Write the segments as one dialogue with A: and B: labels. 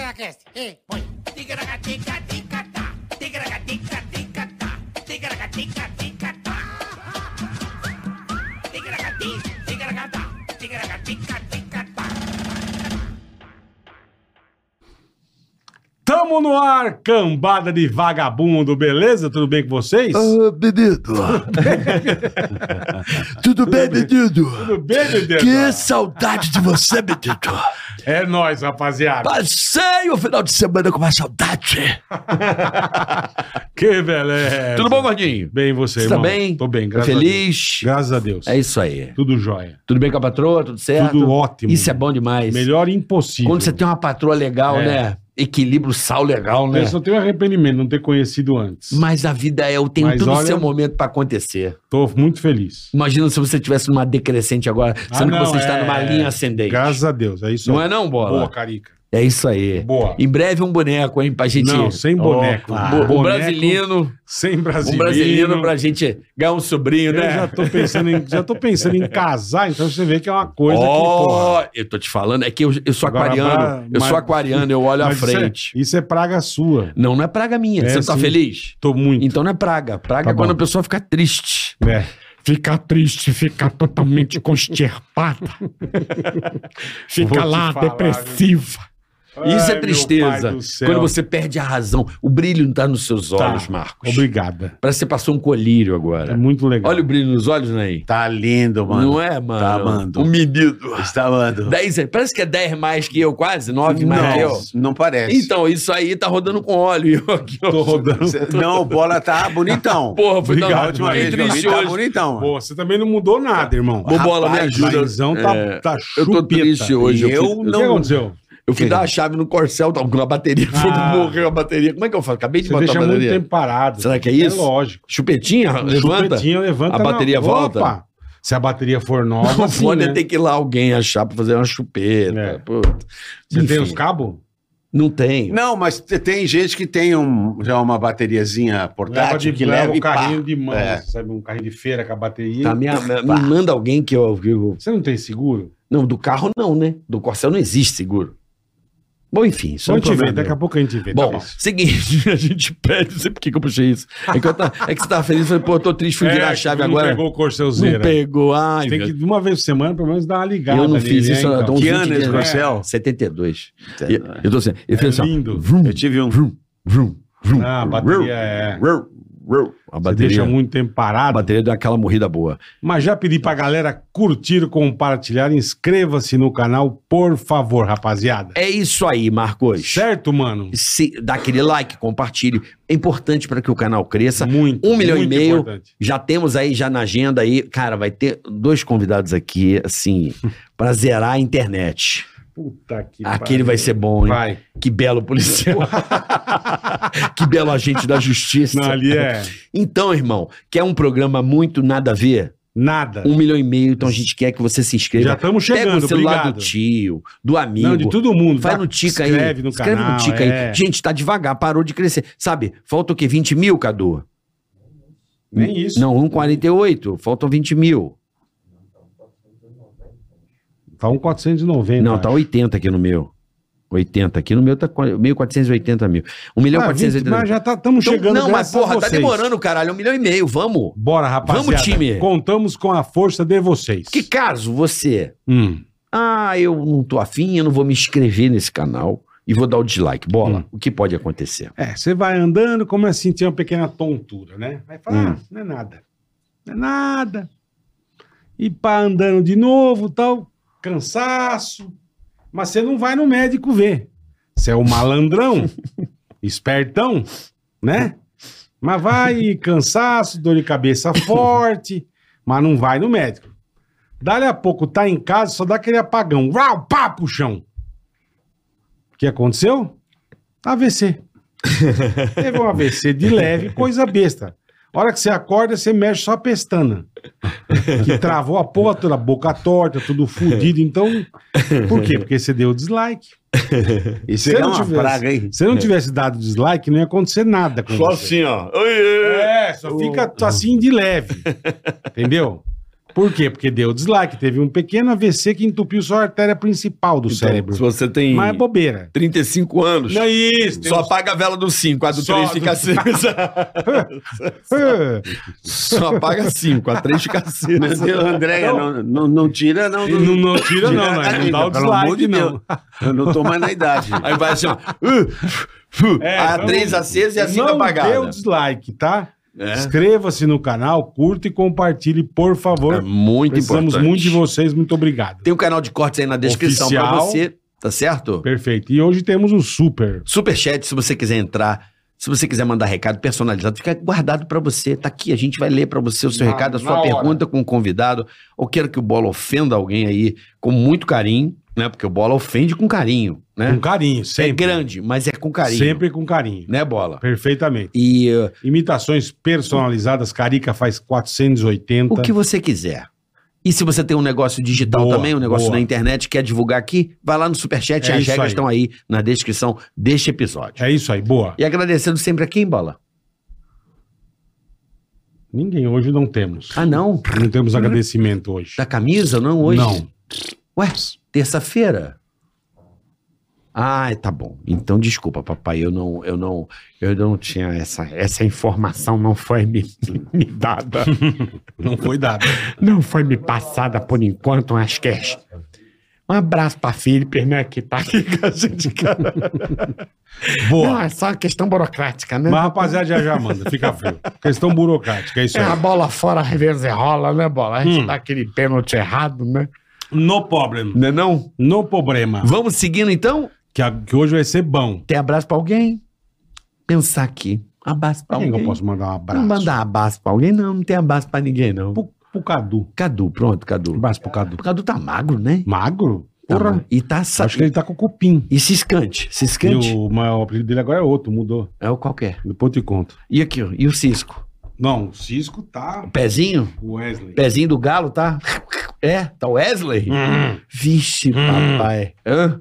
A: podcast. E põe. Tigaragatica-ticatá. Tigaragatica-ticatá. Tigaragatica-ticatá. Tigaragati, tigaragatá. Tigaragatica-ticatá.
B: Tamo no ar, cambada de vagabundo, beleza? Tudo bem com vocês?
C: Ah, menino. Tudo bem, menino?
B: Tudo bem, meu Deus?
C: Que saudade de você, menino.
B: É nóis, rapaziada.
C: Passei o final de semana com uma saudade.
B: Que beleza.
D: Tudo bom, gordinho?
B: Bem, e você, é.
D: Você
B: irmão?
D: tá bem?
B: Tô bem, graças a Deus.
D: Feliz?
B: Graças a Deus.
D: É isso aí.
B: Tudo jóia.
D: Tudo bem com a patroa? Tudo certo?
B: Tudo ótimo.
D: Isso é bom demais.
B: Melhor impossível.
D: Quando você tem uma patroa legal,
B: É.
D: né? Equilíbrio, sal legal, né?
B: Eu só tenho arrependimento de não ter conhecido antes.
D: Mas a vida é, eu tenho
B: Mas
D: tudo
B: olha-
D: o seu momento pra acontecer.
B: Tô muito feliz.
D: Imagina se você tivesse numa decrescente agora,
B: Ah,
D: sendo
B: não,
D: que você está
B: é-
D: numa linha ascendente.
B: Graças a Deus, é isso
D: Não
B: aí.
D: é não, Bola?
B: Boa, Carica.
D: É isso aí.
B: Boa.
D: Em breve um boneco, hein, pra gente...
B: Não, sem boneco.
D: Opa.
B: Bo-
D: Um
B: boneco,
D: brasileiro,
B: Sem
D: um
B: brasileiro.
D: brasileiro pra gente ganhar um sobrinho,
B: Eu
D: né?
B: já tô, pensando em, já tô pensando em casar, então você vê que é uma coisa que, porra.
D: Ó, eu tô te falando, é que eu, eu sou
B: Agora,
D: aquariano.
B: pra-
D: eu sou
B: mas-
D: aquariano, eu olho à
B: Mas isso é-
D: frente.
B: Isso é, praga sua.
D: Não, não é praga minha.
B: É,
D: Você tá
B: sim.
D: feliz?
B: Tô muito.
D: Então não é praga. Praga
B: Tá
D: é quando
B: bom.
D: a pessoa fica triste.
B: É.
E: Ficar triste, ficar totalmente consterpada.
B: Vou
E: Fica
B: te
E: lá,
B: falar,
E: depressiva.
D: Isso
B: Ai,
D: é
B: meu
D: tristeza.
B: pai do céu.
D: Quando você perde a razão. O brilho não tá nos seus
B: Tá.
D: olhos, Marcos.
B: Obrigada.
D: Parece que você passou um colírio agora.
B: É muito legal.
D: Olha o brilho nos olhos, Ney.
C: Tá lindo,
D: Não é, mano?
C: Tá, mano.
D: Um menino.
C: Está lindo.
D: 10, parece que é 10 mais que eu, quase. 9 mais que eu.
C: não parece.
D: Então, isso aí tá rodando com óleo. E eu aqui, ó.
B: tô rodando.
C: Cê- não, o bola tá bonitão.
D: Porra, fui
B: Obrigado,
D: dar
C: Ótima
B: fiquei
D: fiquei
C: vez,
D: triste
C: Gabi, tá
D: hoje.
C: bonitão.
B: Pô, você também não mudou nada, irmão.
D: é um Ô, Bola, me
C: Rapaz,
D: ajuda.
B: Maizão tá,
D: É,
B: tá
D: Eu tô
B: chupeta.
D: triste hoje.
C: Eu
D: fui-
B: O que
C: não-
B: aconteceu?
D: Eu fui dar a chave no Corcel, tá, com a bateria, fogo,
B: Ah.
D: morreu a bateria. Como é que eu faço? Acabei de
B: Você
D: botar
B: deixa
D: a
B: muito
D: bateria.
B: tempo parado.
D: Será que é
B: É
D: isso?
B: lógico.
D: Chupetinha, levanta.
B: Chupetinha, levanta.
D: A
B: na-
D: bateria volta?
B: Opa! Se a bateria for nova,
D: O
B: assim,
D: foda
B: né?
D: é ter que ir lá alguém achar pra fazer uma chupeta.
B: É.
D: puta.
B: Você tem
D: Enfim,
B: os cabos?
D: Não tem.
C: Não, mas te- tem gente que tem um, já uma bateriazinha portátil que leva
B: o
C: e pá.
B: carrinho de mão,
C: É.
B: sabe? Um carrinho de feira com a bateria.
D: Tá, me, me- me manda alguém que eu, que eu-
B: Você não tem seguro?
D: Não, do carro não, né? Do Corcel não existe seguro. Bom, enfim, isso
B: Só
D: é
B: a
D: um
B: gente vê,
D: problema.
B: daqui a pouco a gente vê. tá
D: Bom,
B: talvez.
D: seguinte, a gente pede, não sei por que que eu puxei isso. É que, eu tá- é que você tava feliz, eu falei, pô, eu tô triste, fui virar a chave
B: É, não
D: agora.
B: pegou o
D: não
B: Corselzeira.
D: pegou, ai,
B: Tem
D: meu
B: que, de uma vez por semana, pelo menos, dar uma ligada.
D: Eu não
B: nele,
D: fiz
B: né,
D: isso,
B: então.
D: então.
C: Que
D: Uns
C: ano
D: 20
C: esse
D: anos.
C: Corcel?
D: 72. E, eu tô assim, ele fez
B: um. É
D: assim, ó,
B: lindo.
D: vrum,
C: Eu tive um.
D: vrum, vrum, vrum.
B: Ah, a bateria é.
D: Vrum, vrum. A
B: Você
D: bateria,
B: deixa um muito tempo
D: a
B: parado.
D: bateria deu aquela morrida boa.
B: Mas já pedi pra galera curtir, compartilhar, inscreva-se no canal, por favor, rapaziada.
D: É isso aí, Marcos.
B: Certo, mano?
D: Se, dá aquele like, compartilhe. É importante para que o canal cresça.
B: Muito.
D: Um milhão e
B: muito
D: meio.
B: importante.
D: Já temos aí, já na agenda aí, cara, vai ter dois convidados aqui, assim, pra zerar a internet.
B: Puta que
D: Aquele vai ser bom, hein?
B: Vai.
D: Que belo policial. que belo agente da justiça.
B: Não, ali é
D: Então, irmão, que é um programa muito nada a ver,
B: nada.
D: um milhão e meio, então a gente quer que você se
B: É. Já
D: inscreva.
B: estamos
D: Pega
B: chegando,
D: o celular
B: obrigado.
D: do tio, do amigo.
B: Não, de todo mundo.
D: Vai
B: Dá-
D: no Tica aí.
B: escreve No
D: Escreve
B: canal,
D: no Tica
B: é.
D: aí. Gente, tá devagar, parou de crescer. Sabe, falta o quê? 20 mil, Cadu?
B: Nem isso.
D: Não, 1,48. Faltam 20 mil.
B: Tá um 490.
D: Não, tá 80 aqui no meu. 80 aqui no meu tá 1.480 mil. 1 milhão
B: Ah,
D: 480
B: vinte,
D: mil.
B: mas já estamos
D: Então,
B: chegando.
D: não, mas
B: graças a
D: porra, tá
B: vocês.
D: demorando, caralho. Um milhão e meio, vamos.
B: Bora, rapaziada.
D: Vamos, time.
B: Contamos com a força de vocês.
D: Que caso você...
B: Hum.
D: Ah, eu não tô afim, eu não vou me inscrever nesse canal e vou dar o dislike. Bola,
B: Hum.
D: o que pode acontecer?
B: É, você vai andando, começa a sentir uma pequena tontura, né? Vai falar,
D: Hum.
B: ah, não é nada. Não é nada. E pá, andando de novo, tal, cansaço. Mas você não vai no médico ver. Você é o malandrão, espertão, né? Mas vai e cansaço, dor de cabeça forte, mas não vai no médico. Dali a pouco tá em casa, só dá aquele apagão. Uau, pá, puxão. O que aconteceu? AVC. Teve um AVC de leve, coisa besta. A hora que você acorda, você mexe só a pestana. Que travou a porra toda, a boca torta, tudo fudido. Então, por quê? Porque você deu dislike.
C: Isso
B: Se
C: é
B: não
C: uma
B: tivesse-
C: praga, hein?
B: Se você não tivesse dado dislike, não ia acontecer nada com você.
D: ó. Oi,
B: É, só fica assim de leve. Entendeu? Por quê? Porque deu dislike. Teve um pequeno AVC que entupiu só a artéria principal do cérebro.
F: Se você tem
B: Mas é bobeira.
F: 35 anos,
B: é isso.
F: só apaga a vela do 5, a do
B: Só
F: 3
B: do-
F: fica acesa. só apaga 5, a 3 fica acesa.
C: Mas, Andréia, não, não, não tira, não.
B: não, não tira, não, não,
C: Tira, né?
B: não dá o
C: pelo
B: dislike,
C: amor de
B: não.
C: Deus. Eu não tô mais na idade.
F: Aí vai assim, ó. Uh, uh,
B: É,
F: a
B: vamos-
F: 3 acesa
C: é
F: e a 5
B: não
F: apagada.
B: dê o dislike, tá?
F: É.
B: Inscreva-se no canal, curta e compartilhe, por favor.
D: É muito
B: Precisamos
D: importante.
B: muito de vocês, muito obrigado.
D: Tem um canal de cortes aí na descrição pra
B: Oficial.
D: você, tá certo?
B: Perfeito. E hoje temos o super.
D: Superchat, se você quiser entrar, se você quiser mandar recado personalizado, fica guardado pra você. Tá aqui, a gente vai ler pra você o seu
B: Na-
D: recado, a
B: na
D: sua
B: hora.
D: pergunta com o convidado. Eu quero que o Bola ofenda alguém aí com muito carinho, né? Porque o Bola ofende com carinho, né?
B: Com carinho,
D: É
B: sempre.
D: grande, mas é com carinho.
B: Sempre com carinho.
D: Né, Bola?
B: Perfeitamente.
D: E uh,
B: Imitações personalizadas, Carica faz
D: o
B: 480.
D: que você quiser. E se você tem um negócio digital
B: Boa,
D: também, um negócio
B: boa.
D: na internet, quer divulgar aqui, vai lá no Superchat,
B: É
D: as
B: isso
D: regras
B: aí.
D: estão aí na descrição deste episódio.
B: É isso aí, boa.
D: E agradecendo sempre a quem, Bola?
B: Ninguém, hoje não temos.
D: Ah, não?
B: Não temos agradecimento hoje.
D: Da camisa, não hoje?
B: Não.
D: Ué, terça-feira? Ah, tá bom. Então desculpa, papai, eu não, eu não, eu não tinha essa, essa informação não foi me, me dada.
B: Não foi dado.
G: Não foi me passada por enquanto, mas que um abraço pra Felipe, né, que tá aqui com a gente, cara. Não,
B: Boa.
G: é só questão burocrática, né?
B: Mas rapaziada já já manda, fica frio. Questão burocrática, é isso
G: É, a
B: aí.
G: bola fora às
D: é
G: vezes rola, né, bola? A gente
B: Hum.
G: dá aquele pênalti errado, né?
B: No problem.
D: Não é não?
B: No problema.
D: Vamos seguindo então?
B: Que, a- que hoje vai ser bom.
D: Tem abraço pra alguém? Pensar aqui. Abraço
B: Pra
D: pra
B: quem que eu
D: alguém.
B: posso mandar um
D: Não
B: abraço?
D: Tá mandar abraço pra alguém, não. Não tem abraço pra ninguém, não.
B: Pro, pro Cadu.
D: Cadu, pronto, Cadu.
B: Um abraço pro Cadu.
D: O Cadu tá magro, né?
B: Magro?
D: Tá
B: Porra.
D: magro. E tá sa...
B: Acho que ele tá com cupim.
D: E ciscante.
B: E
D: Ciscante
B: o, mas o apelido dele agora é outro, mudou.
D: é o qualquer.
B: Depois eu te conto.
D: E aqui, ó. E o cisco?
B: Não, o Cisco tá.
D: Pezinho?
B: O Wesley.
D: Pezinho do galo, tá? É, tá o Wesley?
B: Hum.
D: Hum. Vixe, papai. Hã?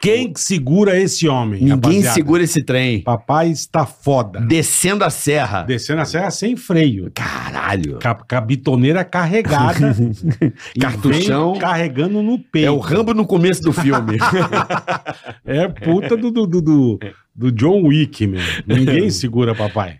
B: Quem que segura esse homem?
D: Ninguém
B: rapaziada?
D: segura esse trem.
B: Papai está foda.
D: Descendo a serra.
B: Descendo a serra sem freio.
D: Caralho.
B: Ca- Com a bitoneira carregada. e
D: Cartuchão.
B: vem Carregando no peito.
D: É o Rambo no começo do filme.
B: É puta do, do, do, do- do John Wick, meu. Ninguém segura papai.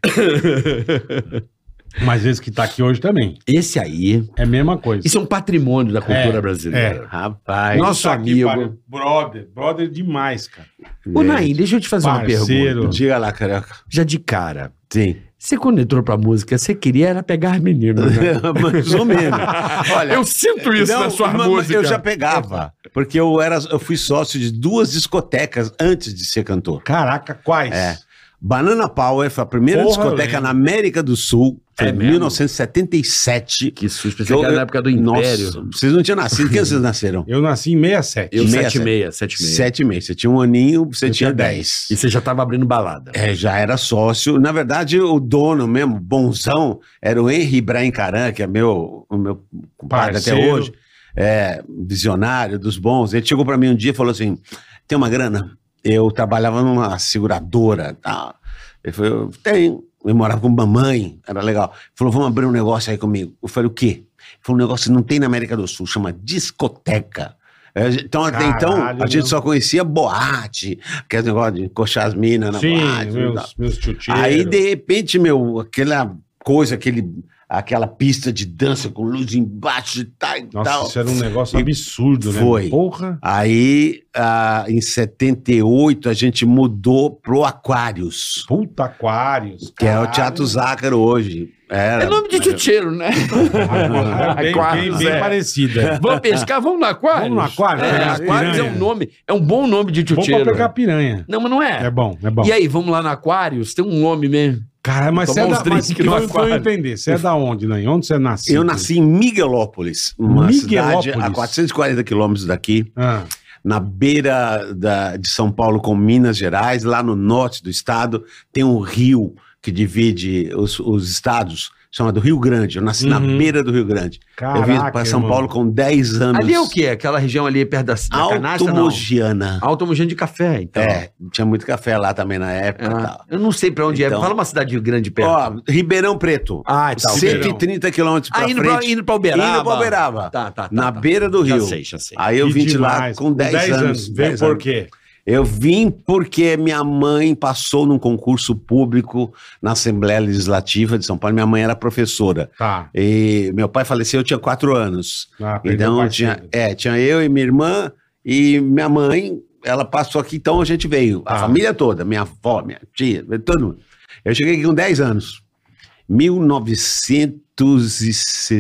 B: Mas esse que tá aqui hoje também.
D: esse aí.
B: É a mesma coisa.
D: Isso é um patrimônio da cultura
B: É,
D: brasileira.
C: Rapaz.
D: Nosso
B: Puta que
D: amigo.
B: pariu. Brother, brother demais, cara.
D: Ô, Nain, deixa eu te fazer uma
B: Parceiro.
D: pergunta.
C: É. Diga lá, carioca.
D: Já de cara.
C: Sim.
D: Você quando entrou pra música, você queria era pegar as meninas, né?
C: É, Mais ou menos. Olha,
F: Eu sinto isso
C: não,
F: na sua
C: mas- mas
F: música.
C: Eu já pegava. Porque eu, era, eu fui sócio de duas discotecas antes de ser cantor.
B: Caraca, quais?
C: É. Banana Power foi a primeira
B: Porra, eu
C: discoteca
B: lembro.
C: na América do Sul. Foi
D: É
C: em
D: mesmo?
C: 1977.
D: Que susto,
C: Eu-
D: pensei que era na época do Império.
C: Nossa, vocês não tinham nascido. Quem vocês nasceram?
B: Eu nasci em 67.
D: Eu
C: Meia,
D: 76, 76.
C: Sete meses. Você tinha um aninho, você
B: Eu
C: tinha
B: tinha
C: dez.
D: E você já tava abrindo balada.
C: É, já era sócio. Na verdade, o dono mesmo, bonzão, era o Henri Brain Caran, que é meu, o meu compadre até
B: Parceiro.
C: hoje. É, visionário dos bons. Ele chegou pra mim um dia e falou assim: tem uma grana? Eu trabalhava numa seguradora. Tá? Ele falou: tem. Eu morava com mamãe, era legal. Ele falou: vamos abrir um negócio aí comigo. Eu falei: o quê? Ele falou: um negócio que não tem na América do Sul, chama discoteca. É, a gente- Então, até então, a
B: Caralho,
C: gente
B: meu.
C: só conhecia boate, aqueles negócios de coxar as minas na boate.
B: Sim,
C: e tal.
B: meus, meus tchutcheiros.
C: Aí, de repente, meu, aquela coisa, aquele, aquela pista de dança com luz embaixo e tal e
B: Nossa,
C: tal.
B: isso era um negócio
C: E
B: absurdo, né?
C: foi.
B: Porra.
C: Aí, ah, em 78, a gente mudou pro Aquários,
B: Puta Aquários.
C: que é o
B: caralho.
C: Teatro Zácaro hoje. Era.
D: É nome de chuteiro, né?
B: Aquários, bem,
D: Aquários,
B: bem, bem
D: é.
B: parecida.
D: Vamos pescar, vamos no
B: Vamos
D: aquário.
B: no aquário?
D: É,
B: pegar
D: aquários é
B: piranha.
D: um nome, é um bom nome de
B: Bom pra
D: chuteiro.
B: pegar piranha.
D: Não, mas não
B: É
D: é.
B: bom, é bom.
D: E aí, vamos lá no Aquários? Tem um nome mesmo.
B: Cara, mas você
D: Tomar
B: é
D: uns
B: da...
D: drinks
B: Mas,
D: aqui
B: que
D: no
B: eu, pra eu
D: aquário.
B: entender, você é da onde, né? Onde você nasceu?
C: Eu nasci em Miguelópolis, uma
B: Miguelópolis.
C: cidade a 440 quilômetros daqui,
B: Ah,
C: na beira da- de São Paulo com Minas Gerais, lá no norte do estado, tem um rio que divide os, os estados, chamado Rio Grande. Eu nasci
B: Uhum.
C: na beira do Rio Grande. eu vim para São
B: irmão.
C: Paulo com 10 anos.
H: Ali é o que? Aquela região ali perto da, da canastra, não?
C: Automogiana.
H: Automogiana de café, então.
C: É, tinha muito café lá também na época e
H: Ah,
C: tal.
H: eu não sei pra onde é.
C: Então-
H: Fala uma cidade grande perto.
C: Ó, Ribeirão Preto.
H: ah, tá. ok.
B: Ribeirão.
C: 130 quilômetros pra
H: Ah, indo, pra,
C: frente.
H: indo pra Uberaba.
C: Indo pra Uberaba.
H: Tá, tá, tá.
C: na
H: tá.
C: beira do
H: Já
C: rio. Ah,
H: sei, já sei.
C: Aí eu
B: Que
C: vim de lá
B: demais.
C: com 10, anos.
B: Vê
C: 10
B: por
C: anos.
B: quê?
C: Eu vim porque minha mãe passou num concurso público na Assembleia Legislativa de São Paulo. Minha mãe era professora.
B: Tá.
C: E meu pai faleceu, eu tinha 4 anos.
B: Ah, perdeu
C: Então
B: parte
C: tinha,
B: dele.
C: é, tinha eu e minha irmã e minha mãe, ela passou aqui, então a gente veio, a
B: Tá.
C: família toda, minha avó, minha tia, todo mundo. Eu cheguei aqui com 10 anos.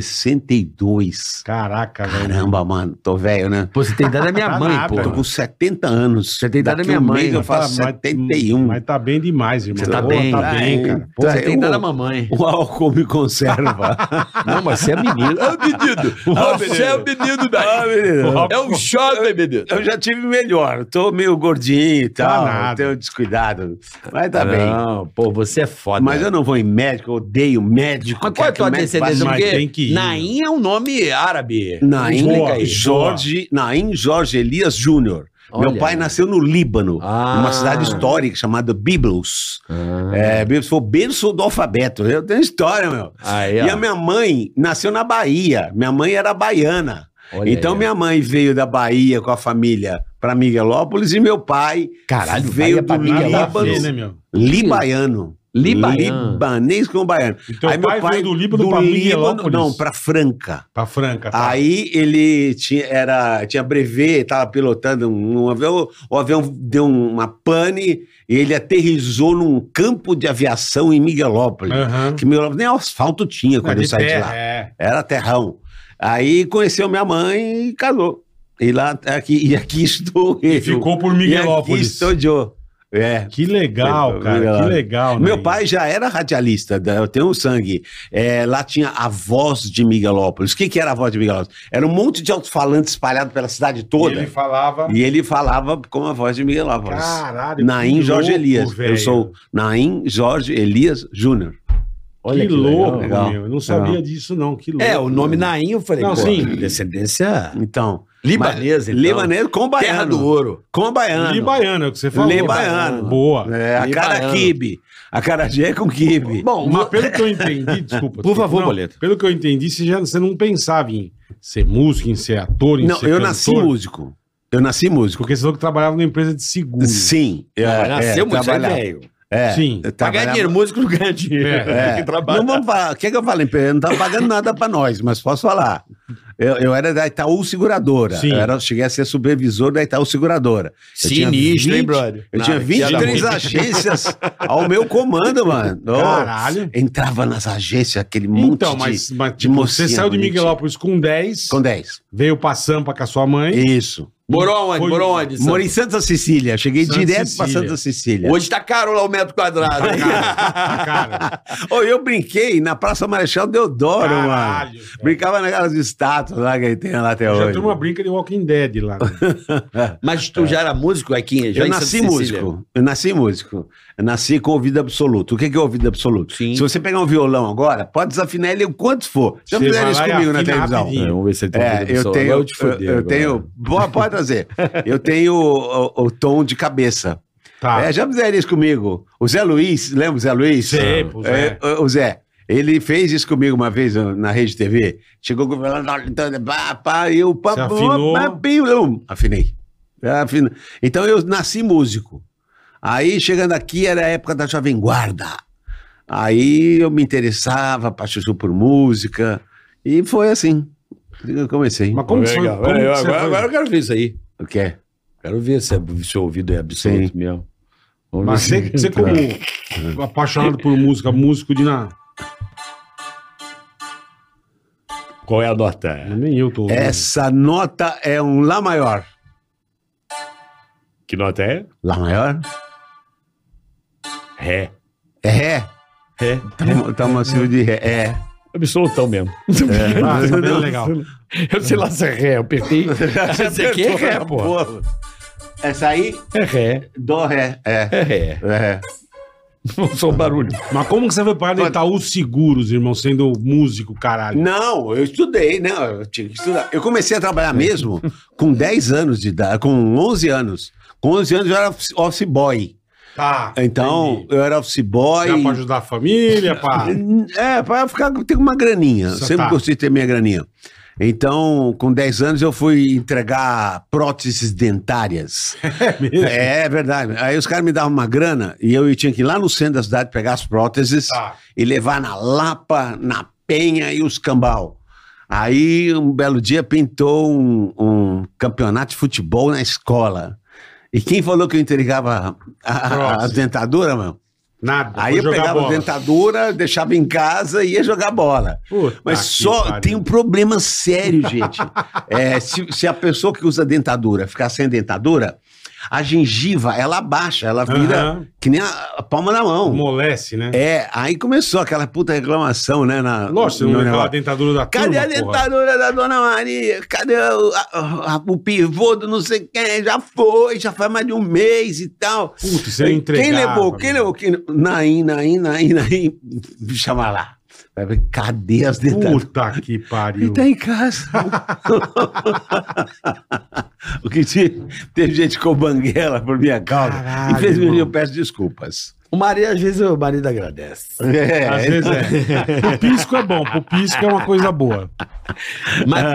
C: 1962.
B: Caraca, velho.
C: Caramba, mano, tô velho, né?
H: Pô, você tem idade da minha
B: Tá
H: mãe,
B: nada,
C: Tô
H: pô.
C: com 70 anos.
H: Você tem idade
C: Daqui
H: da minha
C: um
H: mãe,
C: mês eu
H: mas
C: faço
B: Tá, mas-
C: 71.
B: Mas tá bem demais, irmão.
H: Você tá
B: Pô,
H: bem.
B: Tá bem,
C: É,
B: cara.
C: Pô,
H: você tem
C: eu-
H: idade da mamãe.
C: O álcool me conserva.
H: Não, mas você é menino. É o menino.
C: Você é o
H: menino
C: Ah, menino.
H: É um jovem, menino.
C: Eu já tive melhor. Tô meio gordinho e tal.
B: nada.
C: Tenho descuidado. Mas tá bem.
H: Tá Não, pô, você é foda.
C: Mas eu não vou em médico, eu odeio médico.
H: Mas qual é a
C: Quero
H: tua
C: que médico
H: descendência?
C: faça-
B: Mas
H: Porque
B: tem que ir.
H: Naim é um nome árabe.
C: Naim, é
H: Explica aí.
C: Jorge, Naim Jorge Elias Júnior. Meu
H: Olha.
C: pai nasceu no Líbano,
H: Ah.
C: numa cidade histórica chamada Biblos.
H: Ah.
C: É, Biblos foi o berço do alfabeto. Eu tenho história, meu.
H: Aí, ó.
C: E a minha mãe nasceu na Bahia. Minha mãe era baiana.
H: Olha
C: então
H: aí.
C: minha mãe veio da Bahia com a família para Miguelópolis e meu pai
H: Caralho,
C: veio
H: vai pra
C: do
B: Nada a
C: Líbano.
B: ver, né, meu?
H: Hum.
C: libaiano.
H: Libaiano.
C: Libanês com baiano.
B: Então, o pai veio do Líbano pra Miguelópolis.
C: Não, pra Franca.
B: Pra Franca. tá.
C: Aí ele tinha, era, tinha brevet, estava pilotando um, um avião, o avião deu uma pane e ele aterrissou num campo de aviação em Miguelópolis.
B: Aham.
C: Que Miguelópolis nem asfalto tinha quando
B: É,
C: eu
B: de
C: saí de
B: terra,
C: lá.
B: É.
C: Era terrão. Aí conheceu minha mãe e casou. E lá aqui, e aqui estou eu.
B: Ficou por
C: E aqui
B: Miguelópolis.
C: estou eu. É,
B: Que legal,
C: Foi-
B: cara. Que
C: Miguelópolis.
B: legal.
C: meu
B: né?
C: pai já era radialista, da- eu tenho sangue. É, lá tinha a voz de Miguelópolis. O que, que era a voz de Miguelópolis? Era um monte de alto-falantes espalhado pela cidade toda.
B: Ele falava.
C: E ele falava com a voz de Miguelópolis.
B: Caralho.
C: Naim
B: que
C: Jorge
B: louco,
C: Elias.
B: velho.
C: Eu sou Naim Jorge Elias Júnior.
H: Olha
B: que, louco,
C: legal.
B: meu. Eu não sabia disso, não. Que louco.
H: É, o nome Naim, eu falei,
B: Não,
H: pô,
B: sim.
H: descendência
C: Então.
H: libanesa, então.
C: Libanês com
H: terra do
C: é baiano.
H: ouro.
C: Com baiano.
B: Li baiano, é o que você falou.
C: Li baiano.
B: Boa.
C: É, a cara
H: Libaiano.
C: kibe. A cara é com kibe.
H: Bom,
B: Mas pelo que eu entendi, desculpa.
H: Por favor,
B: não,
H: Boleto.
B: Pelo que eu entendi, você, já, você não pensava em ser músico, em ser ator, em
C: Não,
B: ser
C: eu
B: é cantor,
C: nasci músico. Eu nasci músico.
B: Porque você falou que trabalhava numa empresa de seguro.
C: Sim. É,
D: Ah,
H: mas nasceu muito isso é
C: trabalhava.
H: velho.
C: É,
B: Sim.
H: Pra ganhar
C: eu trabalhava-
H: dinheiro, né? músico não ganha dinheiro.
B: É,
C: É. Não vamos falar. O que, é que eu falei? Eu não tá pagando nada para nós, mas posso falar. Eu, eu era da Itaú Seguradora.
B: Sim.
C: Eu era, cheguei a ser supervisor da Itaú Seguradora. Eu tinha
H: Sinistro, hein,
C: 20
H: brother?
C: Eu
H: Não,
C: tinha
H: que era
C: 23
H: muito.
C: agências ao meu comando, mano. Ô,
B: Caralho.
C: Entrava nas agências, aquele um monte
B: Então,
C: de,
B: mas, mas
C: de
B: tipo,
C: mocinha
B: você saiu de
C: bonitinha.
B: Miguelópolis com 10,
C: Com 10.
B: veio pra Sampa com a sua mãe.
C: Isso.
H: Morou onde?
B: Foi-
H: Morou onde? Sam?
C: Moro em Santa Cecília. Cheguei
B: Santa
C: direto para
B: Cecília.
C: Santa Cecília.
H: Hoje tá caro lá o metro quadrado.
B: Ah, cara.
C: Ô, eu brinquei na Praça Marechal Deodoro, mano.
B: Caralho. cara.
C: Brincava naquelas estátuas lá que tem lá até
B: Já
C: hoje. É.
B: tem uma brinca de Walking Dead lá. né?
H: Mas tu já era músico, Equinha? Já
C: Eu
H: em Santa
C: nasci
H: Cecília?
C: músico. Eu nasci músico. Eu nasci com ouvido absoluto. O que que é ouvido absoluto?
H: Sim.
C: Se você pegar um violão agora, pode desafinar ele o quanto for. Já
B: Você
C: fizeram
B: vai
C: isso
B: lá e
C: comigo na
B: afina
C: televisão.
B: rapidinho.
H: vamos ver se ele
C: É,
H: ouvido
C: eu
H: absoluto.
C: tenho.
H: Agora
C: Eu,
H: te fudei
C: eu
H: agora.
C: tenho. Boa, pode trazer. Eu tenho o, o- o tom de cabeça.
B: Tá.
C: É, já fizeram isso comigo. O Zé Luiz, lembra o Zé Luiz?
B: Sei, pô, Zé.
C: É, o- o Zé. Ele fez isso comigo uma vez uh, na Rede TV. Chegou com o violão, dá- dá- dá- pá, pá, e eu pá,
B: Você
C: pá,
B: afinou?
C: pá, pim, lum. afinei. Afina- Então eu nasci músico. Aí chegando aqui era a época da Jovem Guarda. Aí eu me interessava, apaixonou por música. E foi assim. Eu comecei.
B: Mas como que foi?
H: Legal.
B: Como
H: É,
B: que
H: eu-
B: você
H: agora,
B: foi?
H: agora eu quero ver isso aí.
C: O é? quê?
H: Quero ver se o seu ouvido é absoluto
C: Sim.
H: mesmo. Vamos
B: Mas
H: ver
B: você,
H: se-
B: você como apaixonado por música, músico de na.
H: Qual é a nota?
B: Nem eu tô. ouvindo. Tá,
C: Essa nota é um Lá maior.
F: Que nota é?
C: Lá maior?
F: Ré.
C: É Ré.
F: Ré.
C: Tá uma silva de Ré. É.
F: Absolutão mesmo.
B: Ah, tá bem legal.
F: Eu sei lá se é ré, eu apertei. Você aqui é
H: né,
F: ré, pô.
C: Essa aí,
F: É ré.
C: Dó Ré. É.
F: É ré.
C: É.
F: Não sou barulho.
B: Mas como que você foi parar no Itaú Seguros, irmão, sendo músico, caralho?
C: Não, eu estudei, né? Eu tinha que estudar. Eu comecei a trabalhar mesmo com 10 anos de idade, com 11 anos. Com 11 anos eu era office- office boy.
B: Tá.
C: Então, eu era office boy.
B: Era pra ajudar a família, pá.
C: É, pra ficar, ter uma graninha.
B: Só
C: Sempre
B: tá.
C: gostei de ter minha graninha. Então, com 10 anos, eu fui entregar próteses dentárias.
B: É mesmo?
C: É, é verdade. Aí os caras me davam uma grana e eu tinha que ir lá no centro da cidade pegar as próteses
B: Tá.
C: e levar na Lapa, na Penha e os Cambal. Aí, um belo dia, pintou um, um campeonato de futebol na escola. E quem falou que eu entregava a, a, a
B: Prótese.
C: dentadura, mano?
B: Nada.
C: Aí
B: foi
C: eu
B: jogar
C: pegava a
B: bola.
C: dentadura, deixava em casa e ia jogar bola.
B: Puta
C: Mas
B: que
C: só
B: Tá pariu.
C: tem um problema sério, gente. É, se, se a pessoa que usa dentadura ficar sem dentadura, a gengiva, ela abaixa, ela vira
B: Aham.
C: que nem a, a palma da mão.
B: Molece, né?
C: um É, aí começou aquela puta reclamação, né? Na,
B: Lógico, você não
C: no
B: levava a
C: negócio.
B: dentadura da
C: Cadê
B: turma,
C: a
B: porra?
C: dentadura da Dona Maria? Cadê o, a- a- o pivô do não sei quem? Já foi, já faz mais de um mês e tal.
B: Puta, você entregava.
C: Quem levou? Quem
B: meu.
C: levou? Quem... Naim, Naim, Naim, Naim. Chama lá. Vai ver, Cadê as dentaduras?
B: Puta que
C: Ele
B: pariu.
C: tá em casa. o que te- teve gente com banguela por minha causa.
H: Caralho,
C: Infelizmente,
H: irmão.
C: eu peço desculpas.
H: O marido, às vezes, o marido agradece.
C: É, então.
B: Às vezes é. Pro pisco é bom, pro pisco é uma coisa boa.
H: Mas,
D: Ah,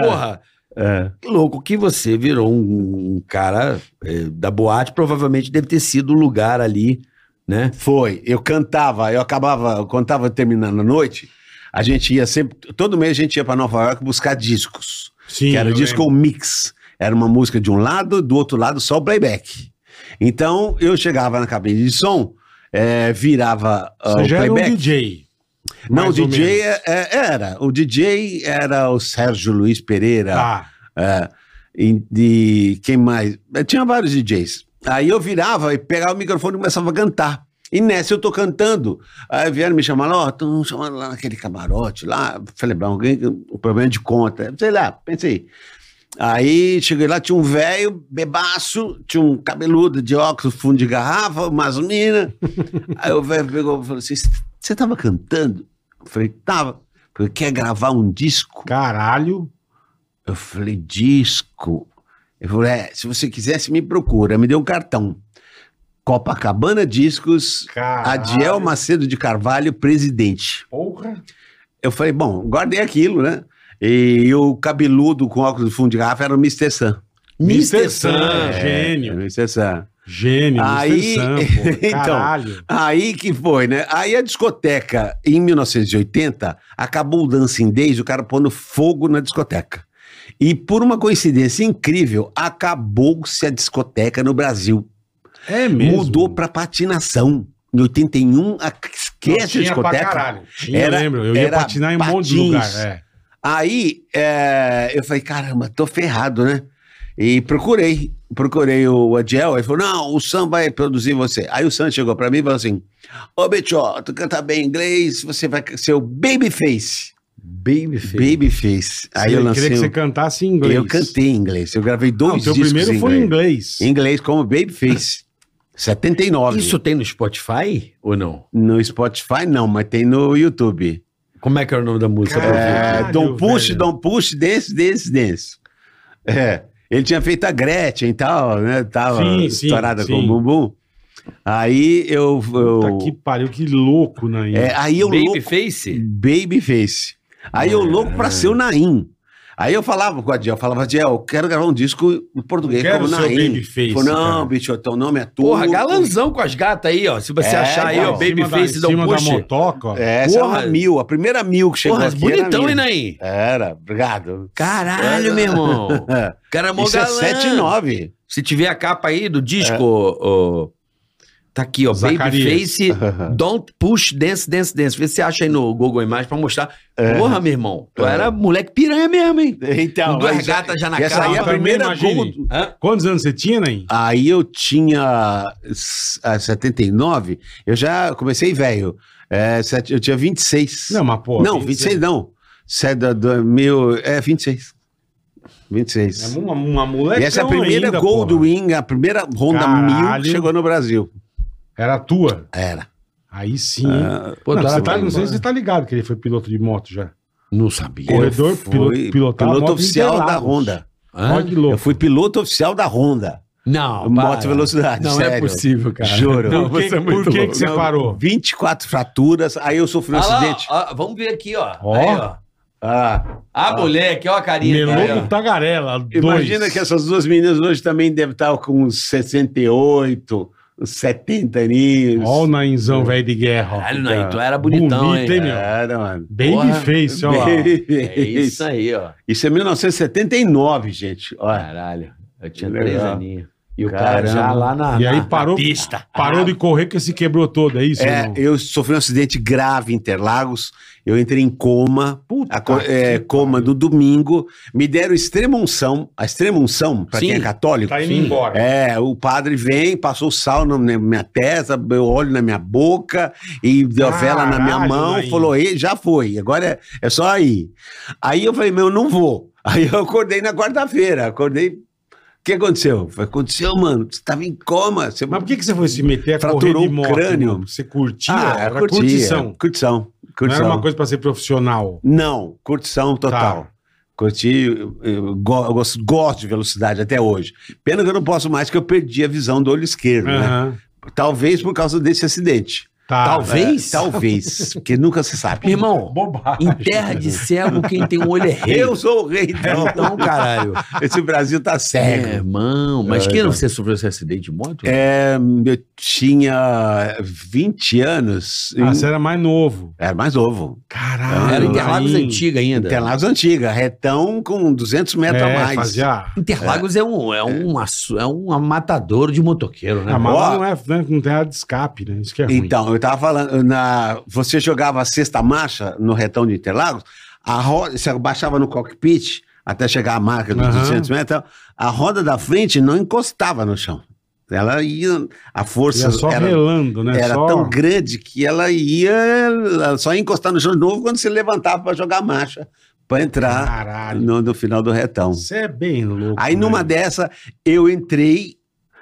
H: porra, que louco que você virou um, um cara é, da boate, provavelmente deve ter sido o lugar ali, né?
C: Foi. Eu cantava, eu acabava, quando estava terminando a noite, a gente ia sempre, todo mês a gente ia para Nova York buscar discos.
B: Sim.
C: que era o
B: eu
C: disco
B: lembro.
C: mix. Era uma música de um lado, do outro lado só o playback. Então eu chegava na cabine de som, eh, virava ah,
B: Você
C: o
B: já
C: playback.
B: era um DJ.
C: Não, o
B: mais ou
C: DJ
B: menos.
C: é- é- era. O DJ era o Sérgio Luiz Pereira.
H: Ah,
B: Tá.
C: É, e de quem mais? Eh, Tinha vários DJs. Aí eu virava e pegava o microfone e começava a cantar. E nessa eu tô cantando. Aí vieram me chamar lá, ó, estão chamando lá naquele camarote lá. Falei, "Bom, alguém, um problema de conta. Sei lá, pensei. Aí cheguei lá, tinha um velho, bebaço, tinha um cabeludo de óculos, fundo de garrafa, umas minas. Aí o velho pegou e falou assim: Você tava cantando? Eu falei, tava. Falei, quer gravar um disco?
B: Caralho.
C: Eu falei, disco. Ele falou, é, se você quisesse, me procura. Me deu um cartão. Copacabana Discos,
B: Caralho.
C: Adiel Macedo de Carvalho, presidente.
B: Porra.
C: Eu falei, bom, guardei aquilo, né? E o cabeludo com óculos de fundo de garrafa era o Mr. Sam.
B: Mr.
C: É,
B: Sam,
C: era
B: gênio.
C: o Mr. Sam.
B: Gênio,
C: Aí-
B: Mr. Sam, pô.
C: Então.
B: Caralho.
C: Aí que foi, né? Aí a discoteca, em 1980, acabou o Dancing Days, o cara pondo fogo na discoteca. E por uma coincidência incrível, acabou-se a discoteca no Brasil.
B: É mesmo.
C: Mudou pra patinação. Em 81, a-
B: Não,
C: esquece
B: tinha
C: a
B: pra
C: discoteca.
B: caralho. Tinha,
C: Era-
B: eu lembro. Eu ia
C: era
B: patinar em um monte de
C: patins.
B: lugar. É.
C: Aí é, eu falei, caramba, tô ferrado, né? E procurei, procurei o Adiel, ele falou, não, o Sam vai produzir você. Aí o Sam chegou pra mim e falou assim, ô Betio, tu canta bem inglês, você vai ser o Babyface.
H: Baby
C: Babyface. Aí
B: Ele
C: eu
B: queria
C: lancei.
B: que
C: um-
B: você cantasse em inglês.
C: Eu cantei em inglês. Eu gravei
B: Não,
C: dois
B: seu
C: discos
B: primeiro
C: em
B: foi
C: inglês.
B: em inglês.
C: Em inglês como Babyface. 79.
H: Isso tem no Spotify ou não?
C: No Spotify não, mas tem no YouTube.
H: Como é que era o nome da música?
B: Cara,
H: pra eu ver?
C: É,
B: Caralho,
C: don't push,
B: velho.
C: don't push, dance, dance, dance. É. Ele tinha feito a Gretchen e tal, né? Tava
B: Sim, sim,
C: estourada
B: sim.
C: com o bumbum. Aí eu. eu-
B: Puta que pariu, que louco, Nain.
C: é, aí eu louco.
H: Babyface?
C: Babyface. Aí eu louco
B: É.
C: pra ser o Naim. Aí eu falava com o Adiel, eu falava, Adiel, eu quero gravar um disco em português
B: Não quero
C: como
B: ser o
C: Naim.
B: Babyface,
C: Falou, não,
B: cara.
C: bicho, teu nome é tu.
H: Porra, galanzão com as gatas aí, ó. Se você
C: É,
H: achar aí,
C: não,
H: ó,
C: em cima
H: Babyface
B: da,
H: dá
B: em
H: um
B: cima da
H: push.
B: motoca.
C: É, essa
H: Porra.
C: era a mil, a primeira mil que chegou
H: Porra,
D: é
C: aqui era
H: bonitão,
C: minha.
H: hein, Nain?
C: Era, obrigado.
H: Caralho, meu irmão. O cara é mó
C: Isso é
H: galã.
C: 7 e 9.
H: Se tiver a capa aí do disco, ô, ô, tá aqui, ó.
B: Zacarias.
H: Babyface, Don't Push, Dance, Dance, Dance. Vê se você acha aí no Google Imagens pra mostrar.
C: É.
H: Porra, meu irmão, tu era moleque piranha mesmo, hein?
C: Então,
H: Com duas
C: mas-
H: gatas já na
C: essa
H: cara.
C: aí é a
B: Também
C: primeira
B: imaginei.
C: Gold.
H: Hã?
B: Quantos anos você tinha, Nain?
C: Aí eu tinha s- ah, a 79, eu já comecei velho. É, sete- eu tinha 26.
B: Não, mas pô. é
C: não, 26 não. Cê é da- do mil- é 26. 26.
B: É uma, uma moleque.
C: e essa é a primeira
B: ainda, porra.
C: Goldwing, a primeira Honda
B: Caralho.
C: mil que chegou no Brasil.
B: Era tua.
C: Era.
B: Aí sim. hein?
C: Ah.
H: Pô,
B: não,
H: tu
B: você
H: era
B: tá-
H: bem,
B: não sei se
H: mano.
B: você tá ligado que ele foi piloto de moto já.
H: Não sabia.
B: Corredor, piloto, pilotava
C: piloto
B: moto
C: oficial da
B: Interlagos.
C: Honda.
H: Hã?
B: Olha que louco.
C: Eu fui piloto oficial da Honda.
H: Não,
C: moto
H: para.
C: velocidade,
H: Não é
C: sério.
H: possível, cara.
C: Juro.
H: Não,
B: Por que,
H: você é muito
B: por que, que
H: louco.
B: você parou? Ah
C: 24 fraturas, aí eu sofri um
D: Olha lá,
C: acidente.
D: ó, vamos ver aqui, ó.
B: Ó.
D: Aí, ó.
C: Ah,
D: Ah, moleque, ó a carinha. dele,
B: Meloco Tagarela, dois.
C: imagina que assim. essas duas meninas hoje também devem estar com uns 68, uns 70 aninhos.
B: Olha o Nainzão, velho de
D: ó.
B: guerra. ó.
D: Caralho, não, tu era bonitão,
B: Bonito,
D: hein?
B: hein, meu?
C: Era, É, né, mano.
B: Babyface, ó lá.
D: É isso
C: Isso.
D: aí, ó.
C: isso é 1979, gente. Olha.
D: Caralho. Eu tinha
C: Legal.
D: três aninhos. E o cara já
C: Caramba.
D: lá na.
B: E aí
D: na-
B: parou,
D: na pista.
B: parou de correr porque se quebrou todo, é isso?
C: É,
B: irmão?
C: eu sofri um acidente grave em Interlagos. Eu entrei em coma. a co-
B: Ah,
C: é, coma do domingo. Me deram extrema unção. A extrema unção, pra quem é
D: Sim.
C: católico.
B: Tá indo embora.
C: É, o padre vem, passou sal na minha- minha testa, eu olho na minha boca e deu a vela na minha
B: Caralho,
C: mão,
B: Naim.
C: falou, Ei, já foi, agora é, é só aí. Aí eu falei, meu, não vou. Aí eu acordei na quarta-feira, acordei. O que aconteceu? Falei, aconteceu, mano, você tava em coma. Você... Ah,
B: Mas por que, que você foi se meter a
C: Fraturou
B: correr de
C: o
B: moto?
C: crânio.
B: irmão? Você curtia?
C: ah,
B: era
C: curtia,
B: curtição.
C: Curtição,
B: Não
C: curtição.
B: era uma coisa pra ser profissional.
C: Não, curtição total.
B: Tá.
C: Curti, eu, eu go- eu gosto, gosto de velocidade até hoje. Pena que eu não posso mais, que eu perdi a visão do olho esquerdo, né?
B: Aham.
C: Talvez por causa desse acidente.
B: Tá.
C: Talvez? talvez. Porque nunca se sabe.
D: Irmão,
B: Bobagem.
D: em terra
C: né?
D: de cego, quem tem um olho é rei.
C: Eu sou o rei, então.
D: Então, caralho.
C: Esse Brasil tá
D: É,
C: cego.
D: irmão. Mas que ano você sofreu esse acidente de moto?
C: É, eu tinha 20 anos.
B: Ah,
C: Em-
B: você era mais novo.
C: Era mais novo.
B: Caralho.
D: Era Interlagos
B: Nain.
D: antiga ainda.
C: Interlagos antiga, retão com 200 metros
B: É,
C: a né? Tá mais.
B: Fazia...
D: Interlagos é, um, é, um, assu- é um matador de motoqueiro, né?
B: Ah, mas
C: Ó.
B: lá não, é, né, não tem área de escape, né? Isso que é ruim.
C: Então, eu tava falando, na, você jogava a sexta marcha no retão de Interlagos, a roda, você abaixava no cockpit até chegar à marca dos
B: Aham.
C: 200 metros, a roda da frente não encostava no chão. Ela ia, a força
B: Ia só
C: era,
B: relando, né?
C: era
B: só...
C: tão grande que ela ia ela só ia encostar no chão de novo quando se levantava para jogar a marcha, para entrar
B: Caralho.
C: no, no final do retão.
B: Você é bem louco.
C: Aí numa
B: né?
C: dessa, eu entrei,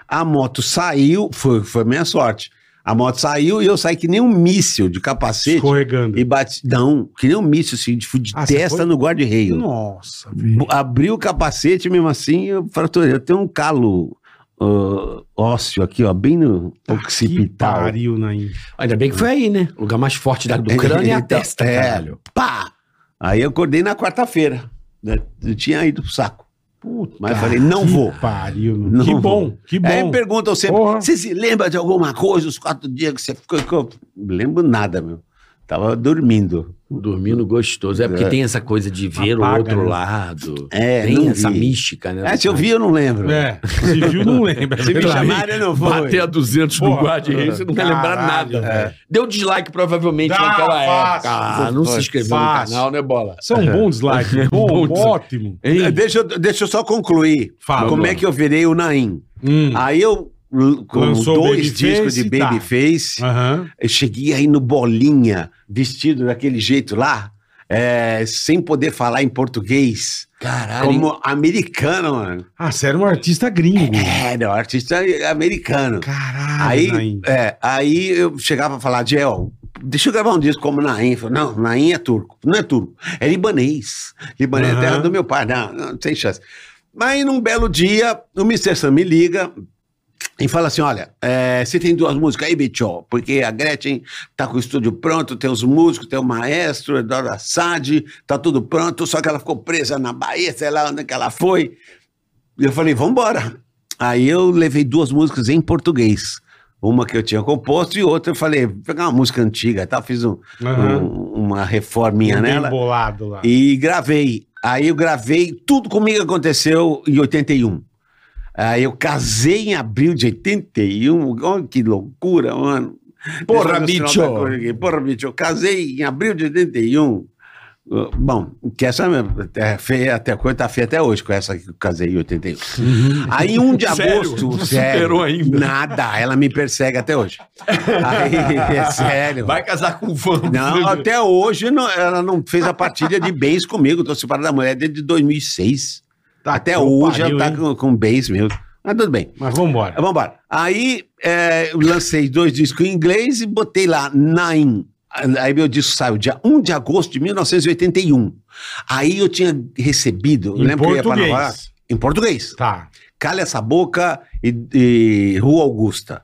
C: a moto saiu, foi, foi minha sorte. A moto saiu e eu saí que nem um míssil de capacete
B: Escorregando.
C: e bati. Não, que nem um míssil, assim, de, de
B: Ah, você
C: testa
B: foi?
C: no guarda-reio.
B: Nossa,
C: Bu- Abri o capacete mesmo assim, eu fraturei. Eu tenho um calo ah, ósseo aqui, ó, bem no
B: Tá Que
C: occipital.
B: pariu, Nain.
H: Ainda bem que foi aí, né? O lugar mais forte da, do crânio é a
C: Então,
H: testa,
C: é.
H: caralho.
C: Pá! Aí eu acordei na quarta-feira. né? Eu tinha ido pro saco.
B: Puta.
C: Mas falei, não
B: que
C: vou.
B: pariu.
C: Não
B: que
C: vou. É
B: bom, que bom.
C: Aí me perguntam sempre,
B: Porra.
C: você se lembra de alguma coisa os quatro dias que você ficou? que eu-" Não lembro nada, meu. Tava dormindo.
D: Dormindo gostoso. É porque
C: É.
D: tem essa coisa de ver o
B: Apaga,
D: outro
B: né?
D: lado.
C: É,
D: tem
C: não
D: essa
C: vi.
D: mística, né?
C: É, se eu vi, eu não lembro.
B: É, se viu, não lembra.
C: Se me
B: Pelo
C: chamarem, eu não vou.
D: Bater a 200 no
B: Porra.
D: guarda-rei, você não vai lembrar
B: Caralho,
D: nada. velho. Deu dislike provavelmente
B: Dá,
D: naquela
B: fácil.
D: época. Ah, não se inscreveu no
B: Fácil.
D: canal, né, Bola?
B: Isso é um bom slide. Bom, ótimo.
C: É, Deixa, eu- deixa eu só concluir.
B: Fala.
C: Como é que eu virei o Naim?
B: Hum.
C: Aí eu, l- com
B: Lançou o
C: dois
B: Babyface,
C: discos de
B: tá.
C: Babyface,
B: Aham.
C: eu cheguei aí no Bolinha, vestido daquele jeito lá, é, sem poder falar em português.
D: Caralho.
C: Como americano, mano.
B: Ah, você era um artista gringo.
C: É, não, artista americano.
B: Caralho,
C: Aí,
B: Nain.
C: é, aí eu chegava a falar, Diel, deixa eu gravar um disco como Naim. Eu falei, não, Naim é turco. Não é turco, é libanês. Libanês
B: Aham.
C: é terra do meu pai. Não, não, tem chance. Mas num belo dia, o Mr. Sam me liga e fala assim, olha, é, você tem duas músicas aí, bicho, porque a Gretchen tá com o estúdio pronto, tem os músicos, tem o maestro, Eduardo Assad, tá tudo pronto, só que ela ficou presa na Bahia, sei lá onde que ela foi. E eu falei, vambora. Aí eu levei duas músicas em português. Uma que eu tinha composto e outra eu falei, vou pegar uma música antiga, tá? fiz um-
B: Aham.
C: um- uma reforminha
B: Bem
C: nela
B: bolado lá.
C: né? e gravei. Aí eu gravei, tudo comigo aconteceu em 81. Aí eu casei em abril de 81, olha que loucura, mano.
H: Porra,
C: Deixa eu ver o
H: bicho.
C: sinal da cor aqui. Porra, bicho, eu casei em abril de 81. Uh, Bom, que essa é feia, até a coisa tá feia até hoje com essa que eu casei em 81. Aí, 1 de
H: Uhum. Sério?
C: agosto,
H: Não
C: sério,
H: superou ainda.
C: nada, ela me persegue até hoje. Aí, é sério.
I: Vai casar com o fã.
C: Não, até hoje não- ela não fez a partilha de bens comigo. Tô separado da mulher desde 2006.
B: Tá
C: até
B: que eu
C: hoje
B: pariu,
C: ela tá
B: hein?
C: com, com bens meus. Mas tudo bem.
B: Mas vambora.
C: Vamos embora. Aí é, eu lancei dois discos em inglês e botei lá Nine. Aí meu disco saiu dia 1 de agosto de 1981. Aí eu tinha recebido, eu
B: Em
C: lembro que eu ia pra Nova York,
B: português.
C: em português.
B: Tá.
C: Calha essa boca e, e Rua Augusta.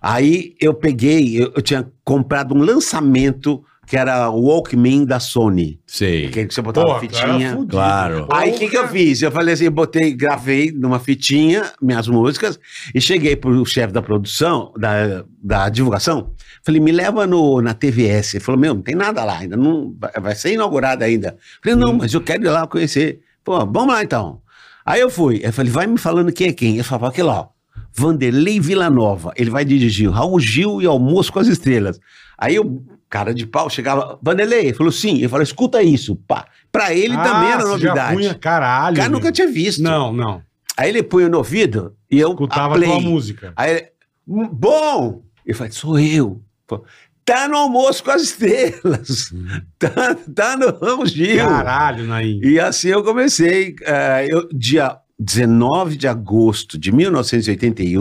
C: Aí eu peguei, eu, eu tinha comprado um lançamento que era o Walkman da Sony.
D: Sei.
C: Que você botava
B: Porra, era
C: fitinha.
B: fudido. né?
D: Claro.
B: Porra.
C: Aí o que, que eu fiz? Eu falei assim, botei, gravei numa fitinha minhas músicas e cheguei pro chefe da produção, da, da divulgação, falei, me leva no, na TVS. Ele falou, meu, não tem nada lá ainda, não, vai- vai ser inaugurada ainda. Falei, não,
D: Hum.
C: mas eu quero ir lá conhecer. Pô, vamos lá então. Aí eu fui, eu falei, vai me falando quem é quem. Ele falou, aqui lá, ó, Vanderlei Villanova, ele vai dirigir Raul Gil e Almoço com as Estrelas. Aí o cara de pau chegava, Vanderlei, ele falou, sim. Ele falou, escuta isso, pá. Pra ele
B: Ah,
C: também era
B: você já
C: novidade.
B: punha, caralho.
C: O cara nunca
B: meu.
C: tinha visto.
B: Não, não.
C: Aí ele punha no ouvido e eu
B: Escutava a
C: play.
B: tua música.
C: Aí ele, "Hum, bom! Eu falei, sou eu. Pô, Tá no almoço com as estrelas.
B: Hum.
C: Tá, tá no Rão Gil.
B: Caralho, Nain.
C: E assim eu comecei. eh, eu- dia 19 de agosto de 1981,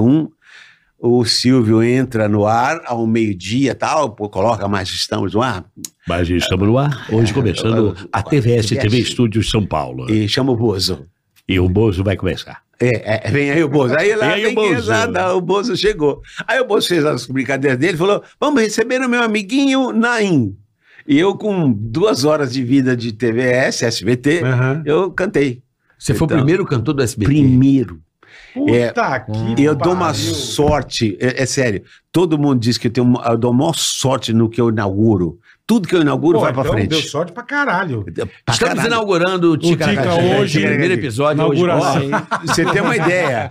C: o Silvio entra no ar ao meio-dia e tal, pô, coloca mais estamos no ar,
D: Mas estamos no ar, hoje começando a TVS TV Estúdios São Paulo.
C: e chama o Bozo.
D: E o Bozo vai começar.
C: É, é, vem aí o Bozo. Aí lá
D: Vem aí
C: vem
D: o Bozo.
C: criançada, o Bozo chegou. Aí o Bozo fez as brincadeiras dele e falou: vamos receber o meu amiguinho Naim. E eu, com duas horas de vida de TVS, SBT,
D: É.
B: Aham.
C: eu cantei.
D: Você foi
C: Então,
D: o primeiro cantor do SBT?
C: Primeiro. É,
B: Puta que
C: eu dou uma
B: pariu.
C: sorte, é, é sério. Todo mundo diz que eu, tenho, eu dou a maior sorte no que eu inauguro. Tudo que eu inauguro
B: Pô,
C: vai pra
B: então
C: frente.
B: deu sorte pra caralho.
C: Pra
D: Estamos
C: caralho.
D: inaugurando o Tica,
B: Tica hoje,
D: primeiro episódio.
B: inauguração.
D: Hoje,
C: Você tem uma ideia.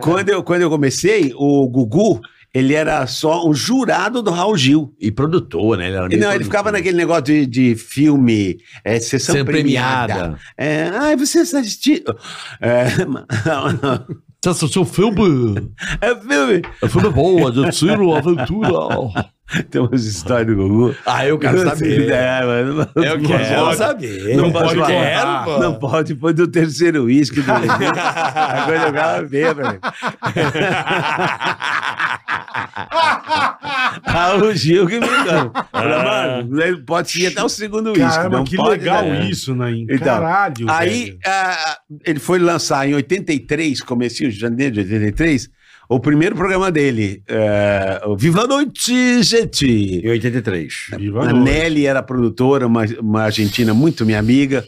C: Quando eu, quando eu comecei, o Gugu, ele era só um jurado do Raul Gil.
D: ó, e produtor, né? Ele era
C: E
D: meio
C: Não, ele
D: produtor.
C: ficava naquele negócio de, de filme, é, sessão
D: Sendo
C: premiada.
D: premiada.
C: É, ai, você assistiu. É,
D: Seu, seu- seu filme,
C: é filme.
D: é filme boa, do Ciro Aventura.
C: Tem umas histórias do Gugu.
D: Ah, eu
C: Cara,
D: quero saber.
C: É, mano, não-
D: Eu
C: não
D: quero
C: pode-
D: saber.
C: Não pode
D: Eu
C: falar.
D: quero, pô.
C: é Não pode, depois do terceiro uísque do Agora eu gava ver, velho. Raul Ah, Gil que me engana. Falei, mano, ele pode ir até o segundo uísque.
B: Ah. Caramba,
C: não
B: que
C: pode,
B: legal
C: né?
B: isso, Nain.
C: Então,
B: Caralho.
C: Aí
B: velho.
C: ah, ele foi lançar em 83, comecinho de janeiro de 83, o primeiro programa dele, eh, o Viva a Noite, gente!
H: Em 83.
B: Viva
C: A
B: a noite.
C: Nelly era produtora, uma, uma argentina muito minha amiga,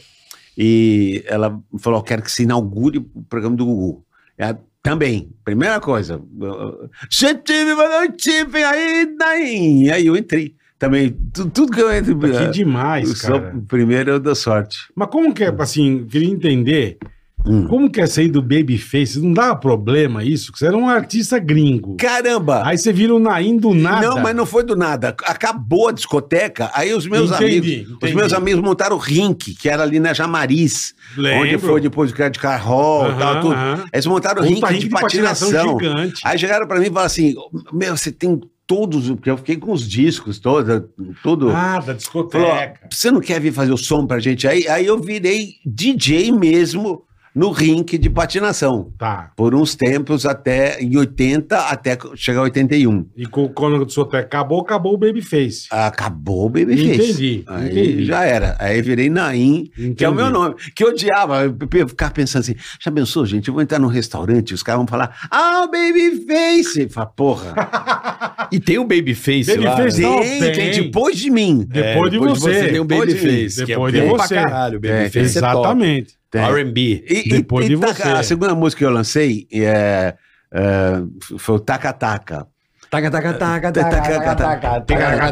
C: e ela falou: "Eu quero que se inaugure o programa do Gugu. Ela também, primeira coisa, eh, gente, viva a noite, vem aí, daí. Aí eu entrei também, tu- tudo que eu entro.
B: Que
C: eh, eu
B: demais,
C: sou-
B: cara.
C: primeiro eu dou sorte.
B: Mas como que é, assim, queria entender,
C: Hum.
B: como que é sair do Babyface? Não dá problema isso? Que você era um artista gringo.
C: Caramba!
B: Aí você vira o Naim do nada.
C: Não, mas não foi do nada. Acabou a discoteca, aí os meus
B: Entendi,
C: amigos, os
B: entendi.
C: meus amigos montaram o rink, que era ali na Jamariz,
B: Lembro.
C: onde foi depois do Credit Car Hall,
B: Aham,
C: tal, tudo.
B: aham.
C: Eles montaram o rink,
B: Puta,
C: de, patinação.
B: gigante.
C: Aí chegaram pra mim e falaram assim: "Meu, você tem todos, porque eu fiquei com os discos todos, tudo.
B: Ah, da
C: Falou, ó,
B: discoteca.
C: você não quer vir fazer o som pra gente aí? Aí eu virei DJ mesmo no rink de patinação.
B: Tá.
C: Por uns tempos até em 80 até chegar um. a 81.
B: E co- quando a discoteca acabou, acabou o Babyface.
C: Acabou o Babyface.
B: Entendi,
C: Aí
B: entendi.
C: já era. Aí virei Naim, que é o meu nome. Que eu odiava. Eu pe- ficava pensando assim: já pensou, gente? Eu vou entrar num restaurante, os caras vão falar, ah, o Babyface. Fala, porra.
H: E tem o Babyface lá. né?
B: Babyface não
C: tem, tem, depois de mim.
B: Depois de
H: depois de
B: você.
H: você tem o
B: Depois de
H: Babyface,
B: mim,
H: que é
B: Depois de
H: bom pra
B: você.
H: caralho, Babyface é top.
B: Exatamente.
C: Tem.
H: R&B.
C: E, e-
B: Depois
C: e
B: de
C: taca-
B: você.
C: A segunda música que eu lancei é, é, foi o Taca Taca.
H: Taca, taca, taca,
C: Taca,
H: taca,
C: taca,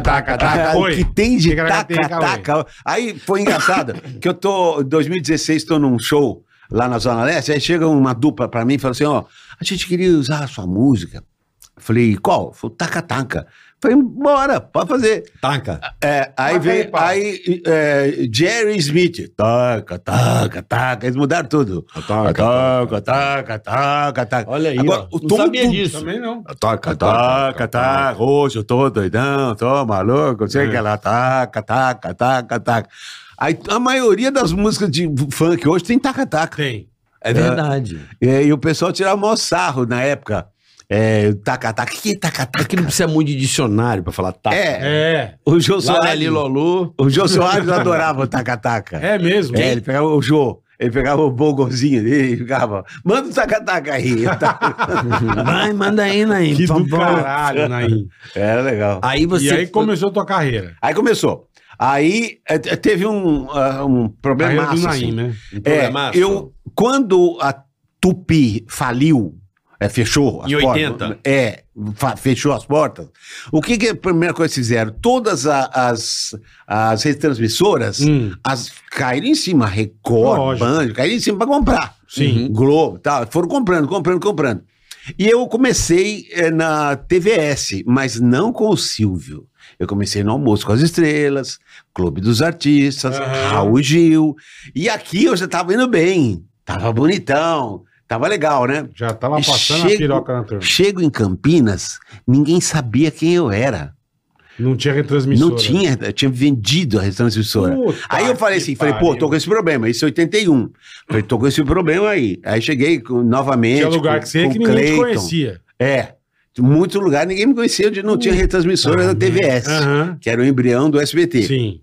H: taca, taca, taca, taca,
C: Ah,
H: taca.
C: o
B: Oi.
C: que tem de
B: Tica, taca,
C: taca,
B: taca,
C: taca. Aí foi engraçado que eu tô, em 2016, tô num show lá na Zona Leste, aí chega uma dupla pra mim e fala assim, ó, a gente queria usar a sua música. Falei, qual? Falei, taca, taca. Falei, bora, pode fazer.
H: Taca.
C: É, aí
B: Taca aí,
C: veio,
B: pau.
C: aí, é, Jerry Smith, taca, taca, taca, eles mudaram tudo. Taca, taca, taca, taca, taca.
H: Olha aí,
C: Agora,
H: ó.
C: o
H: Não
C: Tom
H: sabia
C: Du-
H: disso.
B: Também não.
C: Taca, taca, taca. Hoje eu tô tá doidão, tô maluco, sei que ela taca, taca, taca, taca. Aí, a maioria das músicas de funk hoje tem taca-taca.
B: Tem.
D: É verdade.
C: E, aí o pessoal tirava o maior sarro na época. É, taca-taca. Que taca-taca?
H: Aqui não precisa muito de dicionário pra falar tá.
C: É,
B: É,
C: o Jô Soares.
H: Lorelli Lolu.
C: O Jô Soares adorava o taca-taca.
B: é mesmo.
C: É, ele pegava o Jô, ele pegava o bogozinho dele e ficava, manda um taca-taca aí.
H: Vai, manda aí, Naim.
B: que
H: por
B: do
H: favor.
B: caralho, Naim.
C: Era legal.
H: Aí você.
B: E aí começou a tua carreira.
C: Aí começou. Aí eh, te- teve um, ah, um
B: Carreira
C: problema.
B: do Naim, né?
C: É,
H: Problemaço.
C: eu, quando a Tupi faliu, é, fechou as
H: Em
C: portas.
H: 80?
C: É, fa- fechou as portas. O que, que a primeira coisa que fizeram? Todas a- as, as retransmissoras
B: Hum.
C: as, caíram em cima, Record,
B: Lógico.
C: Band, caíram em cima pra comprar.
B: Sim.
C: Uhum. Globo, tal. Foram comprando, comprando, comprando. E eu comecei eh, na TVS, mas não com o Silvio. Eu comecei no Almoço com as Estrelas, Clube dos Artistas,
B: Aham.
C: Raul Gil. E aqui eu já tava indo bem, tava bonitão, tava legal, né?
B: Já tava
C: E
B: passando a
C: chego-
B: piroca na turma.
C: Chego em Campinas, ninguém sabia quem eu era.
B: Não tinha retransmissora.
C: Não tinha, eu tinha vendido a retransmissora.
B: Puta
C: Aí eu falei
B: que
C: assim, falei, pô,
B: pariu.
C: tô com esse problema, isso é 81. Falei, tô com esse problema aí. Aí cheguei com- novamente.
B: Tinha lugar
C: com-
B: que você ia
C: com
B: que ninguém te
C: Clayton.
B: conhecia.
C: É. Muito lugar, ninguém me conhecia, onde não
B: Uhum.
C: tinha retransmissora da TVS,
B: Aham.
C: que era o embrião do SBT.
B: Uhum. Sim.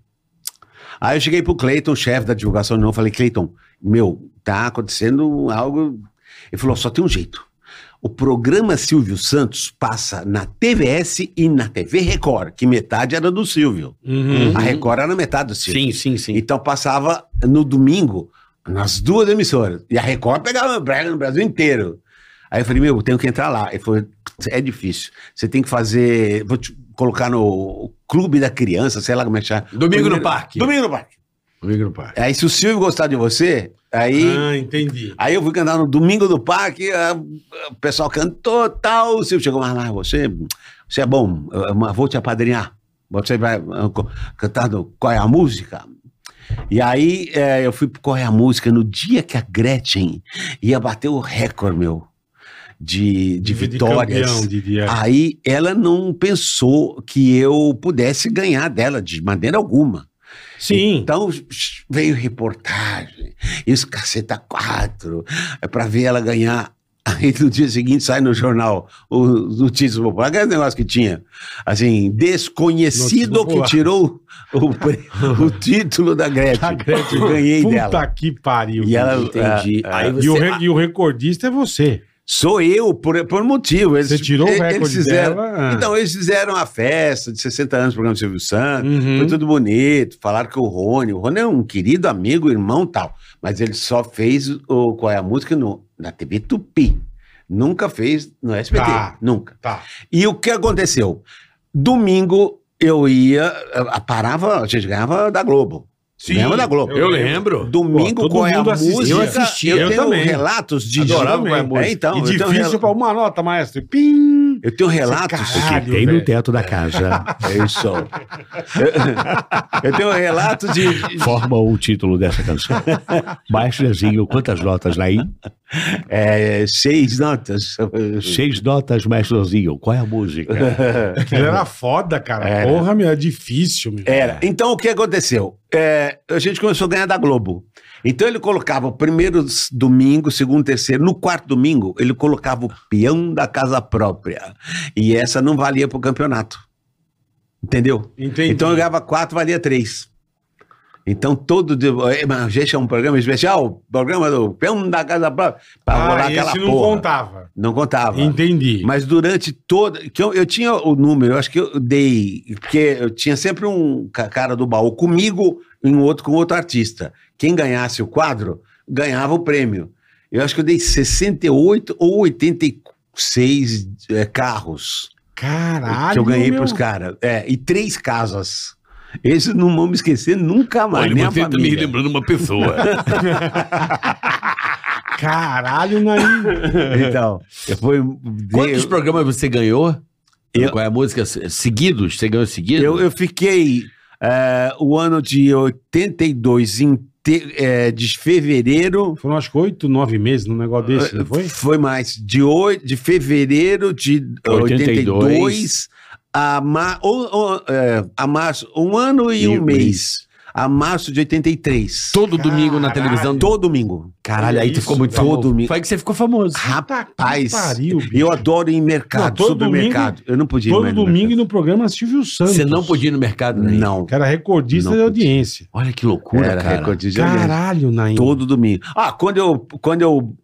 C: Aí eu cheguei pro Cleiton, chefe da divulgação de novo, falei, Cleiton, meu, tá acontecendo algo. Ele falou, só tem um jeito. O programa Silvio Santos passa na TVS e na TV Record, que metade era do Silvio.
B: Uhum.
C: A Record era metade do Silvio.
H: Sim, sim, sim.
C: Então passava no domingo nas duas emissoras. E a Record pegava no Brasil- no Brasil inteiro. Aí eu falei, meu, eu tenho que entrar lá. Ele falou, é difícil. Você tem que fazer. Vou te colocar no Clube da Criança, sei lá como é que chama.
H: Domingo no
C: Primeiro-
H: parque.
C: Domingo no parque.
H: Domingo no parque.
C: Aí se o Silvio gostar de você, aí.
B: Ah, entendi.
C: Aí eu fui cantar no Domingo do Parque, a- a- o pessoal cantou tal. O Silvio chegou mais lá, você, você é bom, eu- eu vou te apadrinhar. Você vai eh, co- cantar no Qual é a Música? E aí eh, eu fui pro Qual é a Música no dia que a Gretchen ia bater o recorde, meu, de, de vitórias. Ah,
B: campeão, de, de,
C: Aí ela não pensou que eu pudesse ganhar dela de maneira alguma.
B: Sim.
C: Então sh- veio reportagem, isso caceta 4, é pra ver ela ganhar. Aí no dia seguinte sai no jornal o notícias popular, aquele negócio que tinha, assim,
B: Notícias
C: desconhecido que
B: Populares.
C: tirou o, pre- o título da Gretchen.
B: Da Gretchen.
C: Ganhei
B: Tá Puta
C: dela.
B: que pariu.
C: E ela-
H: Entendi.
C: ah, ah,
H: Aí você.
B: E o, re- e o recordista é você.
C: Sou eu, por, por motivo. Eles,
B: Você tirou o recorde
C: fizeram,
B: dela, ah.
C: Então, eles fizeram a festa de 60 anos do programa do Silvio Santos.
B: Uhum.
C: Foi tudo bonito. Falaram que o Rony... O Rony é um querido amigo, irmão tal. Mas ele só fez o, qual é a música no, na TV Tupi. Nunca fez no SBT.
B: Tá.
C: Nunca.
B: Tá.
C: E o que aconteceu? Domingo eu ia... a- a- Parava... A gente ganhava da Globo. Ganhava da Globo.
B: eu lembro. Pô,
C: Domingo,
B: todo
C: qual é a
B: mundo assistia.
C: música?
B: Eu
H: assistia,
C: Eu,
B: eu
C: tenho
B: também.
C: relatos de...
B: Adorava Qual é a
C: é, então,
B: e
C: eu tenho
B: difícil
C: rela-
B: pra um- uma nota, maestro. Pim!
C: Eu tenho relatos...
B: Caralho,
H: Tem
B: velho.
H: no teto da casa.
C: É isso. Eu tenho relatos de.
D: Forma o título dessa canção. Baixo Zezinho, quantas notas, Naim?
C: É, seis notas.
D: Seis notas, Mestrozinho. Qual é a música?
B: Aquilo era foda, cara.
C: Era.
B: Porra, meu, é difícil, meu.
C: É. Era. Então, o que aconteceu? É, a gente começou a ganhar da Globo. Então, ele colocava o primeiro s- domingo, segundo, terceiro. No quarto domingo, ele colocava o peão da casa própria. E essa não valia pro campeonato. Entendeu?
B: Entendi.
C: Então, eu ganhava quatro, valia três. Então, todo. dia- eh, mas, Gente, é um programa especial programa do peão da casa própria. Pra
B: Ah,
C: rolar
B: esse
C: aquela
B: não
C: porra.
B: contava.
C: Não contava.
B: Entendi.
C: Mas durante toda. Que eu, eu tinha o número, eu acho que eu dei. Porque eu tinha sempre um ca- cara do baú comigo e um outro com outro artista. Quem ganhasse o quadro ganhava o prêmio. Eu acho que eu dei 68 ou 86 é, carros
B: Caralho,
C: que eu ganhei
B: Ah, meu.
C: pros caras. É, e três casas. Esse não vão me esquecer nunca mais.
D: Olha,
C: nem a
D: você tá me
C: família.
D: lembrando uma pessoa.
B: Caralho, é Naim.
C: Então, eu fui.
H: Quantos
C: eu-
H: programas você ganhou?
C: Eu-
H: Qual é a música? Seguidos? Você ganhou seguido?
C: Eu, eu fiquei eh, o ano de 82 inte- eh, de fevereiro.
B: Foram acho que oito, nove meses num negócio desse, não foi?
C: mais. De, oi- de fevereiro de 82,
H: 82
C: a, ma- ou- ou, eh, a março. Um ano e, um mês. a março de 83.
I: Todo domingo na televisão.
C: Todo domingo.
I: Caralho, aí tu
B: Isso, tá
I: ficou muito
C: todo
I: famoso.
C: domingo.
D: Foi aí que você ficou famoso.
C: Rapaz,
B: que pariu, bicho.
C: eu adoro ir em mercado,
B: Não, todo
C: supermercado. eu não podia ir
B: Todo
C: mais no
B: domingo e no programa Silvio Santos.
D: Você não podia ir no mercado, né?
C: mercado. Não.
B: Que era recordista
C: Não
B: de
C: podia.
B: audiência.
D: Olha que loucura,
C: era
D: cara.
C: recorde de audiência.
B: Caralho, Nain.
C: Todo domingo. Ah, quando eu, quando eu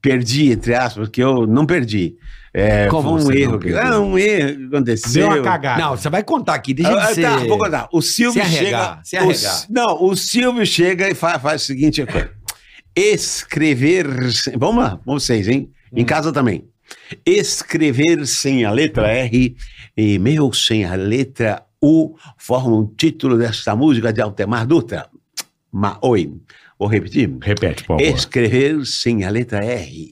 C: perdi, entre aspas, que eu não perdi. É,
D: Como
C: foi um
D: você não
C: erro. que-
D: perdeu?
C: Ah, um erro que
B: Deu
C: aconteceu.
B: uma cagada.
D: Não, você vai contar aqui. Deixa
C: Ah,
D: de ser...
C: Tá, vou contar. O Silvio
D: se
C: chega.
D: arregar, se
C: o,
D: arregar.
C: Si- não, o Silvio chega e fa- faz o seguinte coisa. Escrever. sem- Vamos lá, vocês, hein?
D: Hum.
C: Em casa também. Escrever sem a letra R e meu sem a letra U formam o título desta música de Altemar Dutra. Ma, oi, vou repetir.
H: Repete, por favor.
C: Escrever sem a letra R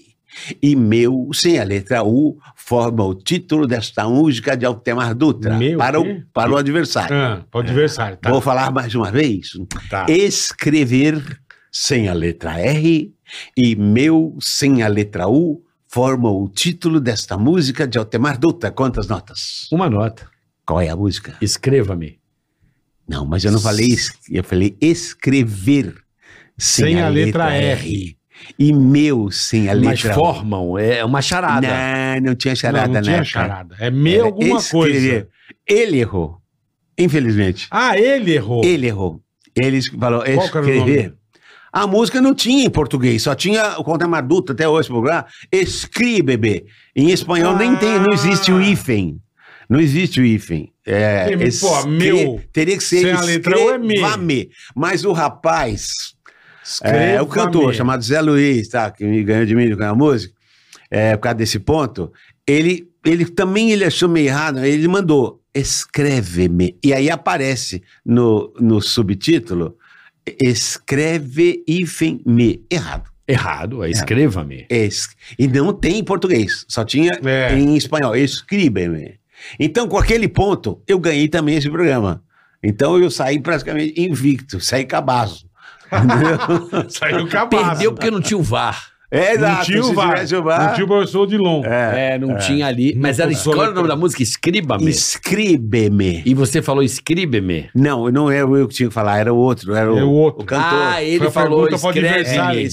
C: e meu sem a letra U forma o título desta música de Altemar Dutra
B: Meu
C: para o,
B: quê?
C: para o adversário.
B: Ah, pro adversário, tá?
C: Vou falar mais uma vez.
B: Tá.
C: Escrever sem a letra R e meu sem a letra U forma o título desta música de Altemar Dutra. Quantas notas?
H: Uma nota.
C: Qual é a música?
H: Escreva-me.
C: Não, mas eu não falei isso. Eu falei escrever sem, a, letra, R. E meu sem a
H: Mas
C: letra U.
H: formam, é uma charada.
C: Não, não tinha charada,
B: não,
C: né?
B: não tinha charada. É meio alguma coisa.
C: Ele errou. Infelizmente.
B: Ah, ele errou.
C: Ele errou. Ele es- falou
B: Qual que era o nome?
C: escrever. A música não tinha em português, só tinha o Contema Adulto até hoje pro lugar. Escri, bebê. Em espanhol nem tem, não existe
B: Ah.
C: o hífen. Não existe o hífen. É,
B: Tem, pô,
C: escre-
B: meu.
C: Teria que ser
B: Sem a letra U é me.
C: escrevame. Mas o rapaz, é,
B: Escreva-me.
C: o cantor chamado Zé Luiz, tá? Que me ganhou de mim com a música, é, por causa desse ponto, ele, ele também ele achou meio errado, ele mandou escreve-me. E aí aparece no, no subtítulo escreve hífen me. Errado.
H: Errado, é escreva-me.
C: Es- e não tem em português, só tinha
B: É.
C: em espanhol. Escribe-me. Então, com aquele ponto, eu ganhei também esse programa. Então, eu saí praticamente invicto, saí cabaço.
B: Saiu cabaço. Um
D: Perdeu porque não tinha o VAR.
C: É,
B: Não
C: exato.
B: tinha o
C: se
B: VAR.
C: tivesse o VAR-
B: Não tinha o professor Dilon.
D: É, não tinha ali. Mas era
B: funcionou
D: escola o nome
B: pra-
D: da música, escriba-me.
C: Escribe-me.
D: E você falou escribe-me.
C: Não, não era eu que tinha que falar, era o outro, era o,
B: É o outro.
C: cantor.
D: Ah,
B: Foi
D: ele
B: a
D: falou
B: pergunta pro
C: É,
B: adversário.
D: escreve-me.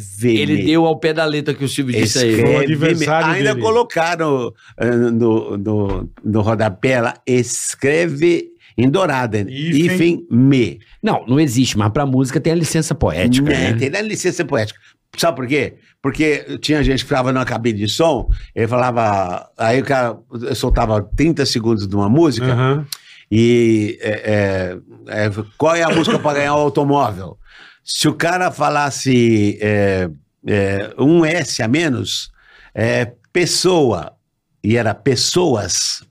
C: escreve-me.
D: Ele deu ao pé da letra que o Silvio disse a ele.
B: Foi o
C: Escreve-me.
B: adversário
C: Ainda
B: dele.
C: colocaram eh, no, no, no rodapé lá, escreve em dourada.
B: Hífen.
C: Hífen me.
H: Não, não existe, mas pra música tem a licença poética,
C: Né,
H: né?
C: Tem da licença poética. Sabe por quê? Porque tinha gente que ficava numa cabine de som, ele falava. Aí o cara soltava 30 segundos de uma música.
B: Aham.
C: E é, é, é, qual é a música para ganhar o automóvel? Se o cara falasse é, é, um S a menos, é pessoa, e era pessoas,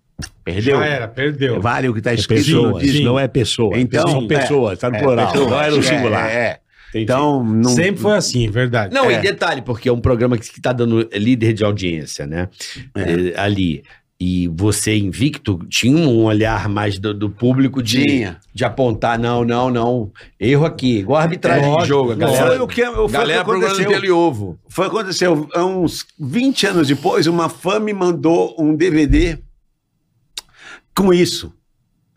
C: perdeu. É,
B: Já era, perdeu.
C: Vale o que está escrito no
B: pessoas,
C: disco.
B: sim.
H: não é pessoa.
C: Então,
H: são
C: é,
H: pessoas, tá no
C: É,
H: plural.
C: pessoas,
H: não era o
C: é,
H: singular.
C: é, é. Então, não,
B: Sempre foi assim, é verdade.
D: Não,
C: É.
D: e detalhe, porque é um programa que, que tá dando líder de audiência, né?
C: É.
D: Eh, ali. E você, invicto, tinha um olhar mais do, do público de,
C: tinha.
D: de apontar, não, não, não. Erro aqui. Igual a arbitragem de jogo, a
C: Foi
D: galera.
C: o que, foi o que
D: Galera procurando
C: aconteceu.
D: pelo e ovo.
C: Foi o que aconteceu. Há uns 20 anos depois, uma fã me mandou um DVD com isso.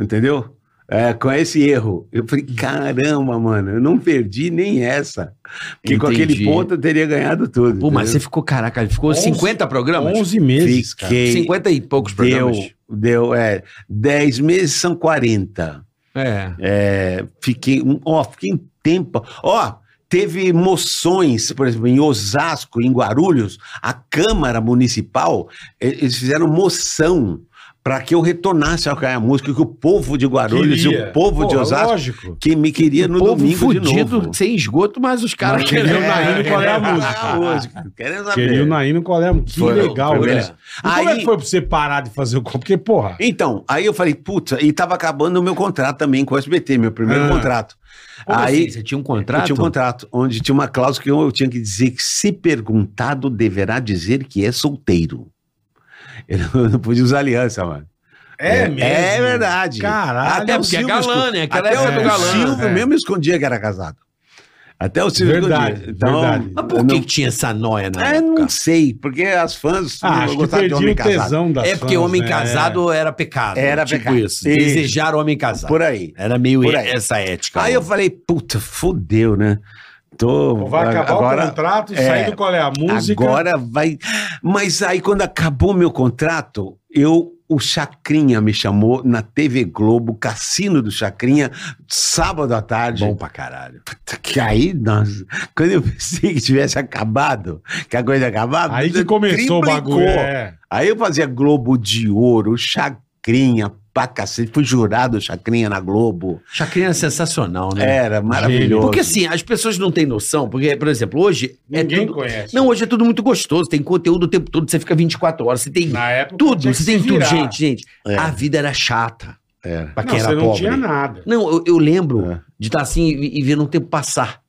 C: Entendeu? É, com esse erro. Eu falei,
D: Hum.
C: caramba, mano, eu não perdi nem essa. Porque com
D: Entendi.
C: aquele ponto eu teria ganhado tudo.
D: Pô, mas você
C: entendeu?
D: ficou, caraca, ficou
B: Onze-
D: 50 programas?
B: 11 meses, cara.
C: Fiquei.
D: 50 e poucos
C: Deu,
D: programas.
C: deu, é. 10 meses são 40.
D: É.
C: É, fiquei, um- ó, fiquei um tempo. Ó, teve emoções, por exemplo, em Osasco, em Guarulhos, a Câmara Municipal, e- eles fizeram moção para que eu retornasse ao Caia Música, que o povo de Guarulhos e
B: Queria.
C: o povo de
B: Porra,
C: Osasco
B: Lógico.
C: que me queria no
H: Povo
C: domingo de
H: fudido,
C: novo. É,
H: sem esgoto, mas os caras
B: Mas queriam
H: querendo
B: o
D: é.
B: Naíno com é a
C: Querendo
B: minha
C: Caia
B: música.
C: Música, Querendo saber.
B: Queria o Naíno qual é? Que
C: Foi,
B: legal,
C: foi
B: né?
C: mesmo.
B: E Como é
C: Aí-
B: que foi pra você parar de fazer o copo? Porque, porra,
C: Então, aí eu falei, puta, e tava acabando o meu contrato também com o SBT, meu primeiro
B: Ah.
C: contrato.
D: Como
C: aí
D: assim? Você tinha um
C: Eu
D: contrato?
C: tinha um contrato onde tinha uma cláusula que eu, eu tinha que dizer que, se perguntado, deverá dizer que é solteiro. Eu não, eu não podia usar aliança, mano.
B: é, mesmo.
C: É verdade.
B: Caralho.
D: Até porque é
C: Silvio
D: galã, né? Aquela
C: Até
D: época
C: o
B: do galã,
C: Silvio
B: é.
C: mesmo escondia que era casado. Até o Silvio "Então,
B: Verdade,
C: Godinho.
B: verdade.
D: Mas por que, que tinha essa noia na
C: Ah, é? eu
D: época?
C: não sei, porque as fãs
B: Ah, acho que perdi o tesão da né?
D: É porque homem casado era pecado.
C: Era
D: tipo
C: pecado.
D: isso.
C: Isso.
D: Desejar homem casado.
C: Por aí.
B: É
D: Era meio
C: Por
D: e-
C: aí.
D: essa ética.
C: Aí eu falei, puta, fodeu, né? Tô,
B: Vai acabar o
C: agora,
B: contrato,
C: é,
B: sair do qual é a música.
C: agora vai... Mas aí quando acabou meu contrato, eu... O Chacrinha me chamou na TV Globo, Cassino do Chacrinha, sábado à tarde.
D: Bom pra caralho.
C: Puta, que aí, nossa, quando eu pensei que tivesse acabado, que a coisa acabava.
B: aí que começou o
C: triplicou.
B: bagulho. É.
C: Aí eu fazia Globo de Ouro, Chacrinha, pra cacete. Fui jurado Chacrinha na Globo.
D: Chacrinha é sensacional, né?
C: Era maravilhoso.
D: Porque assim, as pessoas não têm noção, porque, por exemplo, hoje é
B: Ninguém
D: tudo...
B: conhece.
D: Não, hoje é tudo muito gostoso, tem conteúdo o tempo todo, você fica 24 horas, você tem
B: Na época.
D: tudo,
B: tinha que
D: você
B: se
D: tem tudo,
B: virar.
D: gente, gente.
C: É.
D: A vida era chata
C: Era.
D: pra
B: Não,
D: quem
B: você
D: era
B: não
D: pobre.
B: tinha nada.
D: Não, eu, eu lembro
C: É.
D: de estar assim e, e vendo o tempo passar.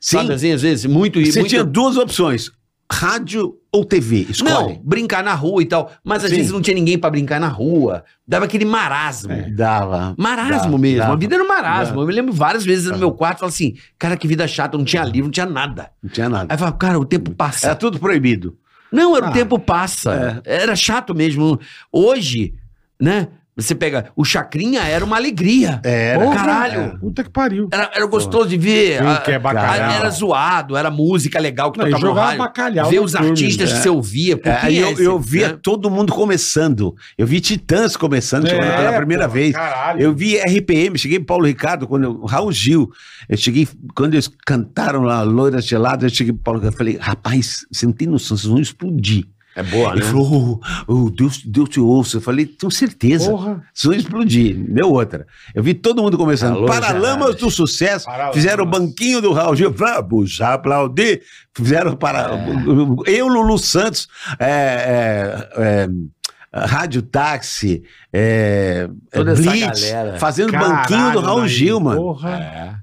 C: Sim,
D: Sabe assim, às vezes, muito... e
C: você
D: muito...
C: tinha duas opções: rádio ou TV.
D: Não,
C: Escolhe.
D: brincar na rua e tal. Mas às
C: Sim.
D: vezes não tinha ninguém pra brincar na rua. Dava aquele marasmo.
C: É. Dava.
D: Marasmo
C: Dá,
D: mesmo.
C: dá.
D: A vida era um marasmo. Eu me lembro várias vezes no meu quarto, falando assim, cara, que vida chata, não tinha livro, não tinha nada.
C: Não tinha nada.
D: Aí eu falava, cara, o tempo passa.
C: Era tudo proibido.
D: Não,
C: Ah.
D: era o tempo passa.
C: É.
D: Era chato mesmo. Hoje, né? Você pega. O Chacrinha era uma alegria.
C: Era.
D: Porra, Caralho.
B: é.
D: Tá
B: Puta que pariu.
D: Era, era gostoso de ver.
B: Quem
D: a-
B: quer bacalhau?
D: a- era zoado, era música legal que
B: Não, e
D: tocava no
B: jogava
D: rádio.
B: bacalhau
D: Ver
B: na
D: os
B: turma,
D: artistas
B: né?
D: que você ouvia. Pô,
C: É,
D: quem
C: aí
D: é
C: eu,
D: esse,
C: eu via
D: né?
C: todo mundo começando. Eu vi Titãs começando tipo,
B: É,
C: pela primeira
B: pô,
C: vez.
B: Caralho.
C: Eu vi RPM, cheguei em Paulo Ricardo, quando eu, Raul Gil. Eu cheguei, quando eles cantaram lá Loira Gelada, eu cheguei pro Paulo Ricardo e falei, rapaz, você não tem noção, vocês vão explodir.
H: É boa,
C: Ele falou, oh, oh, Deus, Deus te ouça. Eu falei, tenho certeza,
B: Porra.
C: vocês vão explodir. Deu outra. Eu vi todo mundo começando.
H: Alô,
C: Paralamas
H: Gerardo.
C: do sucesso,
B: Paralamas.
C: fizeram o banquinho do Raul Gil, vamos aplaudir. Fizeram para.
B: É.
C: Eu, Lulu Santos, é, é, é, Rádio Táxi, é,
D: Toda essa
C: Blitz,
D: galera.
C: fazendo o
B: Caralho,
C: banquinho do Raul
B: daí.
C: Gil, mano.
B: Porra.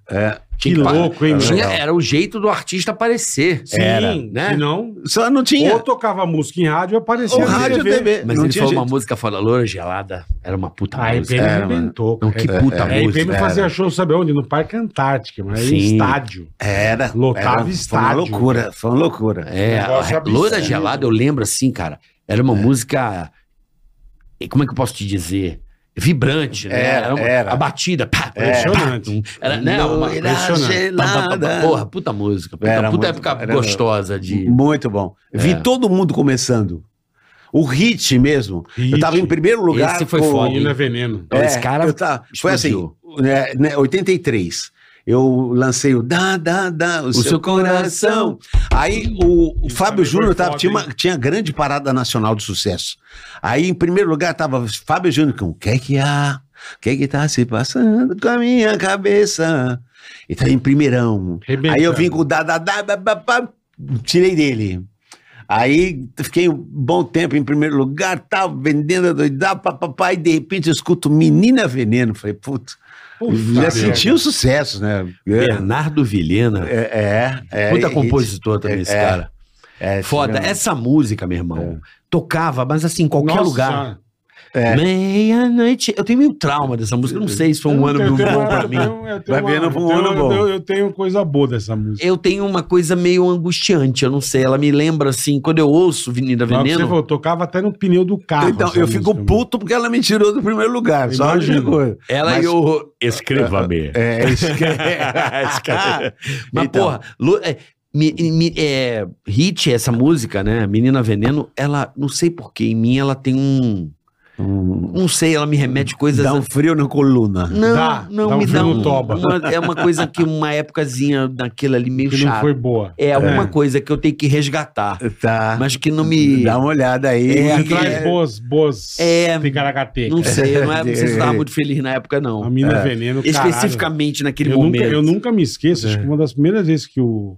D: Tinha
B: Que
D: pa-
B: louco, hein,
D: Tinha-
B: meu?
D: Era o jeito do artista aparecer.
B: Sim,
D: Era, né?
B: Senão,
C: Só não tinha.
B: ou tocava música em rádio ou aparecia
C: Ou
B: na
C: rádio ou TV.
D: Mas
C: não
D: ele
C: tinha
D: falou uma
C: jeito.
D: música fora loura gelada. Era uma puta
B: A
D: música.
B: IPM
C: Era, mano.
B: inventou.
D: Não, que puta
B: A IPM
D: música.
B: fazia show, sabe onde? No Parque Antártico, mas era
D: Sim.
B: estádio.
C: Era.
B: Lotava
C: era, Foi uma
B: estádio.
C: loucura, foi uma loucura.
D: É,
B: Negócio
D: a-
B: absurdo.
D: loura gelada, eu lembro assim, cara. Era uma música. e Como é que eu posso te dizer? Vibrante, né?
C: Era,
D: uma-
C: era.
D: A batida. Pá,
B: É,
D: pá,
B: Impressionante.
D: pá, era, né? Uma,
C: Loira
D: impressionante.
C: gelada.
D: Pá, pá, pá, Porra, puta música. Puta,
C: Era
D: puta
C: muito-
D: época
C: era-
D: gostosa de.
C: Muito bom.
D: É.
C: Vi todo mundo começando. O hit mesmo. Eu tava em primeiro lugar.
D: Esse foi foda, hein?
B: Menina Veneno.
C: É,
D: Esse cara
C: eu tava- Foi assim,
D: explodiu.
C: né, né, 83. Eu lancei o Dá, Dá, Dá, o, seu,
D: seu
C: coração.
D: coração.
C: Aí o, o
B: Isso
C: Fábio
B: também foi
C: Júnior tava,
B: foda,
C: tinha, uma,
B: hein?
C: tinha grande parada nacional de sucesso. Aí em primeiro lugar tava Fábio Júnior com O que é que há? O que é que tá se passando com a minha cabeça? E tá em primeirão.
B: Rebentando.
C: Aí eu vim com o da, da, da, ba, ba, ba, tirei dele. Aí fiquei um bom tempo em primeiro lugar, tal, vendendo a doidada, papai, e de repente eu escuto Menina Veneno. Falei, puto,
B: Puta
C: já
B: merda.
C: senti o sucesso, né?
D: Bernardo Vilhena.
C: É, é. é,
D: É. Puta
C: é,
D: compositor também, esse
C: é,
D: cara.
C: é,
D: Foda.
C: tinha-
D: Essa música, meu irmão, tocava, mas assim, em qualquer
B: Nossa
D: lugar.
B: Senhora.
C: É.
D: Meia-noite. Eu tenho meio trauma dessa música. eu Não sei se foi um ano
B: Eu
D: bom
B: tenho-
D: pra
B: eu
D: mim.
B: tenho- eu tenho
C: Vai vendo,
B: uma-
C: foi um ano
B: eu-
C: bom.
B: eu- Eu tenho coisa boa dessa música.
D: Eu tenho uma coisa meio angustiante, eu não sei. Ela me lembra assim, quando eu ouço Avenida
B: Mas Você
D: Veneno.
B: falou, tocava até no pneu do carro.
C: Então,
B: essa
C: eu fico
B: música,
C: puto porque ela me tirou do primeiro lugar. Só uma
B: Imagino.
C: coisa.
D: Ela
C: Mas-
D: e o.
H: Escreva-me.
C: É, isso que-
B: É,
D: Ah, Mas,
C: Então.
D: porra, Lu- é, mi- mi- é, hit, essa música, né? Menina Veneno, ela, não sei porquê, em mim ela tem um.
C: Hum,
D: Não sei, ela me remete coisas.
C: Dá um frio na coluna.
D: Não,
B: Dá,
D: não,
B: dá um
D: me dá.
B: frio
D: Um,
B: no toba.
D: uma- é uma coisa que uma épocazinha daquela ali meio
B: Que não
D: chata.
B: foi boa.
D: É alguma coisa que eu tenho que resgatar.
C: Tá.
D: Mas que não me.
C: Dá uma olhada aí.
D: É,
B: Ele
D: aquele-
B: traz boas, boas
D: É,
B: ticaracateca.
D: Não sei, eu não, era, não sei se eu tava muito feliz na época,
B: A
D: não.
B: mina veneno, caralho.
D: Especificamente naquele
B: eu
D: momento.
B: Nunca, eu nunca me esqueço,
C: É.
B: acho que uma das primeiras vezes que o,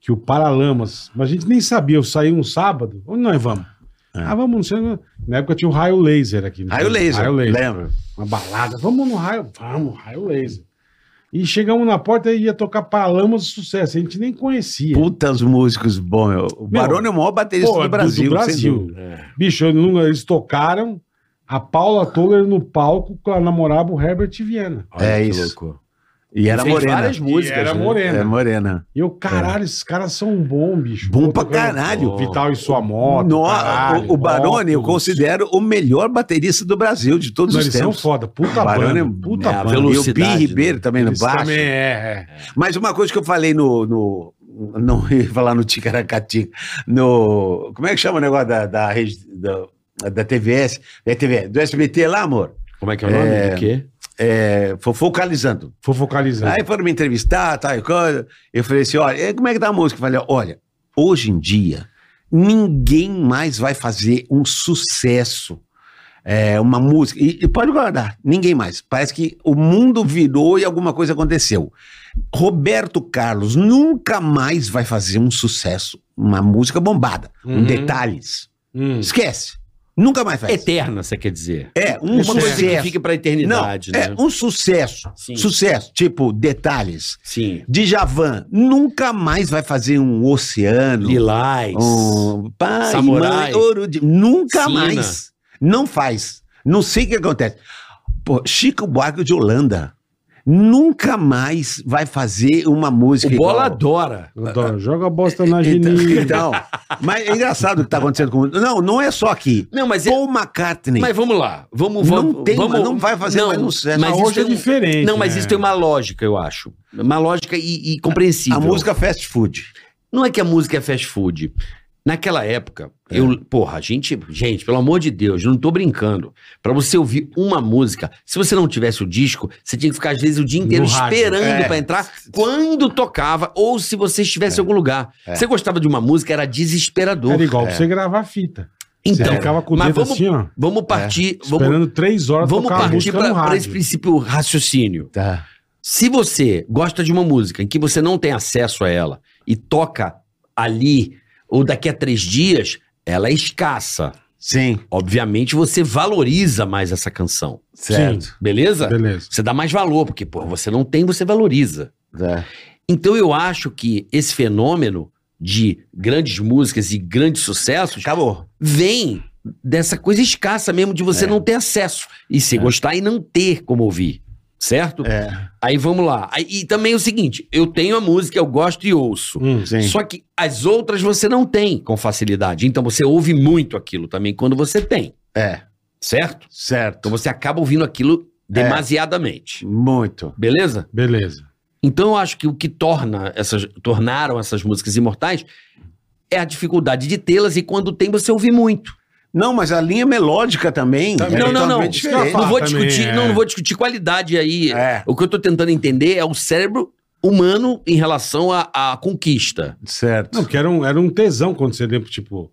B: que o Paralamas, mas a gente nem sabia, eu saí um sábado, onde nós vamos? Ah, vamos, não sei, não- na época tinha o raio laser aqui. não
C: É. Raio
B: tinha?
C: laser,
B: Raio laser.
C: lembra?
B: Uma balada, vamos no raio, vamos, raio laser. E chegamos na porta e ia tocar Paralamas de sucesso, a gente nem conhecia.
C: Putas músicos bons, meu. O Barone é o maior baterista
B: Pô,
C: do Brasil. sem dúvida.
B: Bicho, eu nunca- eles tocaram É, a Paula Toller no palco com a namorada o Herbert Viana.
C: É isso. E era
D: Fez
C: morena.
D: várias músicas.
B: E era
D: né?
B: morena.
C: É morena.
B: E eu,
D: É.
B: caralho, esses caras são bons, bicho.
C: Bom pra
B: tocando
C: caralho.
B: Vital e sua moto.
C: No-
B: caralho,
C: o, o Barone eu
B: Óculos.
C: considero o melhor baterista do Brasil de
D: um
C: todos
B: Não,
C: os
B: eles são
C: tempos.
B: foda. Puta
C: Barone é-
B: banda. Puta
C: é, a
B: banda.
C: velocidade, e o
D: né?
C: Pi Ribeiro também no
B: Eles
C: baixo.
B: também é, é.
C: Mas uma coisa que eu falei no. no não ia falar no Ticaracatica. No. Como é que chama o negócio da, da, rede- da, da TVS? Da TV, É do SBT lá, amor?
D: Como é que é o nome?
C: É.
D: Do quê?
C: É, fo- focalizando.
B: Vou focalizar.
C: Aí foram me entrevistar, tal e coisa. Eu falei assim: olha, eh, como é que tá a música? Eu falei: olha, hoje em dia, ninguém mais vai fazer um sucesso. É, uma música. E, e pode guardar, ninguém mais. Parece que o mundo virou e alguma coisa aconteceu. Roberto Carlos nunca mais vai fazer um sucesso, uma música bombada,
B: Uhum.
C: com detalhes.
B: Hum.
C: Esquece. Nunca mais faz.
D: É Eterna, você quer dizer.
C: É, um
D: Uma coisa que
C: sucesso.
D: fica pra eternidade,
C: Não,
D: né?
C: É um sucesso.
D: Sim.
C: Sucesso, tipo detalhes.
D: Sim.
C: Djavan nunca mais vai fazer um oceano.
D: Lilás. Oh,
C: Um pai,
D: Samurai.
C: mãe, ouro de... Nunca
D: Sina.
C: mais. Não faz. Não sei o que acontece. Pô, Chico Buarque de Holanda nunca mais vai fazer uma música
D: O Bola
C: igual.
D: adora.
B: Adoro. Joga a bosta na
C: Então,
B: geninha.
C: então, mas é engraçado o que está acontecendo com o mundo. Não, não é só aqui.
D: Não, mas, é-
C: Paul McCartney
D: mas é vamos lá. Vamos,
C: Não
D: vamos,
C: tem,
D: vamos,
C: mas não vai fazer mais um sucesso.
D: Mas
B: hoje
D: isso
B: é
D: tem um-
B: diferente.
D: Não, mas
B: né?
D: isso tem uma lógica, eu acho. Uma lógica e, e compreensível.
C: a música fast food.
D: Não é que a música é fast food. Naquela época,
C: É.
D: eu, porra, a gente, gente, pelo amor de Deus, eu não tô brincando. Pra você ouvir uma música, se você não tivesse o disco, você tinha que ficar às vezes o dia inteiro
B: No rádio.
D: esperando
C: É. É.
D: pra entrar quando tocava ou se você estivesse em algum lugar. Você gostava de uma música, era desesperador.
B: Era igual pra você gravar a fita. Você
D: um É. então,
B: ficava com o
D: mas
B: dedo
D: vamos-
B: assim, ó.
D: vamos partir, vamos,
B: Esperando três horas
D: vamos
B: tocar a
D: partir
B: música
D: pra,
B: no
D: pra esse
B: rádio.
D: princípio raciocínio.
C: Tá.
D: Se você gosta de uma música em que você não tem acesso a ela e toca ali ou daqui a três dias, ela é escassa.
C: Sim,
D: Obviamente você valoriza mais essa canção,
C: certo.
D: beleza?
B: Beleza.
D: Você dá mais valor, porque pô, você não tem, você valoriza.
C: É.
D: Então eu acho que esse fenômeno de grandes músicas e grandes sucessos
C: Acabou.
D: vem dessa coisa escassa mesmo de você não ter acesso e se gostar e não ter como ouvir, certo?
C: É.
D: Aí vamos lá. Aí- e também é o seguinte, eu tenho a música, eu gosto e ouço.
B: Hum.
C: Sim.
D: Só que as outras você não tem com facilidade. Então você ouve muito aquilo também quando você tem,
C: É,
D: certo?
C: certo.
D: Então você acaba ouvindo aquilo demasiadamente.
C: Muito.
D: Beleza?
B: Beleza.
D: Então eu acho que o que torna essas, tornaram essas músicas imortais é a dificuldade de tê-las e quando tem você ouve muito.
C: Não, mas a linha melódica também.
B: Também.
C: é
D: Não, não, não.
C: totalmente diferente.
D: Não vou
B: também,
D: discutir,
B: é.
D: não, não vou discutir qualidade aí.
C: É,
D: O que eu tô tentando entender é o cérebro humano em relação à, à conquista.
C: certo.
B: Não, porque era um, era um tesão quando você lembra, tipo.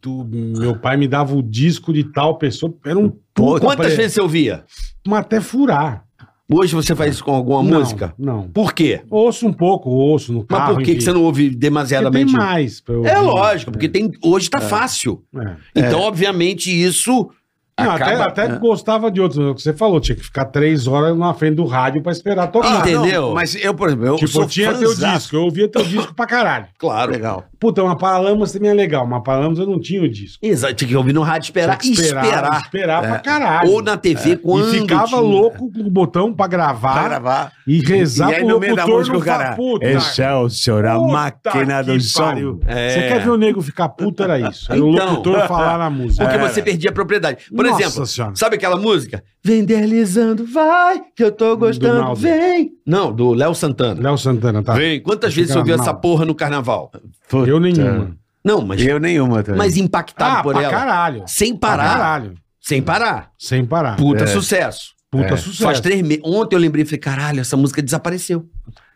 B: tu- meu pai me dava o disco de tal pessoa. Era um puta
D: Quantas
B: pra-
D: vezes você ouvia?
B: Mas até furar.
D: Hoje você faz isso com alguma
B: Não,
D: música?
B: Não.
D: Por quê?
B: Ouço um pouco, ouço no
D: Mas
B: carro.
D: por que, que você não ouve demasiadamente?
B: Tem mais. pra eu
D: É
B: ouvir.
D: lógico, porque tem, hoje tá fácil.
B: É.
D: Então, obviamente, isso
B: Não, até-
D: acaba...
B: até gostava de outros. é o que Você falou, tinha que ficar três horas na frente do rádio pra esperar tocar.
D: Entendi.
C: Ah, Não,
D: Entendeu?
C: mas eu, por exemplo, eu
B: Tipo,
C: sou
B: eu tinha teu
C: fãzaço.
B: disco, eu ouvia teu disco pra caralho.
D: Claro.
C: Legal.
B: Puta, uma Paralamas também é legal, uma Paralamas eu não tinha o disco.
D: Exato, tinha que ouvir no rádio esperar.
B: Tinha que
D: Esperar. É.
B: esperar, esperar pra caralho. É.
D: Ou na TV, quando
B: e ficava
D: tinha.
B: louco com o botão pra gravar,
C: Para gravar.
B: e rezar
C: e aí no meio da música o cara...
B: puta.
C: Excelsior, a
B: puta
C: máquina
B: que
C: do som.
B: pariu.
D: É.
B: Você quer ver o nego ficar puto? Era isso. Era o
D: Então.
B: locutor falar na música.
D: Porque você perdia a propriedade. Por
B: É. Nossa
D: exemplo,
B: Senhora.
D: sabe aquela música? Vem deslizando, vai, que eu
B: Do
D: tô tá gostando,
B: Naldo.
D: vem. Não, do Léo Santana.
B: Léo Santana, tá?
D: Vem. Quantas vezes você
B: Fica
D: ouviu
B: mal.
D: essa porra no carnaval?
B: Eu nenhuma.
D: Não, mas,
C: Eu nenhuma também.
D: mas impactado
B: Ah,
D: Tá. por
B: pra
D: ela.
B: caralho.
D: Sem
B: Pra
D: parar.
B: caralho.
D: Sem parar.
B: Sem parar.
D: Puta sucesso. É.
B: Puta sucesso.
D: Faz três meses. Ontem eu lembrei e falei, caralho, essa música desapareceu.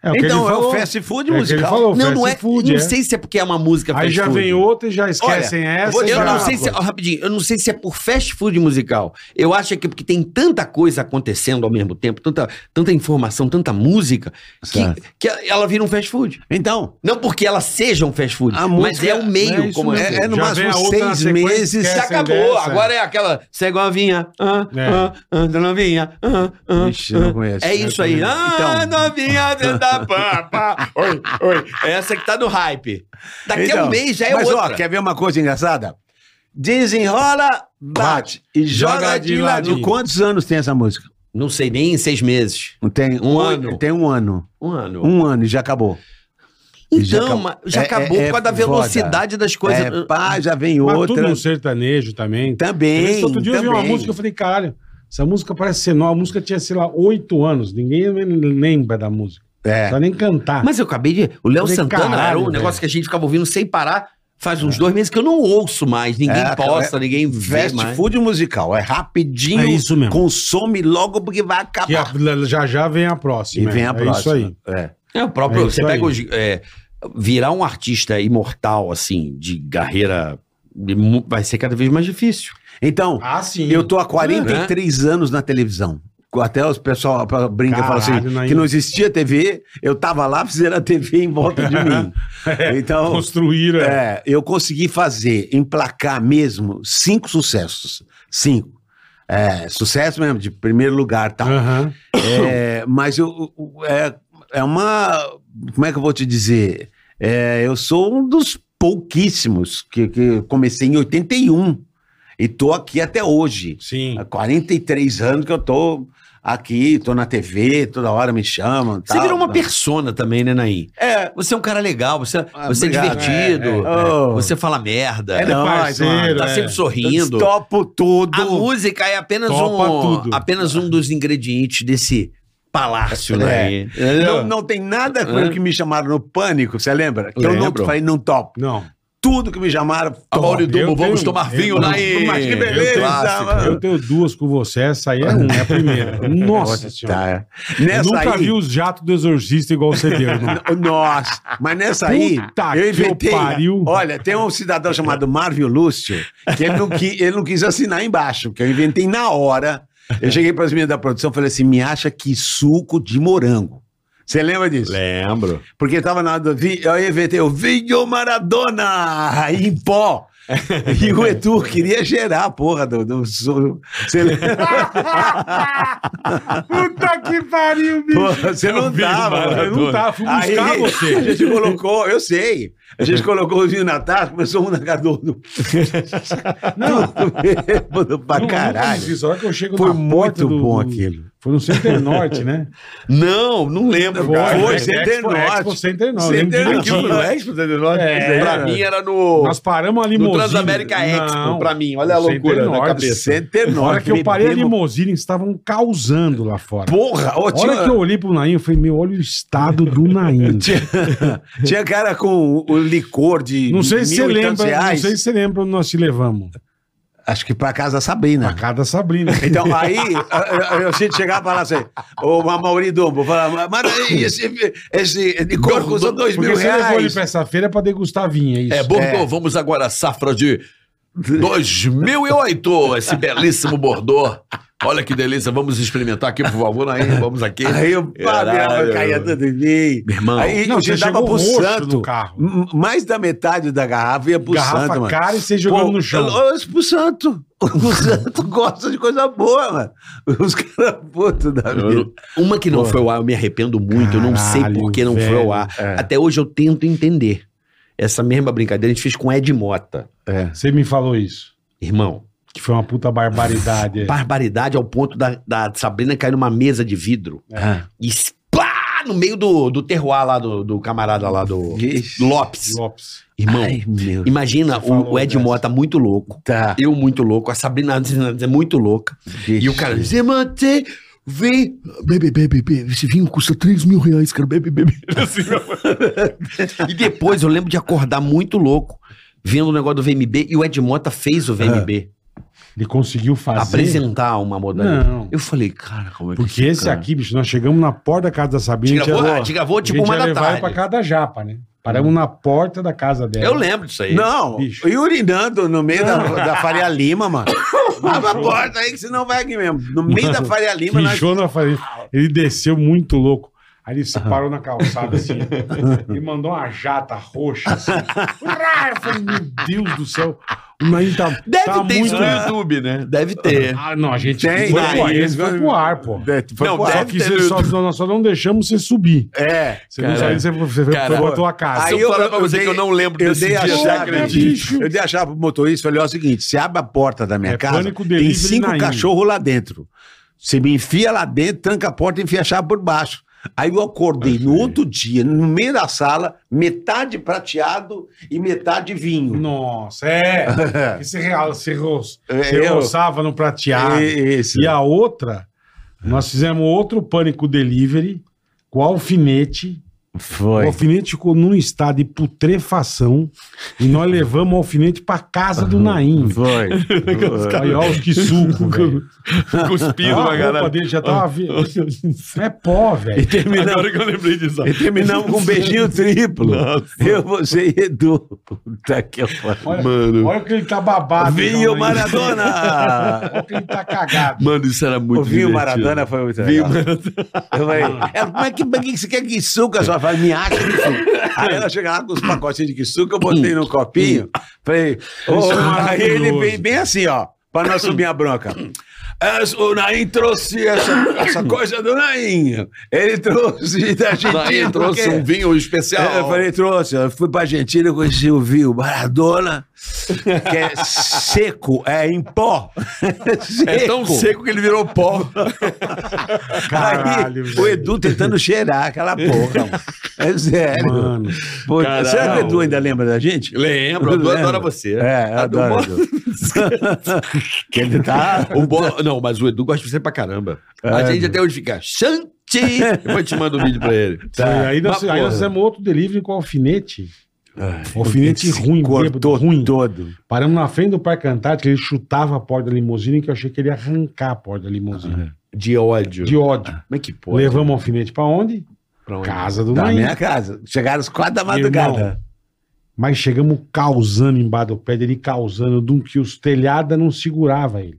B: É o que
C: Então,
B: ele
C: é o
B: falou.
C: fast food
B: É o que ele
C: musical.
B: falou,
D: não,
B: fast
D: não é.
B: food,
D: não
B: é.
D: sei se é porque é uma música
B: Aí
D: fast
B: já
D: food.
B: vem outra e já esquecem
C: É
B: essa.
C: assim,
D: Eu
B: e já...
D: não sei se, ó, rapidinho, eu não sei se é por fast food musical. Eu acho que é porque tem tanta coisa acontecendo ao mesmo tempo, tanta, tanta informação, tanta música, que,
C: Certo.
D: que ela vira um fast food.
C: Então,
D: Não porque ela seja um fast food,
C: A
D: mas
C: música-
D: é o meio
B: é isso
D: como
B: mesmo.
C: é, é no
B: Já vem
C: máximo
B: a outra na
C: seis
B: sequência,
C: meses.
D: Já
B: esquece. Essa
D: acabou,
B: dessa.
D: agora é aquela cegovinha, ah,
B: É.
D: ah, ah, da novinha, ah, ah,
C: Ixi, não
D: ah.
C: conheço.
D: É isso aí. Ah,
C: Então.
D: novinha dentro da pá, pá. Oi, oi. Essa que tá no hype. Daqui a um
C: Então,
D: mês já é
C: mas,
D: outra.
C: Ó, quer ver uma coisa engraçada? Desenrola, bate e joga, de ladinho. Quantos anos tem essa música?
D: Não sei, nem em seis meses.
C: Tem
D: Um ano.
C: Tem um ano.
D: Um ano.
C: Um ano e já acabou.
D: Então,
C: E
D: já
C: já
D: acabou,
C: acabou.
D: mas já
C: É-
D: acabou
C: é-
D: por
C: é
D: causa da velocidade das coisas.
C: É, pá, já vem
B: Mas tudo
C: outra.
B: no sertanejo também.
C: Também.
B: Outro dia eu vi uma
C: também.
B: música e eu falei, caralho, essa música parece ser nova. A música tinha, sei lá, oito anos. Ninguém lembra da música. Não
C: É.
B: precisa nem cantar.
D: Mas eu acabei de. O Léo
B: Falei,
D: Santana era
B: caralho,
D: um
B: velho.
D: negócio que a gente ficava ouvindo sem parar. Faz uns dois meses que eu não ouço mais. Ninguém
C: É,
D: posta, ninguém vê
C: Fast
D: mais.
C: food musical. É rapidinho.
B: É isso mesmo.
C: Consome logo porque vai
B: Que
C: acabar.
B: a- já já vem a próxima.
C: E vem
B: é.
C: a próxima.
B: É isso aí.
C: É.
D: É o próprio.
B: É isso
D: você pega
B: aí.
D: os. é, virar um artista imortal, assim, de carreira. de mu- Vai ser cada vez mais difícil.
C: Então,
B: Ah, sim.
C: eu tô há 43 anos na televisão. Até os pessoal pra- brinca e fala assim,
B: Caralho, não é
C: que não existia TV, eu tava lá, fizeram a TV em volta de mim.
B: É,
C: Então,
B: Construíram. é.
C: É, eu consegui fazer, emplacar mesmo, cinco sucessos. Cinco. É, sucesso mesmo, de primeiro lugar e tal.
B: Aham.
C: É, mas eu, eu- é, é uma. Como é que eu vou te dizer? É, eu sou um dos pouquíssimos que, que comecei em 81 e tô aqui até hoje.
B: Sim.
C: Há 43 anos que eu tô aqui, tô na TV, toda hora me chamam.
D: Você
C: tal,
D: virou uma
C: tal.
D: persona também, né, Naim?
C: É,
D: Você é um cara legal, você,
C: Ah,
D: você é
C: obrigado.
D: divertido,
C: É, é. Oh.
D: você fala merda,
C: É, não,
B: parceiro,
D: tá
B: é.
D: sempre
C: eu
D: sorrindo.
C: topo tudo.
D: A música é apenas
B: Topa
D: um,
B: tudo.
D: apenas um dos ingredientes desse palácio, né?
C: É. Não,
D: Não,
C: não tem nada com
D: Hã?
C: o que me chamaram no pânico, você lembra? Que eu não
D: É. Lembro.
C: falei, não topo.
B: Não.
C: Tudo que me chamaram,
D: A Mauri
C: topo.
D: Dumbo,
B: Eu
D: vamos
B: tenho- um
D: tomar vinho
B: eu- um
D: na e...
C: Mas que beleza, mano.
B: Eu tenho duas com você, essa aí é uma, é a primeira. Nossa senhora.
C: Tá.
B: Eu
C: Nessa
B: nunca
C: aí,
B: vi os jatos do exorcista igual você deu, irmão.
C: Nossa, mas nessa aí,
B: Puta
C: eu
B: que
C: inventei. né?
B: pariu.
C: Olha, tem um cidadão chamado Marvio Lúcio, que ele não, qui- ele não quis assinar embaixo, porque eu inventei na hora. Eu cheguei para as meninas da produção e falei assim: me acha que suco de morango. Você lembra disso?
D: Lembro.
C: Porque tava na hora do vinho, eu inventei o vinho Maradona em pó. E o Edu queria gerar a porra do. do, su- você lembra?
B: Puta que pariu, bicho.
C: Pô, você não dava, mano.
B: Eu não tava, fui buscar
C: Aí,
B: você.
C: A gente colocou, eu sei. A gente colocou o vinho na taça, começou um na cada um. do-
B: Não,
C: Bêbado pra
B: nunca fiz
C: caralho.
B: isso. A hora que eu chego
C: Foi
B: na porta
C: muito
B: do-
C: bom
B: do-
C: aquilo.
B: Foi no Center Norte, né?
D: Não, não lembro.
B: Foi,
D: cara.
C: Foi,
B: é,
C: Center
B: Expo-
C: Norte.
B: Expo Center Norte.
C: Center-
B: lembro
C: Aquilo
B: direitinho.
C: foi
I: Expo 39?
B: É,
D: Pra mim era no...
B: Nós paramos a
D: No
B: limousine.
D: Transamérica Expo,
B: Não,
D: pra mim. Olha a
B: Center
D: loucura na
B: Norte.
D: cabeça.
C: Center
B: Na hora
C: Norte.
B: que eu parei a
C: bebemos-
B: limousine, eles estavam causando lá fora.
C: Porra, ô,
B: A hora que eu olhei pro Naim, eu falei, meu, olha o estado do Naim.
C: Tinha cara com o licor de.
B: Não sei se você
C: mil e tantos
B: lembra, não
C: reais.
B: sei se você lembra onde nós te levamos.
C: Acho que pra casa da Sabrina.
B: Pra cada Sabrina.
C: Então, aí, a- a- a gente chegava e falava assim, ô Mauri Dumbo, falava, mas aí, esse, esse de cor custou dois
B: Porque
C: mil
B: você levou ele
C: reais.
B: pra essa feira pra degustar vinho, é isso?
D: É, Bordeaux, vamos agora à safra de 2008, esse belíssimo Bordeaux. Olha que delícia, vamos experimentar aqui, por favor, aí, vamos aqui.
C: Aí eu pá, minha
D: Caralho.
C: mãe caía tudo em mim.
D: Meu irmão,
C: Aí
B: Não,
C: você
B: você
C: dava
B: chegou
C: pro
B: roxo
C: santo.
B: no carro.
C: M- Mais da metade da garrafa ia pro
B: Garrafa
C: santo, mano.
B: cara e você jogando no
D: é
B: chão.
C: Eu, eu, pro santo. O santo gosta de coisa boa, mano. Os caras putos da
D: Eu
C: vida.
D: não- uma que não foi ao ar, eu me arrependo muito, eu não sei por que não foi ao ar. Até hoje eu tento entender. Essa mesma brincadeira a gente fez com Ed Mota,
B: Você me falou isso.
D: irmão.
B: Que foi uma puta barbaridade.
D: Barbaridade ao ponto da, da Sabrina cair numa mesa de vidro
B: É.
C: Ah.
D: e splá, no meio do, do terroir lá do, do camarada lá do
C: Ixi.
D: Lopes.
B: Lopes.
D: Irmão,
C: Ai, meu.
D: Imagina
B: Você
D: o,
B: falou né?
D: o Ed
B: dessa.
D: Mota muito louco,
C: Tá.
D: eu muito louco, a Sabrina Fernandes é muito louca. E o cara, você mantém, vem, bebe, bebe, bebe, esse vinho custa 3 mil reais, cara, bebe, bebe. Assim, meu- e depois eu lembro de acordar muito louco, vendo o negócio do VMB, e o Ed Mota fez o VMB,
B: Ele conseguiu fazer.
D: apresentar uma modalidade.
B: Ah. Não.
D: Eu falei, cara, como é que
B: Porque esse
D: cara-
B: aqui, bicho, nós chegamos na porta da casa da
D: A gente
B: Sabrina.
D: gravou,
B: ia-
D: a gente gravou
B: a
D: tipo
B: gente
D: uma
B: ia
D: da
B: levar ele pra
D: tarde. Uhum.
B: casa da Japa, né? Paramos na porta da casa dela.
D: Eu lembro disso aí.
C: Não,
B: Bicho.
C: e urinando no meio da, da Faria Lima, mano. Abre a porta aí que senão vai aqui mesmo. No meio da Faria Lima, nós...
B: Mijou na farinha. Ele desceu muito louco. Aí ele se
D: Uhum.
B: parou na calçada assim. e mandou uma jata roxa assim. Urá! Eu falei, meu Deus do céu. O Nain tá.
D: Deve
B: tá
D: ter isso
B: muito-
D: no YouTube, né? Deve ter.
B: Ah, não, a gente
C: Tem,
B: foi,
C: tem.
B: pro ar, esse foi pro ar, pô.
C: Foi
D: Não,
C: pro
D: deve
B: Só
C: ar.
B: que você só, nós só não deixamos você subir.
C: É.
B: Você não saiu, você, você foi
D: Cara,
B: pra tua casa.
D: Se eu,
C: eu-
D: falar pra
C: eu
D: você
C: dei-
D: que eu não lembro
C: Eu
D: desse
C: dei,
D: dia,
C: a
D: você
B: Porra,
C: chave,
D: acredita?
B: bicho.
C: eu dei a chave pro motorista e falei, ó, é o seguinte, se abre a porta da minha
B: É
C: casa,
B: pânico,
C: tem
B: delivery
C: cinco
B: na Índia.
C: cachorros lá dentro. Você me enfia lá dentro, tranca a porta e enfia a chave por baixo. Aí eu acordei no outro dia, no meio da sala, metade prateado e metade vinho.
B: Nossa, é. Que você real, se roça.
C: É,
B: Você
C: eu-
B: roçava no prateado.
C: É, esse.
B: E a outra, nós fizemos outro Pânico Delivery com o alfinete. O
C: Foi.
B: alfinete ficou num estado de putrefação e nós levamos o alfinete pra casa do Naim.
C: Foi.
B: Aí, ó, os que suco, velho.
I: Cuspido
B: Ó,
I: na
B: a roupa
I: galera. Ah.
B: dele já tava... ve- é pó, velho.
C: E terminamos,
I: Agora que eu lembrei disso.
C: e terminamos com um beijinho triplo. Eu, você e Edu. Puta que pariu.
B: Olha,
I: Mano.
B: olha que ele tá babado.
C: Vinho
B: Naim.
C: Maradona!
B: Olha que ele tá cagado.
I: Mano, isso era muito
C: o vinho
I: divertido.
C: Maradona foi muito
I: Vinho
C: legal. Eu falei, ela, como é que, pra que você quer quissuca? Ela fala, me acha quissuca. Aí ela chega lá com os pacotinhos de quissuca, eu botei no copinho. Falei, ô,
B: Isso é
C: aí ele
B: maravilhoso.
C: veio bem assim, ó, pra nós subir a bronca. É, O Naim trouxe essa, essa coisa do Naim. Ele trouxe da Argentina.
I: Aí trouxe
C: porque-
I: um vinho
C: é,
I: especial.
C: Eu falei, trouxe. Eu fui pra Argentina, eu conheci o vinho Maradona, que é seco, é em pó.
I: é tão seco que ele virou pó.
B: Caralho,
C: Aí, o
B: velho.
C: Edu tentando cheirar aquela porra. mano. É sério.
B: Mano.
C: Pô, será que o Edu ainda lembra da gente?
I: Lembro, eu adoro você.
C: É, eu adoro. o Edu. que ele tá.
I: O Bo- Não, mas o Edu gosta de você pra caramba. A gente até hoje fica, Xanti! Depois te mando o vídeo pra ele.
B: Foi, tá. aí, nós,
I: tá. Mas,
B: aí
I: porra.
B: nós fizemos outro delivery com alfinete. alfinete
C: Se
B: ruim, bêbado,
C: cortou
B: ruim.
C: todo.
B: Paramos na frente do Parque Antártico, ele chutava a porta da limusine, que eu achei que ele ia arrancar a porta da limusine.
I: De ódio.
B: De ódio.
I: Como Ah, é que pode?
B: Levamos o alfinete pra onde?
I: Pra onde?
B: Casa do
C: Na
B: Naim.
C: minha casa. Chegaram às quatro da madrugada.
B: Mas chegamos causando embaixo do pé dele, causando, de um que os telhados não segurava ele.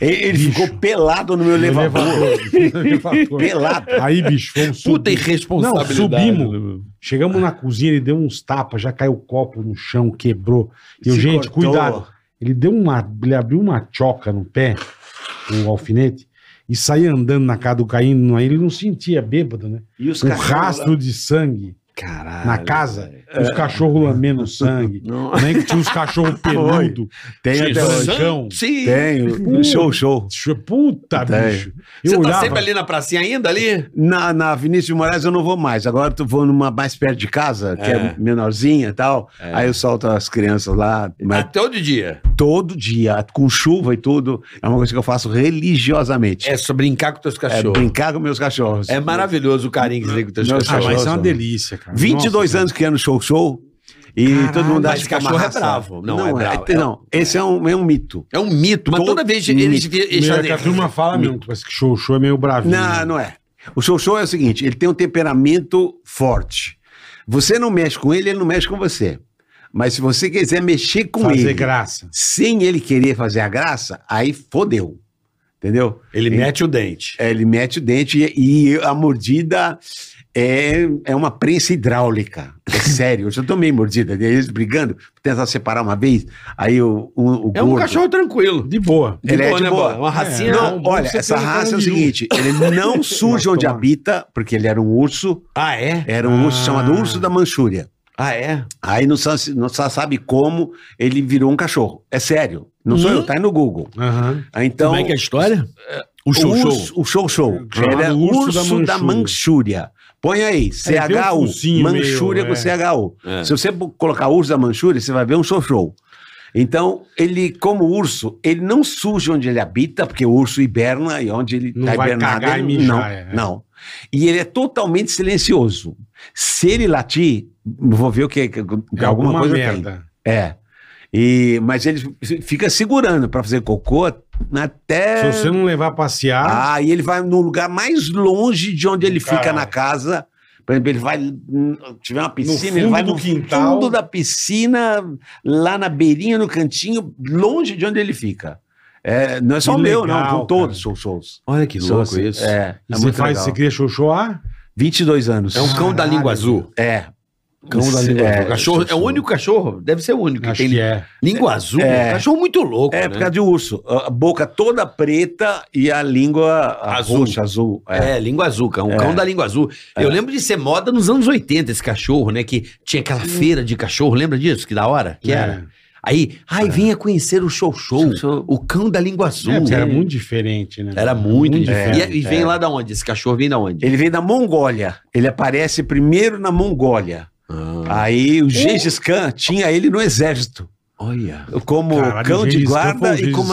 C: Ele, ele
B: Bicho.
C: ficou pelado no meu elevador.
B: Elevador. Elevador.
C: Pelado. né,
B: Aí, bicho, fomos
D: Puta
B: subir.
D: irresponsabilidade.
B: Não, subimos. Chegamos na cozinha, ele deu uns tapas, já caiu o copo no chão, quebrou. E eu,
C: Se
B: gente,
C: cortou.
B: cuidado. Ele deu uma. Ele abriu uma choca no pé, o alfinete, e saía andando na casa do Caíno. Aí ele não sentia bêbado, né?
C: E os
B: Um
C: cachorros lá- É.
B: rastro de sangue
D: Caralho.
B: na casa, os cachorros lamendo sangue. Nem que tinha os cachorros peludo,
C: Tem até hoje.
B: brancão.
D: Sim.
C: Tem. Show, show.
B: Puta,
C: Tem.
B: bicho. Eu
D: Você tá
B: olhava.
D: sempre ali na pracinha ainda ali?
C: Na, na Vinícius de Moraes eu não vou mais. Agora eu tô- vou numa mais perto de casa, que é, menorzinha e tal.
D: É.
C: Aí eu solto as crianças lá. Mas
D: Até o de dia.
C: todo dia, com chuva e tudo, é uma coisa que eu faço religiosamente. É,
D: É só brincar com teus cachorros.
C: brincar com meus cachorros.
D: É, maravilhoso o carinho que você tem com teus
C: Não,
B: Ah,
D: cachorros.
B: mas isso é uma delícia, cara.
C: 22 anos criando show show e todo mundo
D: mas
C: acha que
D: cachorro é
C: amarraça.
D: bravo. Não, é bravo.
C: te- não, esse é um, é um mito.
D: É um mito, mas
C: Todo
D: toda vez eles, eles
B: Meio que
D: fazem.
B: a turma fala mesmo, que parece que show show é meio bravinho.
C: Não, não é. O show show é o seguinte, ele tem um temperamento forte. Você não mexe com ele, ele não mexe com você. Mas se você quiser mexer com
B: Fazer
C: ele,
B: graça.
C: sem ele querer fazer a graça, aí fodeu. Entendeu?
D: Ele mete o dente.
C: É, Ele mete o dente e, e a mordida é, é uma prensa hidráulica. É sério, eu já tomei mordida. Eles brigando, tentar separar uma vez. Aí o, o, o
D: É um
C: gordo-
D: cachorro tranquilo.
B: De boa.
C: Ele é
D: boa,
C: de
D: né,
C: boa.
D: bola? Uma racinha.
B: É,
C: Não,
B: bom
C: olha,
B: você
C: essa
B: ter um
C: raça é o
B: grande
C: seguinte: ele não suja onde
B: tomar.
C: habita, porque ele era um urso,
D: Ah, é?
C: era um urso
B: Ah.
C: chamado urso da Manchúria.
D: Ah, é?
C: Aí não sa- não sa- sabe como ele virou um cachorro. É sério. Não sou
D: Hum.
C: eu, tá aí no Google.
B: Aham.
C: Ah, Então,
D: Como é que é a história?
C: O
I: show,
C: urso-
I: show.
C: O show show.
B: Chamado
C: Ele é
B: Urso
C: urso, da,
B: da
C: Manchúria. Põe aí,
B: tem um
C: CHU.
B: focinho
C: Manchúria
B: meio,
C: com CHU.
D: É.
C: Se você bu- colocar urso da Manchúria, você vai ver um show show. Então, ele, como urso, ele não suja onde ele habita, porque o urso hiberna e onde ele
B: Não
C: está
B: vai
C: hibernado.
B: cagar
C: ele
B: e
C: não,
B: mijar, é.
C: não. E ele é totalmente silencioso. Se ele latir, vou ver o que, que-
B: É
C: alguma,
B: alguma
C: coisa tem.
B: merda.
C: É. E, mas ele fica segurando para fazer cocô até.
B: Se você não levar a passear,
C: Ah, e ele vai no lugar mais longe de onde ele fica
B: Caralho.
C: na casa. Por exemplo, ele vai. hum, Tiver uma piscina,
B: No
C: ele
B: fundo
C: vai
B: do
C: no
B: quintal.
C: fundo da piscina, lá na beirinha, no cantinho, longe de onde ele fica. É, não é só
B: Que
C: o meu,
B: legal,
C: não.
B: cara.
C: São todos show shows.
D: Olha que
C: Shows,
D: louco isso.
C: É,
B: e
C: é
B: você
C: muito
B: faz, você
C: legal.
B: cria ah? xoxoar,
C: 22 anos.
D: É um cão da língua azul.
C: É.
D: Cão da língua azul. Cachorro, é o
C: único.
D: único cachorro, deve ser o único que
B: acho
D: tem
B: que é.
D: língua azul.
C: É.
D: Cachorro muito louco,
C: É,
D: né?
C: por causa de urso. A boca toda preta e a língua azul.
D: Azul.
C: roxa, azul. É.
D: É, língua azul, cão. O cão da língua azul. Eu lembro de ser moda nos anos 80, esse cachorro, né? Que tinha aquela feira de cachorro, lembra disso? Que da hora? Que
B: É.
D: era. Aí, ai, venha conhecer o Show Show, o cão da língua azul.
B: É, porque era muito diferente, né?
D: Era muito
B: Muito
D: diferente.
B: diferente,
D: E, e vem
B: é.
D: lá da onde? Esse cachorro vem da onde?
C: Ele veio da Mongólia. Ele aparece primeiro na Mongólia. Aí o Gengis Khan tinha ele no exército.
D: Olha.
C: Como
B: Caralho, o
C: cão de
B: Gengis Khan foi o
C: guarda e
B: Gengis-
C: como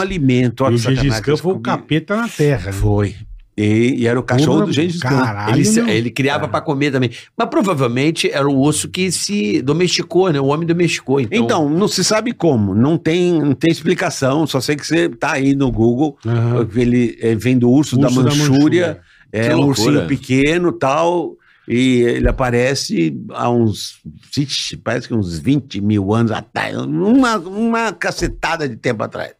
B: E
C: alimento. Olha
B: o
C: que sacanagem
B: Gengis Khan
C: isso
B: foi o
C: comigo.
B: capeta na terra. né?
C: Foi. E, e era o cachorro
B: Porra,
C: do Gengis Khan.
B: Caralho,
D: Ele, se-
B: meu.
D: ele criava pra comer também. Mas provavelmente era o osso que se domesticou, né? O homem domesticou. Então,
C: Então, não se sabe como, não tem, não tem explicação, só sei que você tá aí no Google,
B: Aham.
C: ele é, vem do urso, da,
B: Urso
C: Manchúria,
D: Que
C: é um
D: loucura.
C: ursinho pequeno tal, e ele aparece há uns, ixi, parece que uns 20 mil anos atrás, uma, uma cacetada de tempo atrás.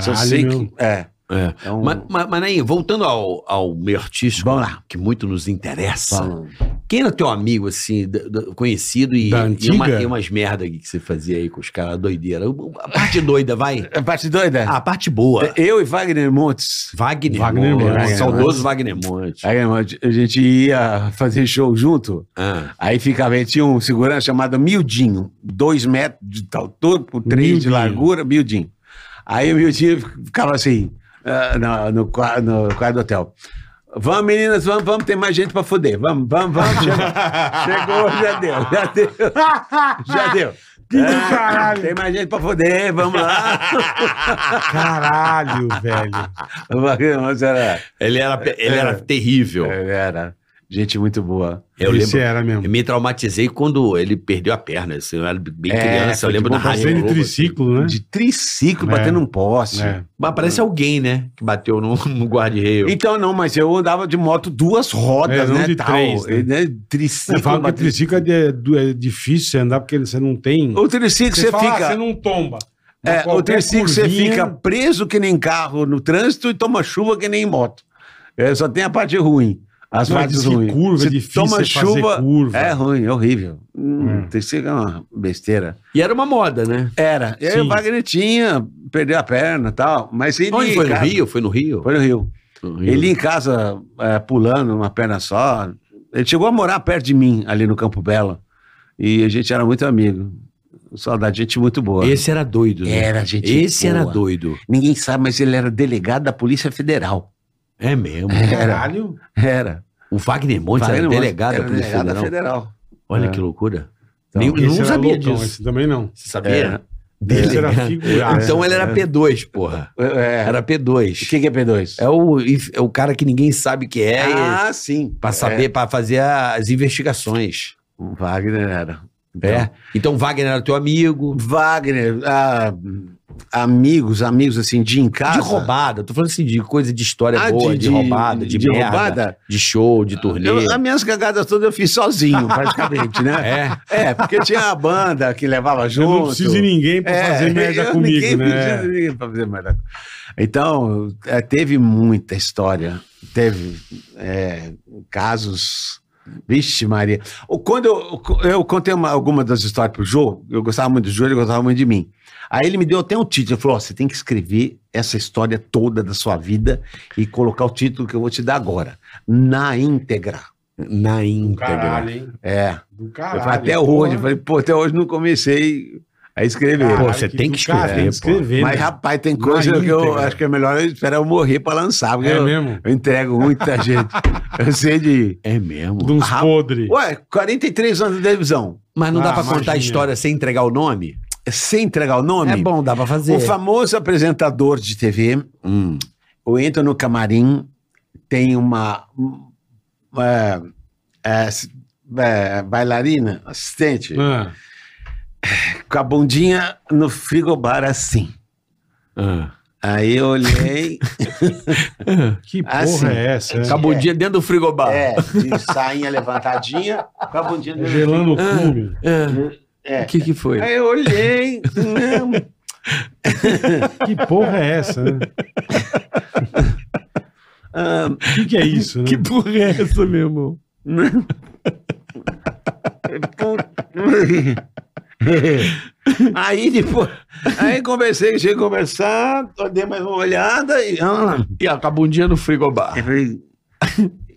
C: Só sei
B: Caralho, meu.
C: que, é,
D: É.
C: é um...
D: mas, mas, mas aí, voltando ao, ao meio artístico,
C: Vamos lá.
D: que muito nos interessa.
C: Falando.
D: Quem era teu amigo, assim, da- da- conhecido e,
B: Da
D: e, uma-
B: antiga?
D: e umas merda que você fazia aí com os caras, doideira? A parte doida, vai.
C: É parte doida?
D: Ah, a parte boa.
C: Eu e Wagner Montes,
D: Wagner,
B: Wagner
D: Monte,
B: Monte.
C: né?
D: Saudoso Wagner Monte.
C: aí, a gente ia fazer show junto,
D: Ah,
C: Aí ficava, aí tinha um segurança chamado Mildinho, dois metros de altura, por três de
B: Mildinho.
C: largura, Mildinho. Aí o Mildinho ficava assim, ah, na- no, qua- no quarto do hotel. Vamos, meninas, vamos, vamos, tem mais gente pra foder. Vamos, vamos, vamos. Chegou, chegou já deu, já deu. Já deu.
B: Que do
C: Ah,
B: caralho.
C: Tem mais gente pra foder, vamos lá.
B: Caralho, velho.
C: O Wagner Montes era,
D: ele era, pe- ele
C: É.
D: era terrível.
C: ele era gente muito boa.
D: Eu
B: Esse
D: lembro.
B: era mesmo.
D: Eu me traumatizei quando ele perdeu a perna. assim, eu era bem
C: É,
D: criança, eu
C: foi
D: lembro
C: tipo
D: da
C: um passeio
D: rádio.
B: Passeio de
D: Globo, assim.
B: triciclo, né?
C: De triciclo
B: É.
C: batendo um poste.
B: É.
D: Mas
C: Ah.
D: parece alguém, né? Que bateu no, no guarda-reio.
C: Então, não, mas eu andava de moto duas rodas,
B: É, não
C: né?
B: de
C: tal,
B: três, né?
C: E, né? Triciclo.
B: Você fala que
C: mas-
B: triciclo é, de- du- é difícil você andar porque você não tem.
C: O triciclo você,
B: fala, "Ah,
C: fica.
B: você não tomba. Mas
C: é, o
B: qualquer
C: triciclo você
B: curvinha-
C: fica preso que nem carro no trânsito e toma chuva que nem moto. É, só tem a parte ruim. As
B: Não,
C: partes
B: diz que
C: ruins.
B: curva, é
C: Você
B: difícil
C: Toma
B: você fazer
C: chuva.
B: curva.
C: É ruim, é horrível. Hum,
B: Hum.
C: Triciclo é uma besteira.
D: E era uma moda, né?
C: Era. E aí
B: Sim.
C: o Wagner tinha, perdeu a perna e tal. Mas ele.
D: Onde foi? No
C: cara,
D: Rio? Foi no Rio?
C: Foi no Rio.
D: No Rio.
C: Ele em casa, é, pulando uma perna só. Ele chegou a morar perto de mim, ali no Campo Belo. E a gente era muito amigo. Saudade, gente muito boa.
D: Esse era doido, né?
C: Era gente
D: Esse era
C: boa.
D: doido.
C: Ninguém sabe, mas ele era delegado da Polícia Federal.
D: É mesmo.
B: Caralho.
C: Era.
D: O Wagner Monte
C: Wagner
D: era
C: Montes
D: delegado
C: era
D: da Polícia Federal.
C: delegado Federal.
D: Olha
C: É.
D: que loucura.
C: Então,
D: Nem-
B: Esse
D: não
B: era
D: sabia
B: loucão,
D: disso. É.
B: Esse também não.
D: Você sabia?
B: Esse era
D: Delegado.
B: figurado.
D: Então ele era P2, porra.
C: É, Era...
D: Era
C: O
D: P2.
C: que que é P2?
D: É o, é o cara que ninguém sabe que é, e-
C: ah, sim.
D: pra saber, pra fazer as investigações.
C: O Wagner era.
D: É. Então Wagner era teu amigo.
C: Wagner, ah, amigos, amigos assim, de em casa.
D: De roubada, tô falando assim de coisa de história
C: Ah,
D: boa, Ah, tá. de, roubada, de, merda, de show, de turnê.
C: Eu, as minhas cagadas todas eu fiz sozinho, praticamente, né?
D: É.
C: É, porque tinha a banda que levava
B: Eu
C: junto.
B: não preciso de ninguém pra
C: É,
B: fazer merda
C: eu-
B: comigo,
C: ninguém
B: né?
C: precisa de ninguém pra fazer merda. Então, é, teve muita história. Teve é, casos. Vixe, Maria. O- Quando eu, eu contei uma, alguma das histórias pro Jô, eu gostava muito do Jô, ele gostava muito de mim. Aí ele me deu até um título. Ele falou: "Ó, você tem que escrever essa história toda da sua vida e colocar o título que eu vou te dar agora. Na íntegra.
D: Na íntegra.
B: Caralho, hein?
C: É.
B: Do
C: Eu
B: caralho.
C: falei, até
B: porra.
C: hoje, eu falei, pô, até hoje não comecei a escrever.
B: Caralho,
D: Pô, você tem
B: do
D: que escrever,
B: caralho, tem que
D: pô.
B: escrever,
C: Mas,
B: né?
C: rapaz, tem coisa
B: Na
C: que eu
D: né?
B: íntegra.
C: acho que é melhor eu esperar eu morrer pra lançar, porque
B: É
C: eu,
B: mesmo?
C: eu entrego muita gente. Eu sei de.
D: É mesmo.
B: De uns
C: Rap-
B: podres.
C: Ué, 43 anos de televisão.
D: Mas não dá
B: Ah,
D: pra contar a
B: imagina.
D: história sem entregar o nome?
C: Sem entregar o nome.
D: É bom, dá pra fazer.
C: O famoso apresentador de TV,
D: Hum.
C: eu entro no camarim, tem uma. um, é, é, s- é, bailarina, assistente,
B: Ah,
C: com a bundinha no frigobar assim.
D: Ah.
C: Aí eu olhei.
B: que porra
C: Assim,
B: é essa? é?
D: Acabou o dia dentro do frigobar.
C: é, de sainha levantadinha, com a bundinha no
B: É, Gelando o
D: Ah.
B: cu, meu.
C: É.
D: O que que foi?
C: Aí eu olhei, não,
B: Que porra é essa, né?
C: ah,
B: O que, que é isso, né?
D: porra é essa, meu irmão?
C: aí depois, aí conversei, cheguei a conversar, dei mais uma olhada e, ah,
D: E acabou um dia no frigobar.
C: eu falei,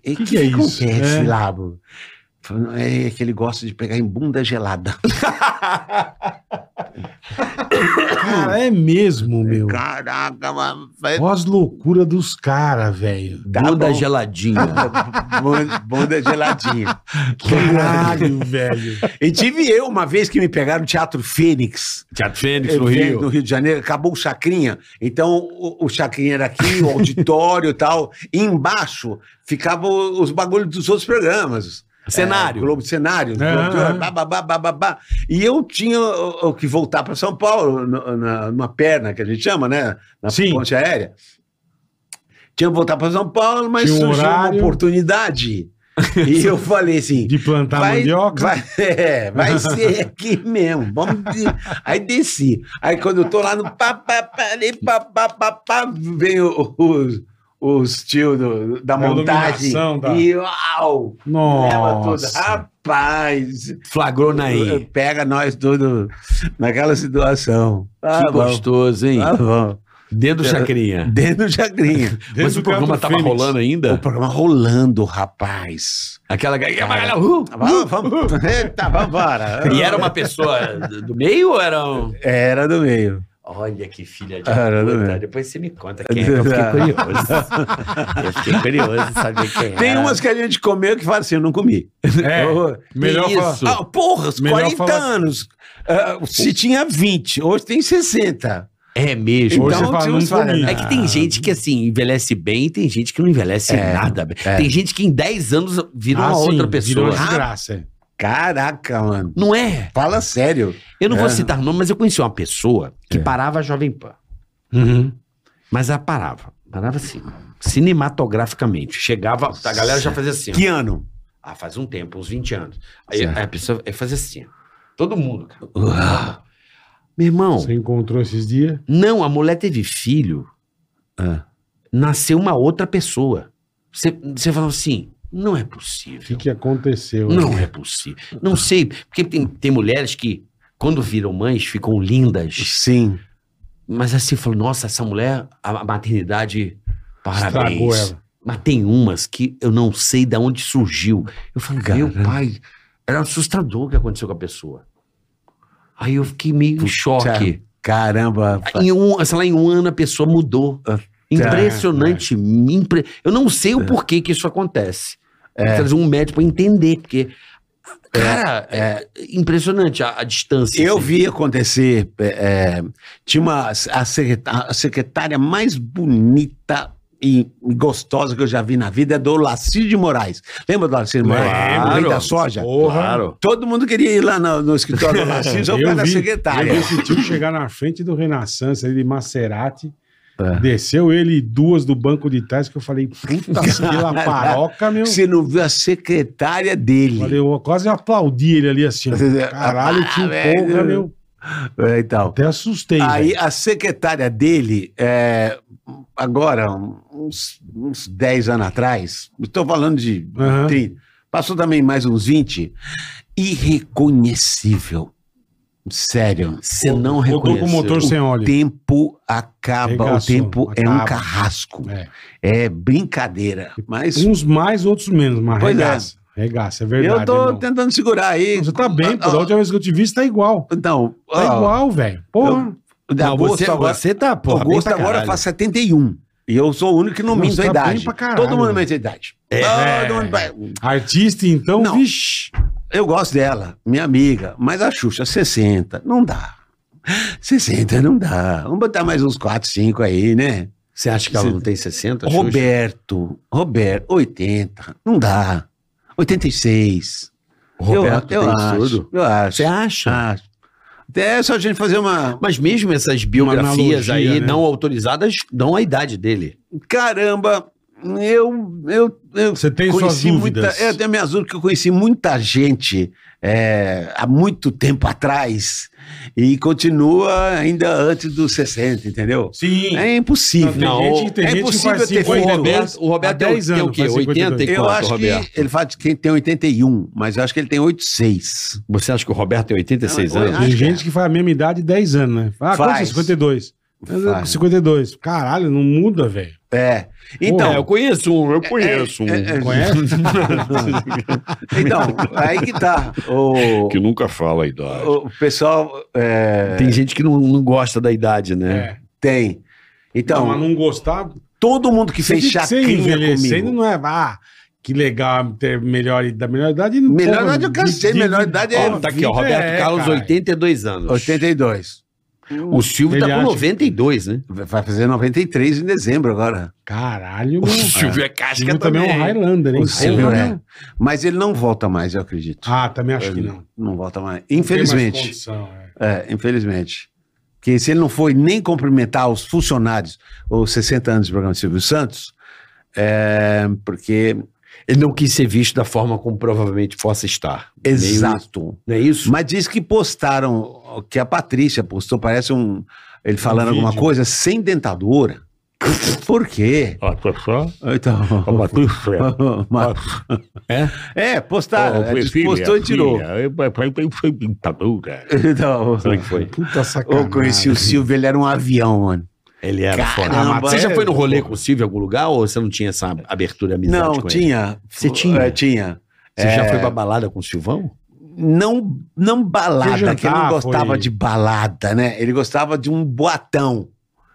C: e o que,
B: que é isso?
C: acontece
B: É.
C: lá? Bo? Falei, É que ele gosta de pegar em bunda gelada.
B: Cara, é mesmo, meu.
C: Caraca, mano.
D: é-
B: Ó as loucuras dos caras, velho.
D: Bunda geladinha.
C: Bunda geladinha.
B: Caralho, velho.
C: E tive eu uma vez que me pegaram no Teatro Fênix.
D: Teatro Fênix,
C: evento No Rio de Janeiro, acabou o Chacrinha. Então, o, o Chacrinha era aqui, o auditório e tal. E embaixo ficavam os bagulhos dos outros programas.
D: Cenário.
C: É, Globo Cenário.
B: Ah.
C: Globo Teatro, bá, bá, bá, bá, bá, bá. E eu tinha o, o que voltar para São Paulo, no- na, numa perna que a gente chama, né? Na
B: Sim.
C: ponte aérea. Tinha que voltar para São Paulo, mas
B: Tinha um
C: surgiu
B: horário.
C: uma oportunidade. E eu falei assim:
B: De plantar mandioca.
C: Vai, é, vai ser aqui mesmo. Vamos de- Aí desci. Aí quando eu tô lá no pá, pá, pá, ali, pá, pá, pá, pá, vem o- os, os tios do- da
B: Da
C: montagem.
B: iluminação, da-
C: E uau! Leva tudo.
B: Nossa.
C: Rapaz, eh,
D: Flagrou na I.
C: pega nós tudo naquela situação. Ah,
D: Que
C: bom,
D: gostoso, hein?
C: ah, bom.
D: Dedo chacrinha.
C: Dentro do Jagrinha.
D: Mas o programa tava rolando
F: Ah.
C: O
D: ainda?
C: programa rolando, rapaz.
D: Aquela galera. Uh,
C: Vamos, vamos. Eita, vambora.
D: e era uma pessoa do do meio ou era um.
C: Era do meio.
D: Olha que filha de
C: Era do
D: puta.
C: meio.
D: Depois você me conta quem é, que eu fiquei curioso. eu fiquei curioso de saber quem é.
C: Tem umas que a gente comeu que fala assim, eu não comi.
B: É,
C: Eu-
B: melhor falar.
D: isso.
C: Ah, porra, os
B: Melhor
C: 40
B: falar-
C: anos. Ah, se tinha 20, hoje tem 60.
D: É mesmo.
B: Hoje
C: Então,
B: você fala,
C: tinha
B: não Ah,
C: uns falando,
B: comi.
D: É que tem gente que, assim, envelhece bem e tem gente que não envelhece nada. bem. Tem gente que em 10 anos vira
B: Ah,
D: uma
B: sim,
D: outra
B: virou
D: pessoa.
B: uma
D: Ah,
B: desgraça, é.
C: Caraca, mano.
D: não é?
C: Fala sério.
D: Eu não vou
C: É.
D: citar nome, mas eu conheci uma pessoa que parava a Jovem Pan. Mas ela parava. Parava assim, cinematograficamente. Chegava, a galera já fazia assim. ó.
C: Que ano?
D: Ah, faz um tempo, uns 20 anos. Aí aí a pessoa é fazer assim. ó. Todo mundo, cara. Meu irmão,
B: Você encontrou esses dias?
D: não, a mulher teve filho.
C: Ah.
D: Nasceu uma outra pessoa. Você, você falava assim, não é
B: O que,
D: possível.
B: que aconteceu?
D: Não é possível. Não sei, porque tem, tem mulheres que, quando viram mães, ficam lindas.
C: Sim.
D: Mas assim, falou, nossa, essa mulher, a a maternidade,
B: Estragou
D: parabéns.
B: ela.
D: Mas tem umas que eu não sei de onde surgiu. Eu falo, meu pai, era assustador o que aconteceu com a pessoa. Aí eu fiquei meio em choque.
C: Caramba. rapaz.
D: Em um, sei lá, em um ano a pessoa mudou. Impressionante. me impre- Eu não sei o porquê que isso acontece. Tem que Trazer um médico para entender, porque. Cara, é, impressionante a, a distância.
C: Eu
D: assim.
C: vi acontecer. é, é, tinha uma, a, secretária, a secretária mais bonita e gostosa que eu já vi na vida é do Lacir de Moraes. Lembra do Lacir de Moraes?
B: Lembro.
C: O rei da soja?
B: Porra.
C: Todo mundo queria ir lá no, no escritório do Lacir, só por causa da
D: tá
C: secretária.
B: Eu vi esse tio chegar na frente do Renaissance, ali de Maserati.
D: É.
B: Desceu ele e duas do banco de trás, que eu falei, puta pela paroca, meu.
C: Você não viu a secretária dele.
B: Falei, eu quase aplaudi ele ali assim. ó. Caralho, tio,
C: Ah, velho.
B: porra, meu.
C: É, e tal.
B: Até assustei.
C: Aí
B: velho.
C: a secretária dele, é, agora, uns, uns 10 anos atrás, estou falando de
B: Aham.
C: 30, passou também mais uns 20, irreconhecível. Sério.
D: Você não
B: Voltou com o
D: reconheceu.
B: motor sem
C: O
B: óleo.
C: tempo acaba,
B: Arregaçou,
C: o tempo é
B: acaba.
C: um carrasco.
B: É.
C: É, brincadeira. Mas
B: Uns mais, outros menos, mas
C: Pois é.
B: regaça. Regaça, é verdade.
C: eu tô
B: irmão.
C: tentando segurar aí.
B: Você tá bem, pô. Da
C: Ah,
B: última vez que eu te vi, você tá igual.
C: ah, Então,
B: Tá
C: ah,
B: igual, velho. Porra.
C: da
D: Não,
C: agosto
D: você,
C: agora-
D: você tá,
C: O
D: porra, bem
C: Augusto
D: pra
C: agora
D: caralho.
C: faz 71. E eu sou o único que não
B: Nossa,
C: minto a
B: tá bem
C: idade.
B: pra caralho,
C: Todo mundo
B: né?
C: mente a idade.
B: É.
C: Todo mundo... vai.
B: Artista, então,
C: Não.
B: vixi.
C: Eu gosto dela, minha amiga, mas a Xuxa, 60, não dá. 60 não dá. Vamos botar mais uns 4, 5 aí, né?
D: Você acha que ela não tem 60? Xuxa?
C: Roberto, Roberto, 80, não dá. 86.
D: Roberto
C: eu, eu
D: tem
C: acho,
D: tudo.
C: Eu acho.
D: Você acha?
C: acho. Até é só a gente fazer uma.
D: Mas mesmo essas biografias
B: analogia,
D: aí
B: né?
D: não autorizadas dão a idade dele.
C: Caramba, eu, eu, eu
B: Você tem suas
C: conheci muita, é,
B: dúvidas.
C: eu tenho minhas dúvidas que eu conheci muita gente é, há muito tempo atrás e continua ainda antes dos 60, entendeu?
B: Sim.
C: É impossível.
B: Não, tem gente, tem
C: é
B: gente que
C: impossível
B: faz
C: ter
B: 50
C: feito.
B: e dois.
D: O Roberto
B: Há
C: é
D: tem o-
B: 10
D: tem o
B: anos,
D: quê?
B: faz 52.
D: 80 e-
C: Eu
D: quanto,
C: acho
D: Roberto?
C: que ele fala que quem tem 81, mas eu acho que ele tem 86.
D: Você acha que o Roberto tem 86
C: Não, eu
D: anos?
C: acho
B: Tem
C: que é.
B: gente que faz a mesma idade 10 anos, né? Ah, quantos?
C: Faz.
B: 52. Mas é 52. Caralho, não muda, velho.
C: É. Então,
B: Porra,
F: Eu conheço um,
D: É,
F: eu conheço um.
B: Conhece?
C: então, aí que tá.
D: é.
C: O,
F: Que nunca fala a idade.
C: o pessoal é,
D: Tem gente que não, não gosta da idade, né?
B: É.
C: tem.
B: Não,
C: Então,
B: mas não gostar.
C: todo mundo que fez
B: Você fica- você
C: chacrinha
B: envelhecendo
C: comigo.
B: não é. Ah, que legal ter melhor da melhor idade.
C: Melhor
B: porra,
C: idade eu cansei,
B: de-
C: melhor idade
B: de-
C: é.
D: Ó, tá aqui, ó,
B: vida
D: Roberto
B: é,
D: Carlos,
B: cara.
D: 82 anos.
C: 82.
D: O Silvio
B: Ele
D: tá com
B: acha.
D: 92, né?
C: Vai fazer 93 em dezembro agora.
B: Caralho, mano.
D: Silvio é
B: Silvio também é um Highlander, hein?
C: O Silvio
B: Porra.
C: é. Mas ele não volta mais, eu acredito.
B: Ah, também acho que não.
C: Não volta mais.
B: Tem mais
C: Infelizmente.
B: condição, é.
C: É, infelizmente. Porque se ele não foi nem cumprimentar os funcionários, os 60 anos do programa do Silvio Santos, é, porque.
D: Ele não quis ser visto da forma como provavelmente possa estar. Meio isso,
C: Exato.
D: Não é isso?
C: Mas diz que postaram, que a Patrícia postou, parece um. Ele falando
B: vídeo.
C: alguma coisa sem dentadura. Por quê?
F: Ah, tá só?
C: Então.
F: Patrícia.
C: Mas- É,
D: Tá,
C: postaram. é, diz que postou e tirou.
F: Foi pintadura.
C: Então,
F: foi?
B: Puta sacanagem.
C: eu conheci o Silvio, ele era um avião, mano.
D: Ele era
C: Caramba,
D: foda. Você já
C: é,
D: foi no rolê com o Silvio em algum lugar ou você não tinha essa abertura e amizade
C: não,
D: com ele?
C: tinha.
D: Você tinha?
C: É, tinha.
D: Você já
C: É.
D: foi pra balada com o Silvão?
C: Não, não balada,
B: Foi jantar,
C: que ele não gostava
B: foi-
C: de balada, né? Ele gostava de um boatão,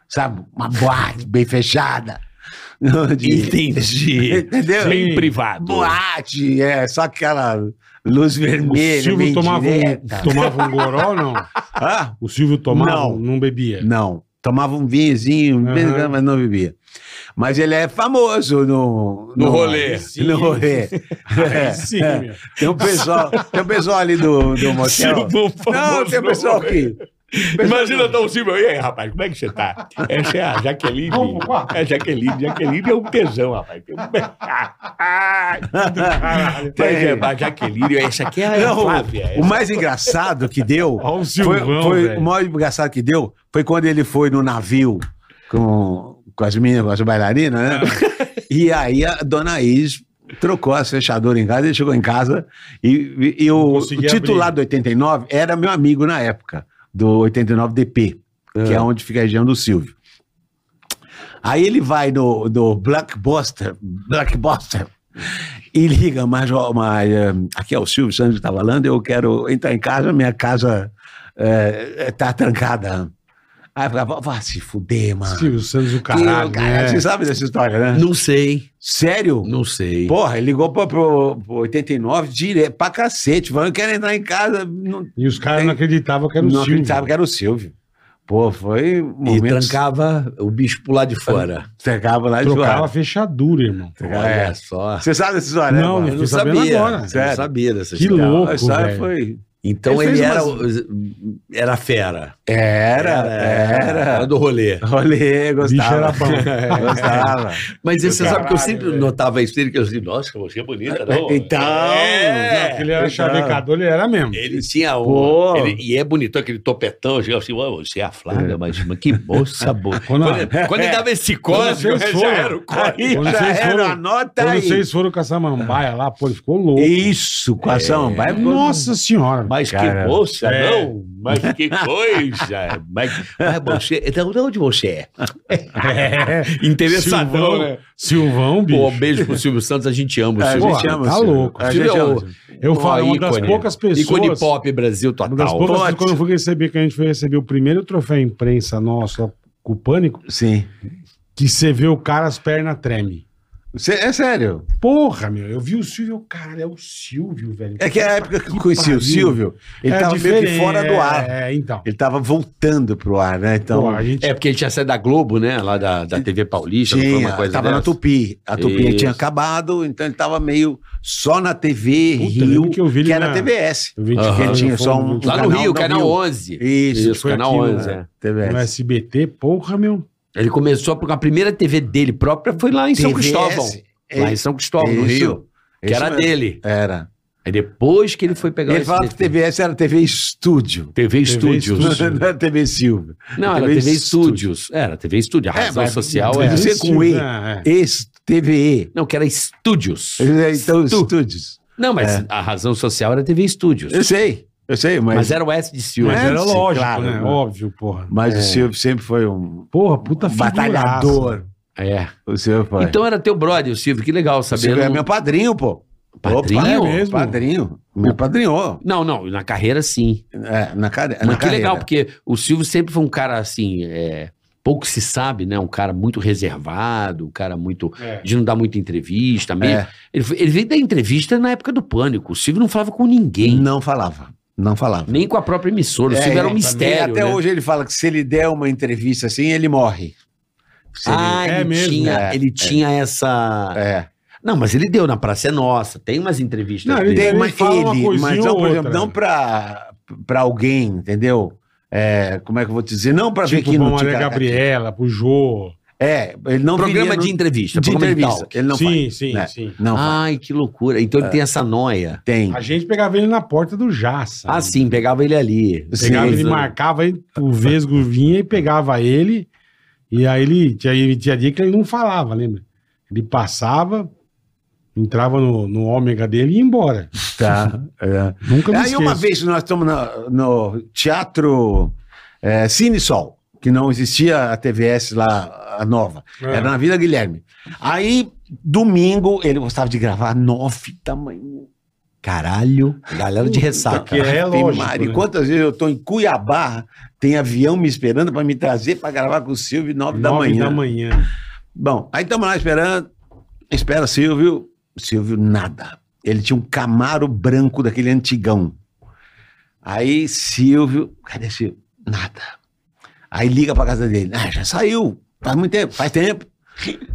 C: sabe? Uma boate bem fechada. De-
D: Entendi.
C: Entendeu?
B: Bem
D: privado.
C: Boate, é, só aquela luz
B: O
C: vermelha,
B: Silvio
C: bem
B: tomava um,
C: direta.
B: tomava um goró, não?
C: Ah,
B: O Silvio tomava, um-
C: Não.
B: não, não bebia.
C: não, tomava um vinhozinho,
B: É. Aham.
C: mas não bebia. Mas ele é famoso no...
D: No rolê.
C: No rolê.
B: Aí sim,
C: é.
B: meu.
C: Tem um pessoal, tem um pessoal ali do, do motel. Não, tem um pessoal aqui.
F: Imagina dar o Silvio. E aí, rapaz, como é que você tá? Essa é a Jaqueline. É a Jaqueline. Jaqueline é um tesão, rapaz.
B: Caralho.
F: Mas é, mas Jaqueline, essa aqui é a
C: Não,
F: Flávia.
C: O mais engraçado que deu.
B: Olha o
C: Foi,
B: Silvão,
C: foi-
B: velho.
C: o mais engraçado que deu foi quando ele foi no navio com, com as meninas, com as bailarinas, né?
B: É.
C: E aí a dona Is trocou as fechaduras em casa, ele chegou em casa e, e- e
B: Não
C: o, o
B: conseguia
C: titular
B: abrir.
C: do 89 era meu amigo na época, do 89 DP, que é onde fica a região do Silvio. Aí ele vai no, no Blackbuster, Blackbuster, e liga, mas, ó, mas eh, aqui é o Silvio Santos que está falando, eu quero entrar em casa, minha casa está trancada. Aí eu falava, vá se fuder, mano.
B: Silvio Santos, o
C: Que-
B: caralho. né?
C: Você sabe dessa história, né?
D: Não sei,
C: Sério?
D: não sei.
C: Porra, ele ligou pro, pro, pro 89 direto pra cacete. Falando, eu quero entrar em casa. Não,
B: E os caras não acreditavam que era o
C: não
B: Silvio.
C: acreditava que era o Silvio. Pô, foi um
D: E
C: momento.
D: trancava o bicho pro lado de fora.
C: Trancava lá de
B: Trocava a
C: fora.
B: fechadura, irmão.
C: É.
D: Olha só.
C: Você sabe dessa história?
B: Não,
C: né,
B: eu
C: mano?
B: Tô sabendo agora.
D: não
C: Sério.
D: sabia dessa
B: Que
D: história.
B: louco,
C: A história
B: velho.
C: foi.
D: Então
C: Ele
D: ele,
C: fez
D: era, era fera.
C: Era, é. era.
D: Era do rolê.
C: Olê,
B: O bicho era
C: gostava. É.
B: bom.
C: Gostava.
D: Mas você sabe que eu sempre
B: velho.
D: notava isso dele, que eu disse, nossa, você é bonita,
F: né?
D: não?
C: Então.
D: É.
B: Não, ele era
C: Exato.
B: chavecador, ele era mesmo.
D: Ele tinha
C: Pô.
D: um. ele- e é bonitão aquele topetão. Eu assim, "Ué, você é a Flávia, mas, mas que moça boa.
B: Quando-
D: Quando, quando ele dava esse código,
B: vocês
D: já
B: foram.
D: era o código.
B: Quando
C: Já
B: vocês
C: era,
B: foram-
C: anota
B: Quando
C: aí.
B: vocês foram com a samambaia lá, pô, ele ficou louco.
C: Isso, com a samambaia.
B: É. Nossa senhora.
D: Mas
C: Cara,
D: que moça,
B: é.
D: não? Mas que coisa! Mas, mas você. Então, de onde você é?
B: É.
D: Interessadão,
B: Silvão,
D: né?
B: Silvão, bicho.
D: Pô, beijo pro Silvio Santos, a gente ama o
C: É, A
D: Silvio.
B: Porra,
C: gente ama o
B: tá
C: Silvio.
B: louco.
C: A gente
D: Silvio é
C: ama
D: o-
C: o Silvio.
B: Eu falo, uma das
D: ícone.
B: poucas pessoas.
D: Ícone pop Brasil
B: Uma das
C: tá
D: total.
B: poucas pessoas, quando eu fui receber, que a gente foi receber o primeiro troféu imprensa nosso ó, com o pânico,
C: Sim.
B: que você vê o cara, as pernas tremem.
C: Cê- é sério.
B: Porra, meu, eu vi o Silvio, cara, é o Silvio, velho.
C: É que a época que eu
B: Que
C: conheci o
B: pariu.
C: Silvio, ele
B: É
C: tava meio que
B: diferente,
C: fora do ar.
B: É, então.
C: Ele tava voltando pro ar, né? Então.
B: Pô, a gente
D: É porque ele tinha saído da Globo, né? Lá da, da TV Paulista, não foi
C: Tinha,
D: uma coisa
C: tava na
D: dessa?
C: Tupi. A Tupi ele
D: Isso.
C: tinha acabado, então ele tava meio só na TV
B: Puta,
C: Rio,
B: lembro
C: que,
B: que eu vi ele
C: era
B: na-
C: TVS.
B: eu vi
D: Aham.
B: fora,
C: Ele tinha
B: eu
C: só
B: fui
C: um-
B: no-
D: Lá
C: no
D: no Rio,
C: Rio.
D: Canal 11.
C: Isso,
D: Isso,
B: foi
D: Canal
B: aquilo,
D: 11, é.
C: TVS.
B: no SBT, porra, meu.
D: Ele começou porque a primeira TV dele própria foi lá em São
C: TVS,
D: Cristóvão.
C: é-
D: Lá em São Cristóvão, no
C: isso,
D: Rio. Que
C: isso
D: era
C: mesmo.
D: dele.
C: Era.
D: Aí depois que ele foi pegar
C: Ele
D: o
C: falava que
D: SBT.
C: TVS era TV Estúdio.
D: TV
B: Estúdio.
D: Studios.
C: Não é era TV Silvio.
D: Não, era TV, Studios. Era TV Studios. A
C: É,
D: razão
C: mas-
D: social
C: Deve
D: era.
C: ser com E.
B: Ah, é.
C: Ex- TVE.
D: Não, que era Estúdios.
C: Então,
D: Estu-
C: estúdios.
D: Não, mas a razão social era TV Estúdios.
C: Eu sei. Eu sei, mas.
H: Mas,
D: é-
H: era o S de Silva.
B: Mas era
C: sim,
B: lógico,
C: claro,
B: né?
C: né?
B: Óbvio, porra. É.
C: Mas
D: É.
C: o Silvio sempre foi um
B: Porra, puta figuraça.
C: batalhador.
H: É.
C: O Silvio foi.
D: Então era teu brother, o Silvio, que legal
C: o
D: saber.
C: Silvio é
D: Não-
C: meu padrinho, pô.
D: Padrinho?
C: Opa,
B: É mesmo?
C: Padrinho. Me padrinhou.
D: Não, não, na carreira sim.
C: É, na cara.
D: Mas
C: na
D: que
C: carreira.
D: legal, porque o Silvio sempre foi um cara assim, é, pouco se sabe, né? Um cara muito reservado, um cara muito.
B: É.
D: de não dar muita entrevista mesmo.
C: É.
D: Ele, foi- ele veio dar entrevista na época do pânico. O Silvio não falava com ninguém,
C: Não falava. Não falava.
D: nem com a própria emissora. O
C: É,
D: Silvio era um
C: também.
D: mistério.
C: Até
D: né?
C: hoje ele fala que se ele der uma entrevista assim, ele morre. Se ele-
D: Ah,
B: É
D: ele
B: mesmo,
D: tinha,
C: é,
D: ele tinha essa.
C: é.
D: Não, mas ele deu na Praça é Nossa. Tem umas entrevistas
B: Não, ele
D: dele.
C: Tem,
B: Ele
C: mas
B: fala uma
C: ele,
B: coisinha
C: mas
B: ou
C: não, por
B: outra,
C: exemplo, não
B: né?
C: pra, pra alguém, entendeu? É, como é que eu vou te dizer? Não pra ver
B: Tipo,
C: que
B: pra
C: não
B: Maria Gabriela, pro Jô.
C: É, ele não
D: Programa
C: viria no-
D: de entrevista.
C: de
D: programa
C: entrevista.
D: tal.
C: Ele não faz.
B: sim, Ah. sim,
C: né?
B: sim.
C: Não faz.
D: Ai, que loucura. Então ele tem essa noia.
C: Tem.
B: A gente pegava ele na porta do Jaça.
D: Ah, sim, pegava ele ali.
C: Sim.
B: Pegava, ele
D: Sim.
B: marcava, ele- o Vesgo vinha e pegava ele. E aí ele tinha, ele tinha dia que ele não falava, lembra? Ele passava, entrava no, no ômega dele e ia embora.
C: Tá. é.
B: Nunca me
C: Aí
B: esqueço.
C: uma vez nós estamos na- no Teatro é, Cine Sol, que não existia a TVS lá, a nova.
B: É.
C: Era na Vila Guilherme. Aí, domingo, ele gostava de gravar nove da manhã.
D: Caralho. Galera de ressaca.
B: que é
C: Ave
B: lógico,
C: Maria,
B: né?
C: Quantas vezes eu tô em Cuiabá, tem avião me esperando para me trazer para gravar com o Silvio nove da
B: Nove
C: manhã.
B: da manhã.
C: Bom, aí estamos lá esperando. Espera Silvio. Silvio, nada. Ele tinha um Camaro branco daquele antigão. Aí Silvio, cadê Silvio? Nada. Aí liga pra casa dele. Ah, já saiu. Faz muito tempo, faz tempo.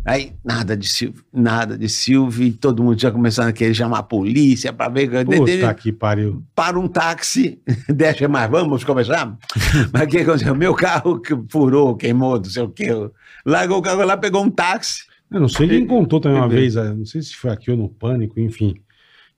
C: Aí, nada de Silvio, nada de Silvio, e todo mundo já começando a querer chamar a polícia pra ver. Ele-
B: Puta que pariu.
C: para um táxi, deixa mais, vamos começar? Mas o que aconteceu? Meu carro que furou, queimou, não sei o quê. Largou o carro lá, pegou um táxi.
B: Eu não sei quem contou também uma vez, ah, não sei se foi aqui ou no Pânico, enfim.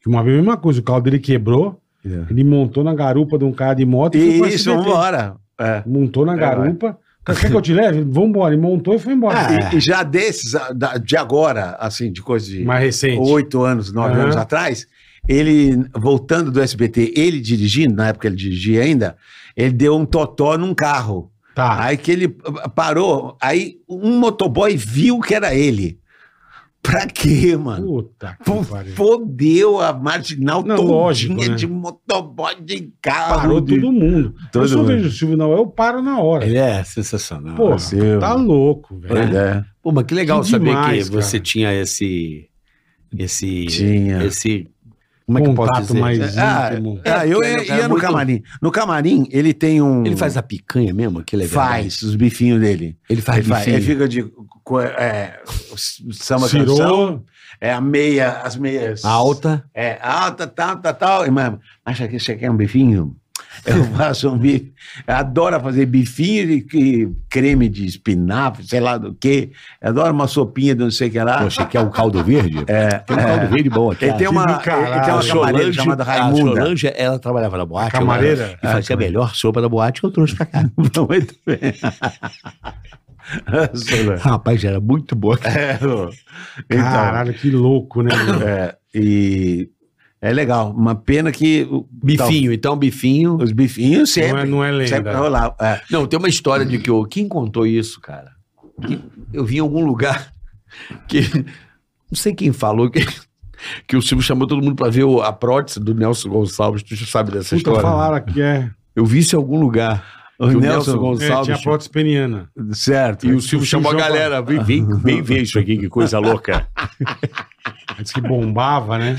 B: Que uma vez a mesma coisa, o carro dele quebrou, ele montou na garupa de um cara de moto É. e foi pro
C: Isso,
B: SBT.
C: vambora. É.
B: Montou na garupa. Cara, Quer que eu te leve? Vambora. E montou e foi embora.
C: E, e já desses, a- da- de agora, assim, de coisa de
B: Mais recente.
C: oito anos, nove
B: Aham.
C: anos atrás, ele, voltando do SBT, ele dirigindo, na época ele dirigia ainda, ele deu um totó num carro.
B: Tá.
C: Aí que ele p- parou, aí um motoboy viu que era ele. Pra quê, mano?
B: Puta que
C: Pô,
B: pariu.
C: Fodeu a marginal
B: Não,
C: todinha
B: lógico, né?
C: de motoboy de carro.
B: Parou
C: de...
B: todo mundo.
C: Todo
B: eu só
C: mundo.
B: vejo o Silvio não, eu paro na hora.
H: Ele é sensacional.
B: Pô,
C: Silvio.
B: tá louco, velho.
C: é.
H: Pô, mas que legal
B: Que
H: saber
B: demais,
H: que você
B: cara.
H: tinha esse. Esse.
C: Tinha.
H: Esse. Como é que eu posso
B: Contato
H: dizer?
B: mais
C: Ah,
B: íntimo.
C: ah, eu ia, ia no camarim. No camarim, ele tem um.
D: Ele faz a picanha mesmo? Que legal.
C: Faz os bifinhos dele.
D: Ele faz
C: ele, faz,
D: bifinho.
C: ele fica de. co- É, s- samba canção.
B: Cirou.
C: É a meia, as meias.
D: Alta.
C: É, alta, tal, tal, tal. E, tá, Mas acha que você quer um bifinho? Eu faço um bife. Eu adoro fazer bifinho de que- creme de espinafre, sei lá do que. Adoro uma sopinha de não sei o que lá.
H: Poxa, quer um caldo verde?
C: É,
H: Tem um caldo verde bom aqui. Ah,
C: Ele tem uma,
B: do caralho.
C: ele tem uma camareira chamada
H: A
C: Raimunda.
H: Solange, ela trabalhava na boate.
B: Camareira? Ah,
H: eu- E
C: Ah,
H: fazia a melhor sopa da boate que eu trouxe pra cá.
C: Muito bem. Solange.
H: Rapaz, era muito boa.
C: É, ô. Então,
B: Caralho, que louco, né? meu?
C: é, e é legal. Uma pena que o-
D: Bifinho, então bifinho.
C: os bifinhos
B: Não é,
C: sempre,
B: não é
C: sempre
B: lenda.
C: rolar. É,
D: Não, tem uma história de que o quem contou isso, cara. Que eu vi em algum lugar que não sei quem falou que, que o Silvio chamou todo mundo pra ver o- a prótese do Nelson Gonçalves. Tu já sabe
B: Puta,
D: dessa história? né?
B: falaram que é.
D: Eu vi isso em algum lugar.
C: o
D: que o Nelson
C: Nelson,
B: é tinha
D: Gonçalves
B: a prótese peniana.
C: certo.
D: e o Silvio chamou a galera. Vem, vem, vem ver isso aqui, que coisa louca.
B: Diz que bombava, né?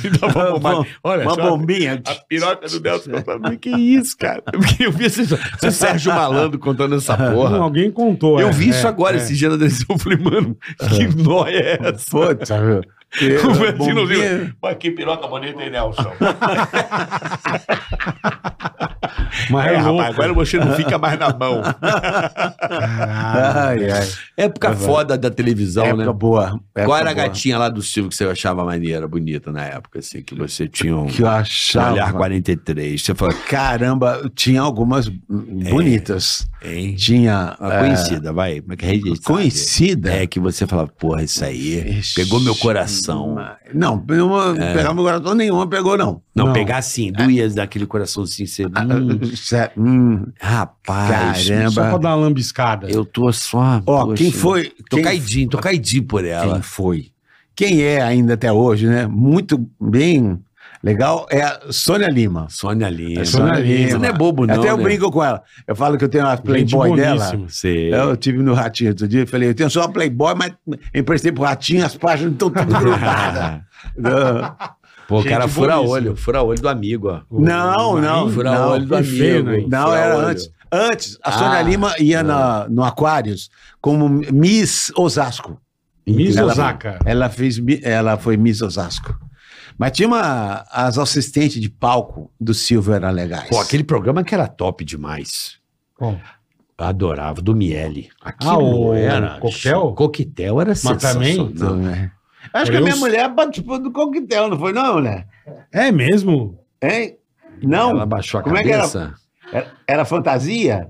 C: Uma bom-
D: Olha
C: uma
D: só.
C: bombinha.
D: A piroca do Nelson Gonçalves. Que isso, cara? Porque Eu vi essa história. o Sérgio Malandro contando essa
B: Não,
D: porra.
B: alguém contou.
D: Eu
B: é,
D: vi isso
B: é,
D: agora,
B: é.
D: esse dia da televisão. Eu falei, mano, que nóia é essa?
C: Puta, meu.
D: O Betinho
C: Bombinha.
D: viu. Mas que piroca bonita, hein, Nelson?
B: Mas é,
D: É,
B: louco.
D: rapaz, agora você não fica mais na mão.
B: Caralho.
C: Ai, ai.
D: Época foda da televisão,
C: Época
D: né?
C: boa. época
D: Qual era a
C: boa.
D: gatinha lá do Silvio que você achava maneira, bonita na época, assim, que você tinha um
C: Que eu
D: olhar
C: achava.
D: 43. Você falou,
C: Caramba, tinha algumas hum, bonitas.
D: É, hein?
C: Tinha. ah,
D: Uma conhecida, vai. Como é que a gente sabe?
C: Conhecida?
D: É que você falava, porra, isso aí pegou meu coração. É.
C: Não, É. não pegava meu coração nenhuma, pegou não.
J: Não,
B: Não.
J: pegar assim, doía daquele coraçãozinho. Você, hum,
C: Hum,
J: rapaz,
B: Só pra
C: caramba.
B: dar uma lambiscada.
J: eu tô só.
C: Ó,
J: poxa,
C: quem foi.
J: Tô
C: quem-
J: caidinho, tô caidinho por ela.
C: Quem foi? Quem é ainda até hoje, né? Muito bem legal é a Sônia Lima.
J: Sônia Lima.
C: É Sônia Lima.
J: Você não é bobo, não.
C: Até eu
J: né?
C: brinco com ela. Eu falo que eu tenho uma
B: Gente
C: Playboy dela.
B: boníssima.
J: Você.
C: Eu tive no Ratinho outro dia, eu falei, eu tenho só uma Playboy, mas emprestei pro Ratinho, as páginas estão tudo grudadas.
J: Pô, o
B: Gente
J: cara fura
B: boníssima.
J: olho, fura olho do amigo, ó.
C: Não, não,
J: Fura
C: não.
J: olho do
B: que feio,
J: amigo.
B: né?
C: Não,
J: Fura
C: era
J: olho.
C: antes. Antes, a Sônia
J: Ah,
C: Lima ia na- no Aquários como Miss Osasco.
B: Miss
C: Ela-
B: Osaka.
C: Ela, fez, mi- ela foi Miss Osasco. Mas tinha uma, as assistentes de palco do Silvio eram legais.
D: Pô, aquele programa que era top demais.
B: Qual?
D: Adorava, do Miele. Aquilo
B: Ah, o
D: era.
B: coquetel?
D: Coquetel era
B: Mas também-
D: sensacional.
C: Então, né? Acho que a
B: Eu-
C: minha mulher participou do coquetel, não foi não, né?
B: É mesmo?
C: Hein? Não?
D: Ela baixou a
C: Como é que era?
D: cabeça.
C: Era, era fantasia?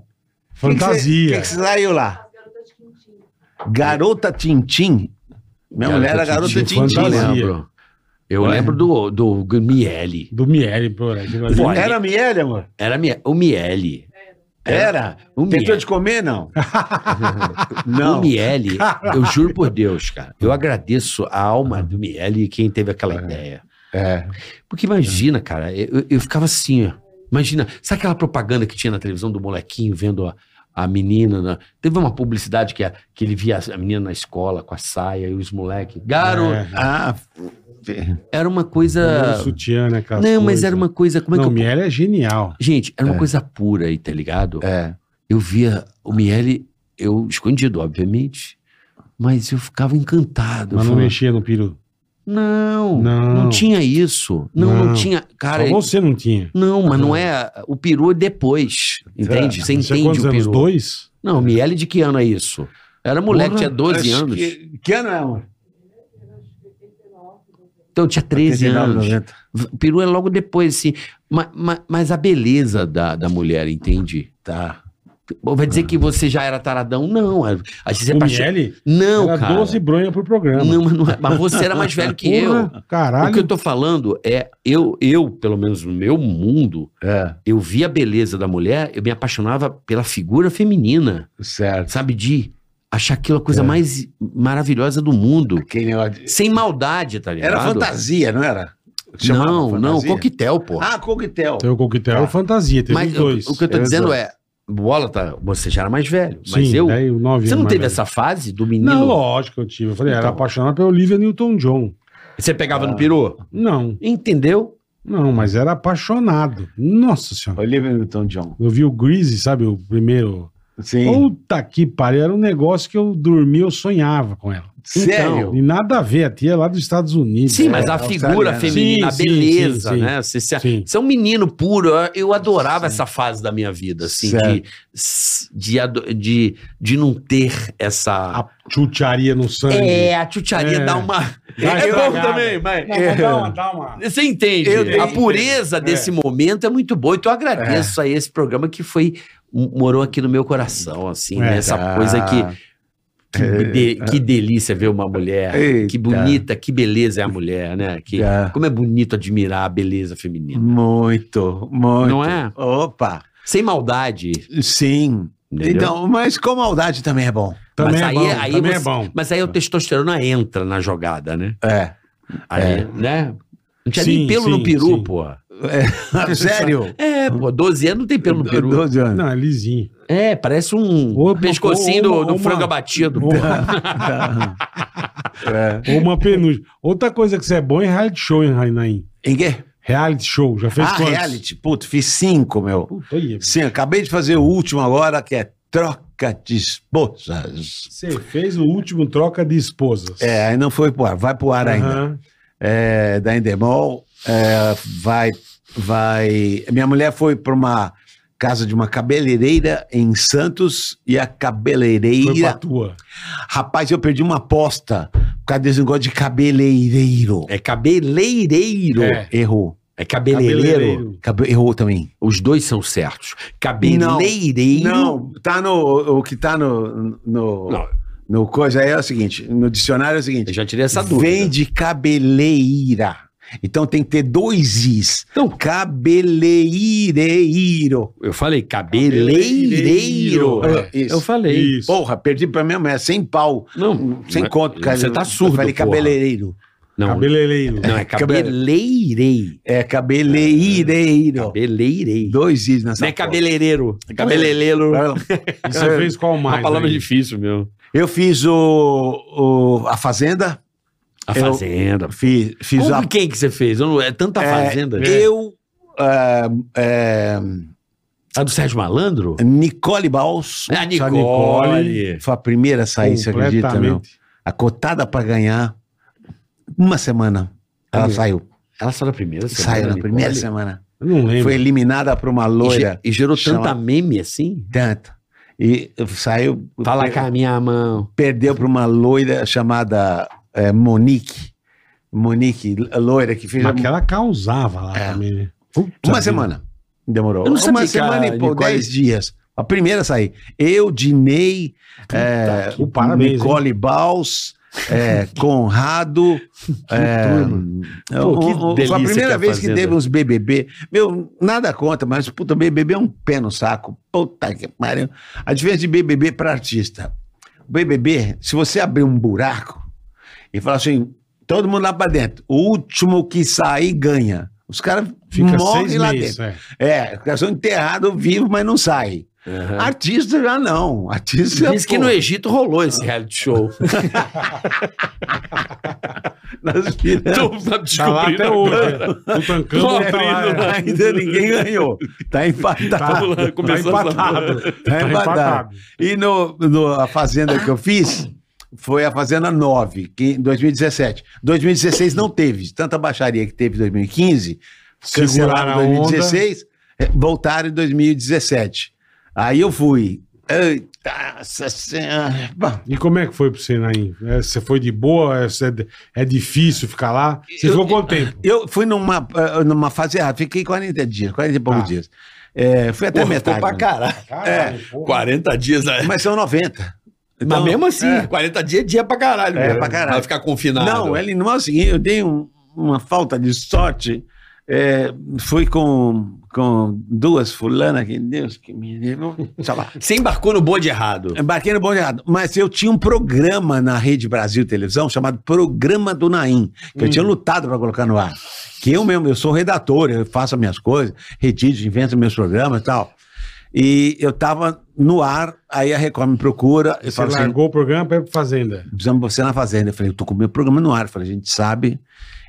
B: Fantasia.
C: O que você saiu lá? Garota Tintim. Minha mulher era garota
D: Tintim,
C: Tintim.
D: Eu
B: Fantasia.
C: né?
D: lembro. Eu lembro do, do Miele.
B: Do Miele, pô. né? aquilo ali. é um
C: Era Miele, amor?
D: Era mi- o Miele.
C: Era?
D: O
C: Tentou
D: Miele.
C: te comer, não?
D: O Miele, eu juro por Deus, cara. Eu agradeço a alma do Miele e quem teve aquela ideia.
C: É.
D: Porque imagina, cara, eu, eu ficava assim, ó. Imagina, sabe aquela propaganda que tinha na televisão do molequinho vendo a, a menina? na- Teve uma publicidade que, a- que ele via a menina na escola com a saia e os moleques. Garoto!
B: É,
C: Ah,
D: Era uma
B: o
D: coisa.
B: sutiã, né, aquelas
D: Não, mas
B: coisas.
D: era uma coisa. Como é
B: Não,
D: que eu...
B: Miele é genial.
D: Gente, era uma coisa pura aí, tá ligado?
C: é.
D: Eu via o Miele, eu escondido, obviamente, mas eu ficava encantado. Eu
B: Mas não
D: falava,
B: mexia no peru.
D: Não,
B: Não.
D: não, tinha isso. Não, não,
B: Não.
D: tinha. Cara, é
B: Só você Ah. não tinha.
D: não, mas não é. O peru é depois. Entende? Você
B: Você é
D: entende
B: quantos
D: o
B: anos?
D: peru.
B: Dois?
D: Não, Miele de que ano é isso? Era moleque,
B: Porra,
D: tinha 12
C: Acho
D: anos.
C: Que, que ano é, amor?
D: Então, tinha 13 anos. O peru é logo depois, assim. Ma- ma- mas a beleza da, da mulher, entende?
C: Tá.
D: Bom, Vai dizer que você já era taradão? Não. é- A gente se
B: Ah. O
D: apaixona-
B: Miele
D: Não,
B: era
D: cara.
B: 12 bronha por programa.
D: Não, mas, não é- mas você era mais velho que eu.
B: Porra,
D: O que eu
B: Caralho.
D: tô falando é, eu, eu, pelo menos no meu mundo,
C: É,
D: eu via a beleza da mulher, eu me apaixonava pela figura feminina,
C: certo.
D: sabe? De achar aquilo a coisa
B: É.
D: mais maravilhosa do mundo.
C: Aquele negócio de-
D: Sem maldade, tá ligado?
C: Era fantasia, não era? Chamava
D: Não, não,
C: fantasia?
D: coquetel, pô.
C: Ah, coquetel.
B: Tem Então, o coquetel era fantasia, teve
D: Tá. mas
B: os
D: eu-
B: dois.
D: o que eu tô
C: Teve os
D: dizendo
C: dois.
D: é, bola, tá, você já era mais velho, mas eu...
B: daí o nove
D: Você
B: anos
D: não
B: mais
D: teve
B: velho.
D: essa fase do
B: Não,
D: menino?
B: lógico que eu tive. Eu falei, era
D: Então.
B: apaixonado pela Olivia Newton-John.
D: você pegava
B: ah.
D: no peru?
B: Não,
D: Entendeu?
B: não, mas era apaixonado. Nossa senhora.
C: Olivia Newton-John.
B: Eu vi o Greasy, sabe, o primeiro.
C: Sim.
B: Puta que pariu, era um negócio que eu dormia, eu sonhava com ela. Então,
C: Sério?
B: E nada a ver, a tia é lá dos Estados Unidos.
D: Sim,
B: É.
D: mas a figura
C: australiana.
D: feminina,
B: Sim,
D: a
B: sim,
D: beleza,
B: sim, sim.
D: né? Você, se-
B: Sim.
D: você é um menino puro. eu- Eu adorava essa fase da minha vida, assim, de,
C: Certo.
D: de, ado- de, de não ter essa.
B: A chucharia no sangue.
D: é, a chucharia
B: É.
D: dá uma.
B: Dá
D: é bom
B: estragada.
D: também, mas.
B: Não, mas É, dá uma, dá uma.
D: Você entende?
B: Eu tenho-
D: a pureza
B: É.
D: desse momento é muito boa. Então eu agradeço a esse programa que foi morou aqui no meu coração, assim,
B: É.
D: né? essa
C: Ah,
D: coisa que que, de- que delícia ver uma mulher,
C: Eita.
D: que bonita, que beleza é a mulher, né? Que,
C: É.
D: Como é bonito admirar a beleza feminina.
C: Muito, muito.
D: Não é?
C: Opa.
D: Sem maldade.
C: Sim.
D: Entendeu?
C: Então, mas com maldade também é bom.
B: Também
D: Mas
B: é
D: aí-
B: bom,
D: aí
B: também é
D: você-
B: bom.
D: Mas aí o testosterona entra na jogada, né?
C: É.
D: Aí, né? Não tinha
B: Sim,
D: nem pelo
B: sim,
D: no peru,
B: sim.
D: pô.
C: Sério?
D: É, pô, 12 anos não tem pelo no Um peru.
C: 12 anos.
B: Não, é lisinho.
D: É, parece um
B: Ou-
D: pescocinho
B: ou- ou-
D: do, do
B: ou-
D: frango abatido. pô.
C: É.
B: Ou uma penugem. Outra coisa que você é bom é reality show, hein, Rainaim?
C: Em quê?
B: Reality show, já fez
C: Ah,
B: quantos?
C: reality. Puto, fiz cinco, meu.
B: Puta, aí,
C: Sim, acabei de fazer o último agora, que é Troca de Esposas.
B: Você fez o último troca de esposas.
C: É, aí não foi pro ar, vai pro ar ainda.
B: Aham.
C: É, da Endemol, é, vai, vai... Minha mulher foi pra uma casa de uma cabeleireira em Santos e a
B: Foi pra
C: cabeleireira...
B: tua.
C: Rapaz, eu perdi uma aposta por causa desse negócio de cabeleireiro.
D: É cabeleireiro.
B: É.
C: Errou.
D: É cabeleireiro.
C: Cabe- Errou também.
D: Os dois são certos. Cabeleireiro.
C: Não, tá no. O que tá no. No,
D: Não.
C: no coisa aí é o seguinte: no dicionário é o
D: Eu
C: seguinte.
D: já tirei essa dúvida.
C: Vem de cabeleira. Então tem que ter dois is. Então, cabeleireiro.
D: Eu falei cabeleireiro.
C: Isso.
D: Eu falei.
B: Isso.
C: Porra, perdi pra minha mulher, sem pau.
D: Não,
C: Sem
D: não é-
C: conto, cara.
D: Você tá surdo,
C: Eu falei
D: porra.
C: cabeleireiro.
D: Não,
B: Cabeleireiro.
D: não é cabeleireiro.
C: É, cabeleireiro.
D: Cabeleireiro.
C: Dois is nessa
D: Não é
C: porra.
D: cabeleireiro. É cabeleireiro. é
B: E você fez qual mais?
D: Uma palavra
B: aí?
D: difícil, meu.
C: Eu fiz o, o- A Fazenda.
D: A
C: Eu-
D: Fazenda.
C: Fiz, fiz
D: Como
C: a
D: quem que você fez? Eu não- é tanta
C: É,
D: Fazenda.
C: Eu, ah, é,
D: A do Sérgio Malandro?
C: Nicole Baus.
D: É a
C: Só
D: Nicole.
C: Foi a primeira a sair, você acredita, meu?
B: Completamente.
C: A cotada pra ganhar, uma semana, ela saiu.
D: Ela saiu na primeira semana.
C: saiu na
D: Nicole?
C: primeira semana.
B: Eu não lembro.
C: Foi eliminada por uma
D: E,
C: loira.
D: ge- e gerou
C: Chama-
D: tanta meme assim?
C: Tanto. E saiu...
D: Fala com a minha mão.
C: Perdeu pra uma loira chamada eh, Monique. Monique, loira, que fez...
B: Mas que ela causava lá
C: É.
B: também, né?
C: Uma semana. Demorou.
D: Eu não sabia
C: Uma
D: que
C: semana
D: a
C: e pô,
D: Nicole-
C: dez dias. A primeira a sair. Eu, Dinei, é,
B: que parabéns,
C: Nicole Baus, é, Conrado. é,
D: Pô, que
C: o- o-
D: delícia
C: foi a primeira
D: que é a
C: vez que
D: Fazenda.
C: teve uns BBB. Meu, nada contra, mas puta, BBB é um pé no saco. Puta que pariu. A diferença de BBB para artista. O BBB, se você abrir um buraco e falar assim, todo mundo lá pra dentro, o último que sair ganha. Os caras
B: Fica
C: morrem
B: seis
C: lá
B: meses.
C: dentro.
B: é.
C: É, os caras são enterrados vivos, mas não saem. Artista já não. Artista.
D: Diz que é-
C: pô,
D: no Egito rolou esse reality show.
C: nós viramos.
D: Tô
B: Tá lá até
D: descobrindo.
B: hoje. né? Tutankhamon
D: Pobre
B: tá lá,
D: do-
B: é.
C: Ainda ninguém ganhou. né? Tá empatado.
D: lá,
B: Tá
D: começamos a
B: empatado.
C: Tá empatado. E no, no- a fazenda que eu fiz foi a Fazenda 9, que em 2017. 2016 não teve, de tanta baixaria que teve em 2015,
B: Seguraram
C: cancelaram
B: a onda.
C: em 2016, eh, voltaram em 2017. Aí eu fui. Eita, essa senhora. Bom,
B: E como é que foi pra você, Naim? É, Você foi de boa? É, você- é difícil ficar lá? Você
C: Eu-
B: ficou quanto tempo?
C: Eu fui numa, eh, numa fase errada, fiquei 40 dias, 40 e poucos
B: Ah.
C: dias. Eh, fui até metade. né?
I: caralho.
B: Caralho, porra.
I: 40 dias. né?
C: Mas são 90. Então,
I: Mas mesmo assim, 40 dias é dia pra caralho.
C: É,
I: meu.
C: pra caralho.
I: Vai ficar confinado.
C: Não, ele não é o seguinte, eu dei um- uma falta de sorte. é, fui com, com duas fulanas, que Deus que me levou. sei lá.
D: Você embarcou no bonde errado.
C: Embarquei no bom errado. Mas eu tinha um programa na Rede Brasil Televisão chamado Programa do Naim, que eu tinha lutado para colocar no ar. Que eu mesmo, eu sou redator, eu faço as minhas coisas, redijo, invento meus programas e tal. E eu tava no ar, aí a Record me procura. Eu
B: Você
C: falo assim,
B: largou o programa pra ir pra fazenda.
C: precisamos de você na fazenda. Eu falei, eu tô com o meu programa no ar. Eu falei, a gente sabe.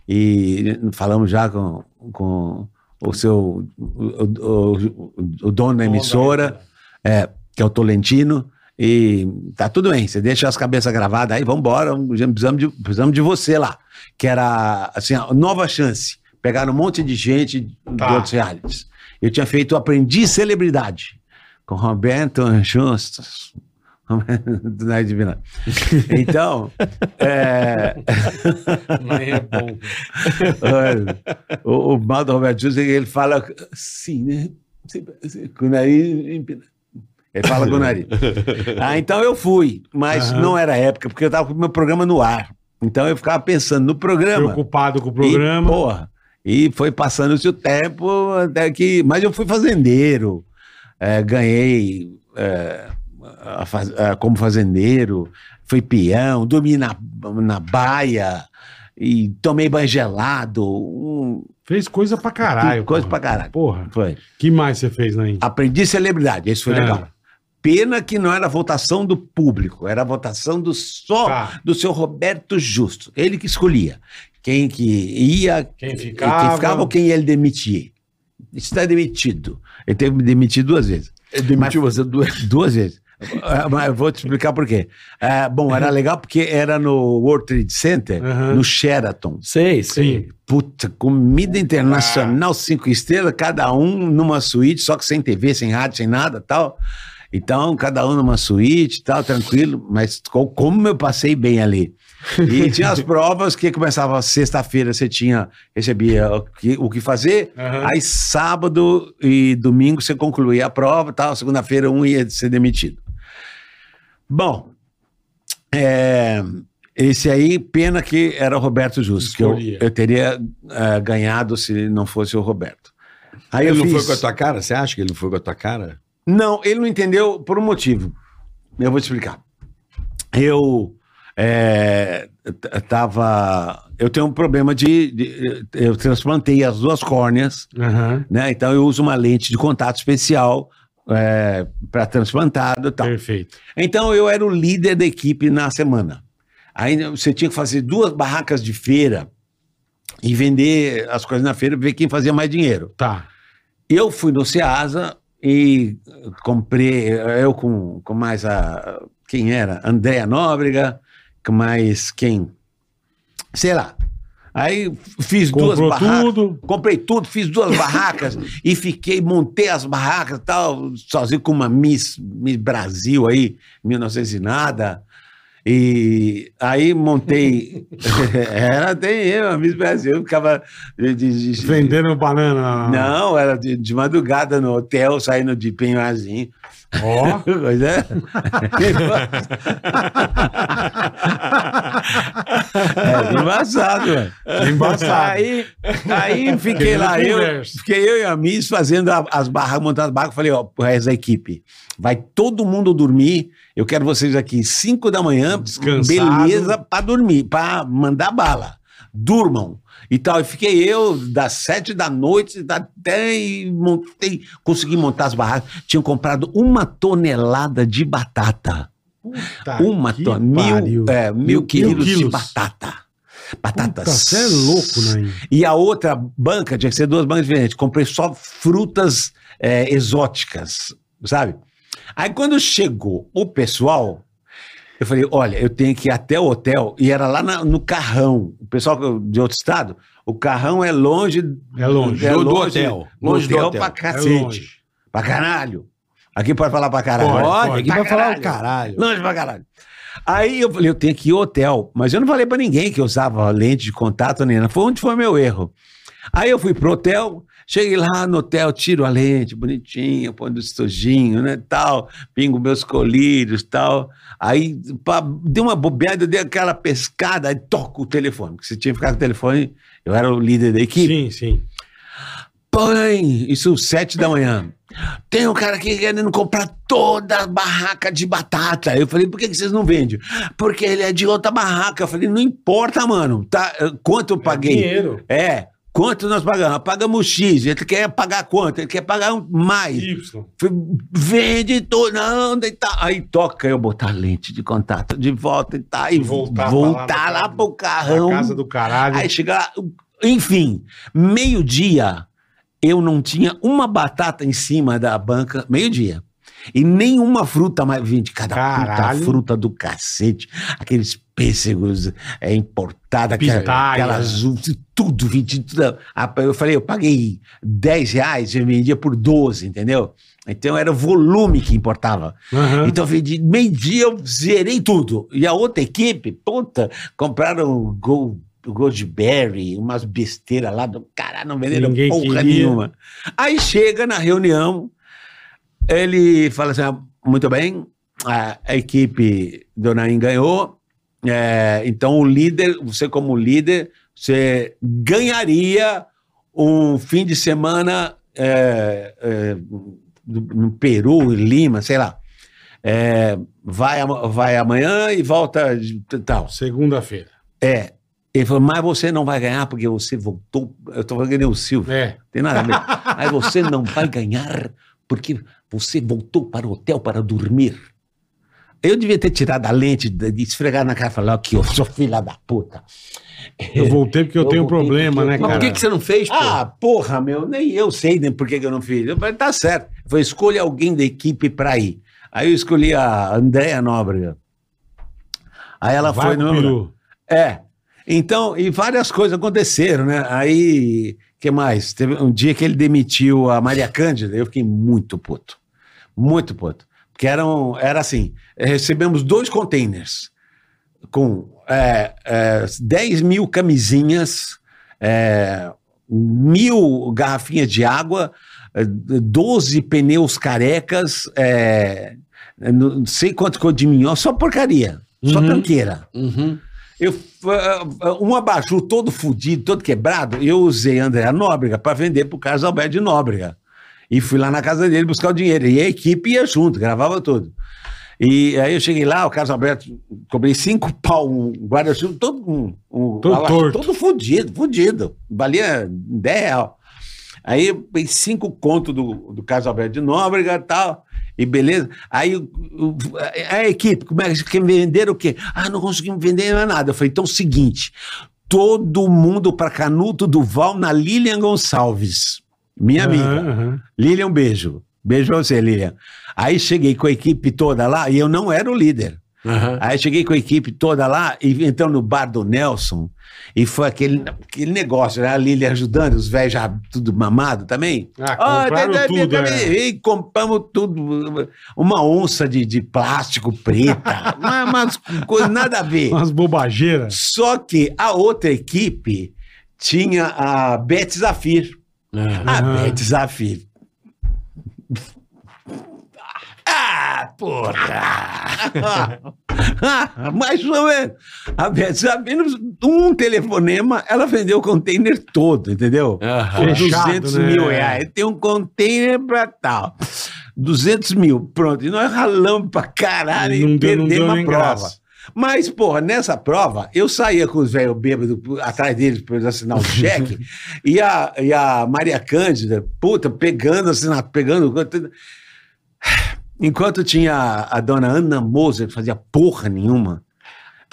C: E falamos já com, com o seu o, o- o- o dono da emissora, é, que é o Tolentino. E tá tudo bem, você deixa as cabeças gravadas aí, vambora, já precisamos de, precisamos de você lá. Que era, assim, a nova chance. Pegaram um monte de gente de outros realities. Eu tinha feito o Aprendiz Celebridade, com Roberto Justus. Do Nerd Divina. né, Então, é,
B: é bom.
C: É. o, o mal do Roberto Justus, ele fala assim, né? Com o nariz empinado. Ele fala com o nariz. Ah, então eu fui, mas
B: Aham.
C: não era época, porque eu estava com o meu programa no ar. Então eu ficava pensando no programa.
B: Preocupado com o
C: E,
B: programa.
C: porra, e foi passando-se o tempo até que. Mas eu fui fazendeiro. É, ganhei é, a faz- a- como fazendeiro, fui peão, dormi na, na baia e tomei banho gelado. um-
B: Fez coisa pra caralho.
C: coisa
B: porra.
C: pra caralho.
B: Porra,
C: Foi.
B: que mais você fez, Naim?
C: Aprendi celebridade, isso foi
B: É.
C: legal. Pena que não era votação do público, era votação do só
B: Tá.
C: do seu Roberto Justo. Ele que escolhia quem que ia,
B: Quem ficava.
C: ficava. Quem ficava ou quem ele demitia. Está demitido. Ele teve que demitir duas vezes.
I: Ele demitiu você duas.
C: Duas vezes. Ah, Mas eu vou te explicar por quê. Ah, bom, era legal porque era no World Trade Center,
B: Aham.
C: no Sheraton.
D: Sei,
B: Sim.
C: Puta, comida internacional, cinco estrelas, cada um numa suíte, só que sem TV, sem rádio, sem nada tal. Então, cada um numa suíte tal, tranquilo, mas co- como eu passei bem ali. E tinha as provas que começava sexta-feira, você tinha, recebia o que, o que fazer,
B: Aham.
C: aí sábado e domingo você concluía a prova tal, segunda-feira um ia ser demitido. Bom, é, Esse aí, pena que era o Roberto Justo, que eu,
B: Escolhia.
C: eu teria eh, ganhado se não fosse o Roberto. Aí
I: ele
C: eu
I: não foi
C: fiz-
I: com a tua cara? Você acha que ele não foi com a tua cara?
C: Não, ele não entendeu por um motivo. Eu vou te explicar. Eu é, t- tava. Eu tenho um problema de, de- Eu transplantei as duas córneas,
B: Aham.
C: né? Então eu uso uma lente de contato especial para transplantado e tal.
B: Perfeito.
C: Então eu era o líder da equipe na semana. Aí você tinha que fazer duas barracas de feira e vender as coisas na feira, ver quem fazia mais dinheiro.
B: Tá.
C: Eu fui no Ceasa e comprei, eu com, com mais a. Quem era? Andréa Nóbrega, com mais quem? Sei lá. Aí fiz
B: Comprou
C: duas barracas.
B: tudo.
C: Comprei tudo, fiz duas barracas e fiquei, montei as barracas e tal, sozinho com uma Miss, Miss Brasil aí, 1900 e nada. E aí montei. era, tem eu, a Miss Brasil, ficava. de- de- de-
B: Vendendo banana.
C: não, era de, de madrugada no hotel, saindo de penhoazinho.
B: Ó.
C: Coisa. é embaçado, velho.
B: Embaçado.
C: Aí, aí fiquei
B: Querendo
C: lá, eu,
B: conversa.
C: fiquei eu e a Miss fazendo a- as barracas, montando as barracas. Falei, ó, pro resto da equipe, vai todo mundo dormir. Eu quero vocês aqui 5 da manhã,
B: Descansado.
C: beleza, pra dormir, pra mandar bala. Durmam. E tal, e fiquei eu das sete da noite da- até e montei, consegui montar as barracas. Tinham comprado uma tonelada de batata.
B: Puta
C: uma
B: Tá Ah, que
C: ton mil,
B: pariu.
C: é, mil,
B: Mil
C: quilos, de
B: quilos.
C: batata. Batata.
B: Puta, você é louco, né?
C: E a outra banca tinha que ser duas bancas diferentes. Comprei só frutas é, exóticas, sabe? Aí quando chegou o pessoal, eu falei: olha, eu tenho que ir até o hotel. E era lá na- no carrão. O pessoal que eu- de outro estado, o carrão é longe.
B: É longe.
C: é
I: Do- do
C: longe-
I: hotel.
C: Longe
I: Do
C: do hotel,
I: hotel.
C: pra
B: É
C: cacete.
B: longe.
C: Pra caralho. Aqui pode falar pra caralho.
B: Pode,
C: Pode,
B: pode.
C: aqui
B: Pra
C: pode falar o caralho. Longe pra caralho. Aí eu falei, eu tenho que ir ao hotel. Mas eu não falei pra ninguém que eu usava lente de contato nem nada. Foi onde foi meu erro. Aí eu fui pro hotel, cheguei lá no hotel, tiro a lente, bonitinho, pondo estojinho, né, tal, pingo meus colírios, tal. Aí pá, deu uma bobeada, dei aquela pescada, aí toco o telefone. Porque se tinha que ficar com o telefone, eu era o líder da
B: Sim,
C: equipe.
B: sim.
C: Põe! Isso sete da manhã. Tem um cara aqui querendo comprar toda a barraca de batata. Eu falei, por que, que vocês não vendem? Porque ele é de outra barraca. Eu falei, não importa, mano. Tá, eh, quanto eu paguei?
B: Dinheiro.
C: É, quanto nós pagamos? Pagamos X. Ele quer pagar quanto? Ele quer pagar um- mais.
B: Y.
C: Falei, Vende tudo, não, e tá. Aí toca eu botar lente de contato de volta e tá. E
B: Voltar pra
C: voltar,
B: lá no
C: lá, pro
B: Na
C: carrão.
B: casa do caralho.
C: Aí chega lá, enfim, meio-dia eu não tinha uma batata em cima da banca, meio-dia. E nenhuma fruta mais vinha de cada
B: Caralho.
C: puta fruta do cacete, aqueles pêssegos é, importados, aquela,
B: Pitaia.
C: aquela azul, tudo, vinha de tudo. Ah, Eu falei, eu paguei 10 reais, eu vendia por 12, entendeu? Então era o volume que importava.
B: Aham.
C: Então, eu falei, de meio-dia eu zerei tudo. E a outra equipe, puta, compraram um Gold, Goldberry, umas besteiras lá do caralho, não venderam
B: Ninguém
C: porra
B: queria.
C: nenhuma. Aí chega na reunião, ele fala assim: "Ah, muito bem, a, a equipe do Naim ganhou, é, então o líder, você como líder, você ganharia um fim de semana é, é, do- no Peru, em Lima, sei lá. É, vai, ama- vai amanhã e volta de- t- tal.
B: Segunda-feira.
C: É. Ele falou, mas você não vai ganhar porque você voltou. Eu tô falando que nem o Silvio,
B: É.
C: tem nada a ver. mas você não vai ganhar porque você voltou para o hotel para dormir. Eu devia ter tirado a lente, de de esfregar na cara e falar que eu sou filha da puta.
B: Eu voltei porque eu,
C: Eu
B: tenho
C: voltei
B: problema,
C: porque eu
B: né,
C: tenho-
D: Mas
B: cara?
D: por que, que você não fez, pô?
C: Ah, porra, meu, nem eu sei nem por que, que eu não fiz. Eu falei, tá certo. Foi escolha alguém da equipe pra ir. Aí eu escolhi a Andréa Nóbrega. Aí ela
B: Vai
C: foi
B: pro
C: no.
B: peru.
C: É. Então, e várias coisas aconteceram, né? Aí, que mais? Teve um dia que ele demitiu a Maria Cândida, eu fiquei muito puto. Muito puto. Porque eram, era assim: eh, recebemos dois containers com é, é, 10 mil camisinhas, é, mil garrafinhas de água, é, 12 pneus carecas, é, não sei quanto coisa de minhoca, só porcaria, só
B: Uhum.
C: tranqueira. Eu, ah, ah, um abajur todo fudido, todo quebrado, eu usei André Nóbrega para vender pro Carlos Alberto de Nóbrega. E fui lá na casa dele buscar o dinheiro. E a equipe ia junto, gravava tudo. E aí eu cheguei lá, o Carlos Alberto, cobrei cinco pau, um guarda-chuva, todo um, um
B: Todo
C: abajur
B: torto.
C: todo fudido, fudido. Valia 10 real. Aí eu peguei cinco conto do, do Carlos Alberto de Nóbrega e tal. E beleza. Aí o- o- a a equipe, como é que quer vender o quê? Ah, não conseguimos vender mais nada. Eu falei, então é o seguinte: todo mundo para Canuto Duval na Lilian Gonçalves,
B: Ah.
C: minha amiga.
B: Aham,
C: Lilian, um beijo. Beijo pra você, Lilian. Aí cheguei com a equipe toda lá e eu não era o líder.
B: aham.
C: Aí cheguei com a equipe toda lá e entramos no bar do Nelson e foi aquele, aquele negócio, né? A Lilian ajudando, os velhos já tudo mamado também.
B: Ah, compraram
C: tá, tá,
B: tudo,
C: tá,
B: é.
C: E compramos tudo. Uma onça de, de plástico preta, mas, mas coisa nada a ver.
B: Umas bobageiras.
C: Só que a outra equipe tinha a Beth Zafir.
D: É.
C: A
B: Aham.
C: Beth Zafir. Ah, porra! Ah, Mais ou menos. A Beth Zafir, um telefonema, ela vendeu o container todo, entendeu?
B: Fechado,
C: 200
B: né?
C: mil reais. Tem um container pra tal. 200 mil, pronto. E nós ralamos pra caralho
B: Não
C: e
B: deu- não deu
C: perdemos a
B: nem
C: prova.
B: graça.
C: Mas, porra, nessa prova, eu saía com os velhos bêbados atrás deles pra eles assinar o cheque, e, a, e a Maria Cândida, puta, pegando, assinado, pegando. tudo. Enquanto tinha a, a dona Ana Moser, que fazia porra nenhuma.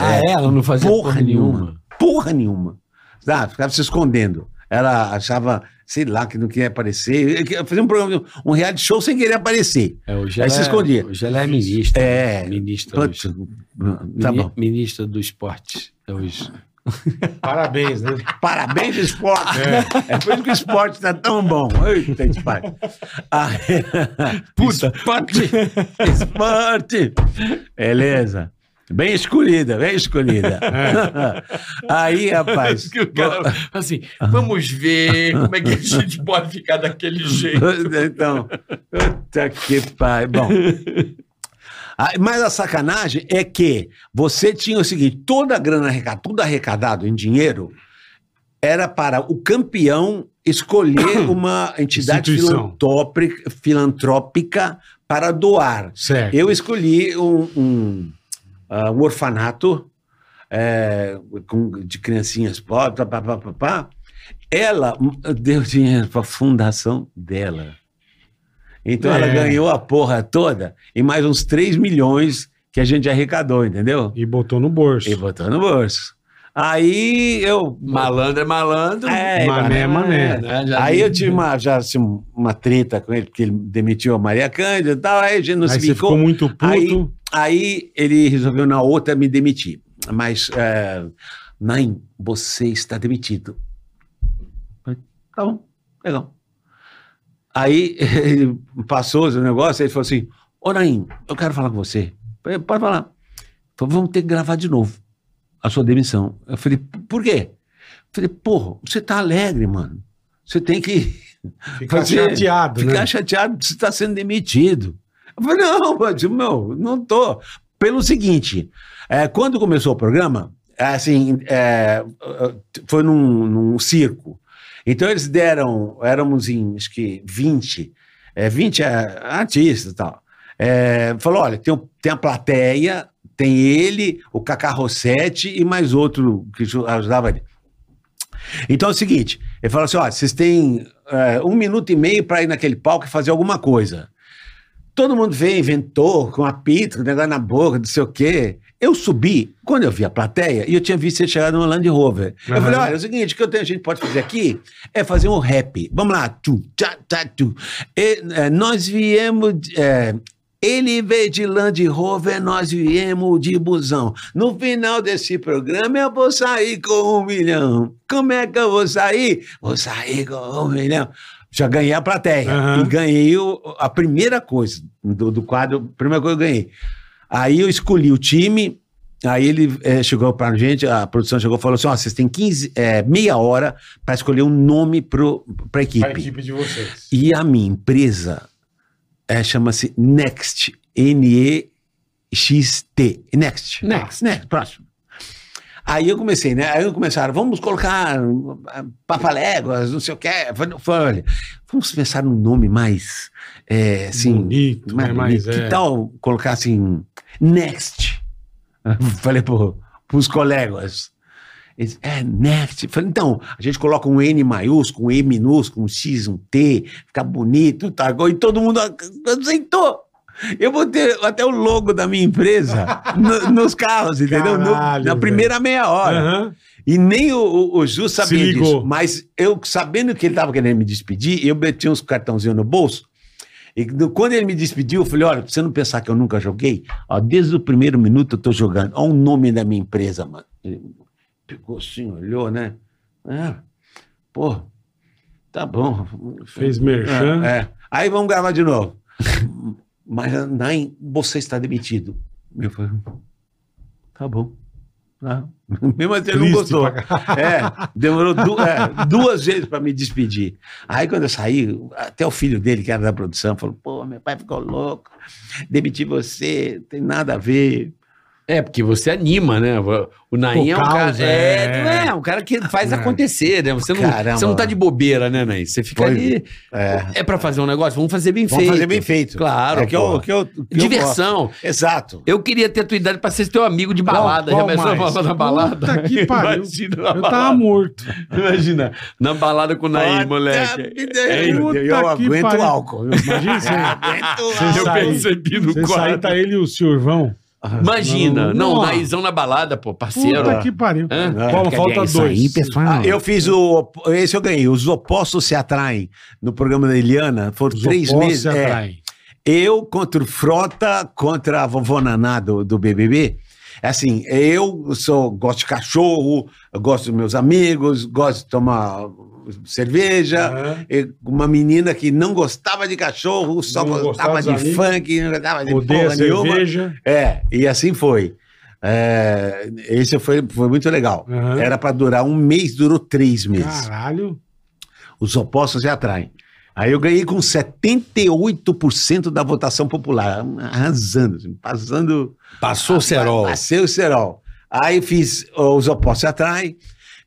C: É,
D: Ah, ela não fazia
C: porra nenhuma. Porra nenhuma. Sabe? Ficava se escondendo. Ela achava, sei lá, que não queria aparecer. Fazia um programa, um reality show sem querer aparecer.
D: É, hoje
C: Aí
D: ela
C: se
D: é-
C: escondia.
D: Hoje ela é ministra.
C: É.
D: Ministra,
C: Putz,
D: hoje.
C: tá
D: Mini-
C: bom.
D: ministra do esporte. é Hoje.
B: Parabéns, né?
C: Parabéns, esporte. É. por isso que o esporte tá tão bom. Eita, esporte. Ah, Puta. Esporte. Esporte. Beleza. Bem escolhida, bem escolhida.
D: É.
C: Aí, rapaz.
I: Que o cara, assim, vamos ver como é que a gente pode ficar daquele jeito.
C: Então, puta que pai. Bom. Aí, Mas a sacanagem é que você tinha o seguinte: toda a grana arrecadada, tudo arrecadado em dinheiro, era para o campeão escolher uma entidade
B: Instituição.
C: filantrópica, filantrópica para doar.
B: Certo.
C: Eu escolhi um, um, ah, um orfanato é, com- de criancinhas pobres, pá, pá, pá, pá, pá. Ela hum, deu dinheiro para a fundação dela. Então ela
B: É.
C: ganhou a porra toda e mais uns 3 milhões que a gente arrecadou, entendeu?
B: E botou no bolso.
C: E botou no bolso. Aí eu.
I: Malandro é malandro.
C: É,
B: mané, mané.
I: né? Já
C: Aí
I: vi.
C: eu tive uma, já, assim, uma treta com ele, porque ele demitiu a Maria Cândida e tal, aí a gente não
B: Aí
C: se
B: você
C: ficou.
B: ficou muito puto.
C: Aí- Aí ele resolveu na outra me demitir. Mas, é, Nain, você está demitido. Tá bom, legal. Aí ele passou o negócio, ele falou assim: Ô Nain, eu quero falar com você. Eu Falei, Pode falar. Ele Falou, vamos ter que gravar de novo a sua demissão. Eu falei, por quê? Eu falei, porra, você tá alegre, mano. Você tem que
B: Ficar
C: fazer-
B: chateado,
C: ficar
B: né?
C: chateado que você está sendo demitido. Eu falei, não, mas, meu, não tô. Pelo seguinte, é, quando começou o programa, assim, é, foi num, num circo. Então eles deram, éramos em, acho que 20, é, 20 é, artistas e tal. É, falou, olha, tem, o- tem a plateia, tem ele, o Cacá Rossetti e mais outro que ju- ajudava ele. Então é o seguinte, ele falou assim, ó, vocês têm é, um minuto e meio para ir naquele palco e fazer alguma coisa. Todo mundo veio, inventou, com apito, com negócio na boca, não sei o quê. Eu subi, quando eu vi a plateia, e eu tinha visto você chegar no Land Rover. Eu
B: Aham.
C: falei, olha, é o seguinte, o que eu tenho, a gente pode fazer aqui é fazer um rap. Vamos lá. Tu, tchá, tchá, tu. E, é, nós viemos... de- é, ele veio de Land Rover, nós viemos de busão. No final desse programa eu vou sair com um milhão. Como é que eu vou sair? Vou sair com um milhão. Já ganhei a plateia.
B: Aham.
C: E ganhei o- a primeira coisa do, do quadro, a primeira coisa que eu ganhei. Aí eu escolhi o time, aí ele eh, chegou pra gente, a produção chegou e falou assim: ó, vocês têm 15, eh, meia hora para escolher um nome pro, pra equipe.
B: Pra equipe tipo de vocês.
C: E a minha empresa é, chama-se Next. N-E-X-T. Next.
F: Next.
C: Next, próximo. Aí eu comecei, né? Aí começaram, vamos colocar ah, papaléguas, não sei o quê. Falei, falei, Vamos pensar num nome mais, é, assim...
B: Bonito,
C: Mas,
B: né? Mas
C: que
B: é.
C: tal colocar assim, next? Falei pro, pros colegas. Eles, é, next. Falei, então, a gente coloca um N maiúsculo, um E minúsculo, um X, um T, fica bonito, tá? E todo mundo aceitou. Eu vou ter até o logo da minha empresa no- nos carros, entendeu? No-
B: Caralho,
C: na
B: velho.
C: primeira meia hora.
B: Aham.
C: E nem o, o, o Ju sabia
B: ligou.
C: disso. Mas eu, sabendo que ele estava querendo me despedir, eu meti uns cartãozinhos no bolso. E no- quando ele me despediu, eu falei: olha, pra você não pensar que eu nunca joguei, ó, desde o primeiro minuto eu tô jogando. Olha o nome da minha empresa, mano. Ele pegou assim, olhou, né? É, pô, tá bom.
B: Fez merchan.
C: É, é. Aí vamos gravar de novo. Mas, Nain, você está demitido. Eu falei, tá bom. Tá. Mesmo assim, ele não
B: Triste
C: gostou.
B: pra
C: É, demorou du- é, duas vezes para me despedir. Aí, quando eu saí, até o filho dele, que era da produção, falou: pô, meu pai ficou louco, demiti você, tem nada a ver.
D: É, porque você anima, né? O Nain é um
B: causa,
D: cara. É,
B: é.
D: não é, um cara que faz
B: É.
D: acontecer, né? Você não,
C: Caramba.
D: você não tá de bobeira, né, Nain? Você fica
C: Pois
D: ali.
C: É,
D: É pra fazer um negócio? Vamos fazer bem
C: vamos
D: feito.
C: fazer bem feito.
D: Claro,
C: É que eu,
D: pô.
C: que eu, que eu
D: Diversão.
C: gosto. Exato.
D: Eu queria ter a tua idade pra ser teu amigo de balada.
B: Qual- qual
D: Já pensou
B: mais?
D: falar na balada?
B: Puta que pariu.
D: Imagina na
B: Eu
D: balada.
B: tava morto.
D: Imagina, na balada com o Nair,
C: Ah,
D: moleque.
C: Eu, É, eu,
B: Puta que
C: aguento
B: pariu.
C: o álcool. viu?
B: Imagina você.
C: aguento
B: Eu
D: Eu
B: saí.
D: percebi no
B: Você sair,
D: quarto.
B: tá ele e o Silvão.
D: Imagina. Não,
B: Nossa.
D: Naizão na balada, pô, parceiro.
B: Puta que pariu.
D: Hã?
B: Bom, falta
H: Isso
B: dois.
H: aí, pessoal.
C: Ah, eu fiz o. op- Esse eu ganhei. Os opostos se atraem. No programa da Eliana, foram
B: Os
C: três
B: opostos
C: meses.
B: se
C: é.
B: atraem.
C: eu contra o Frota, contra a vovó Naná do, do BBB. É Assim, eu sou, gosto de cachorro, eu gosto dos meus amigos, gosto de tomar cerveja.
B: Aham.
C: E Uma menina que não gostava de cachorro, só
B: Não gostava
C: gostava
B: dos
C: de
B: amigos.
C: funk, não gostava de
B: Odeia
C: porra nenhuma.
B: cerveja.
C: É, e assim foi. É, esse foi, foi muito legal.
B: Aham.
C: Era pra durar um mês, durou três meses.
B: Caralho.
C: Os opostos se atraem. Aí eu ganhei com 78% da votação popular, arrasando, assim, passando. Ah,
I: Passou o cerol.
C: Passei o cerol. Aí fiz Os Opostos se Atraem,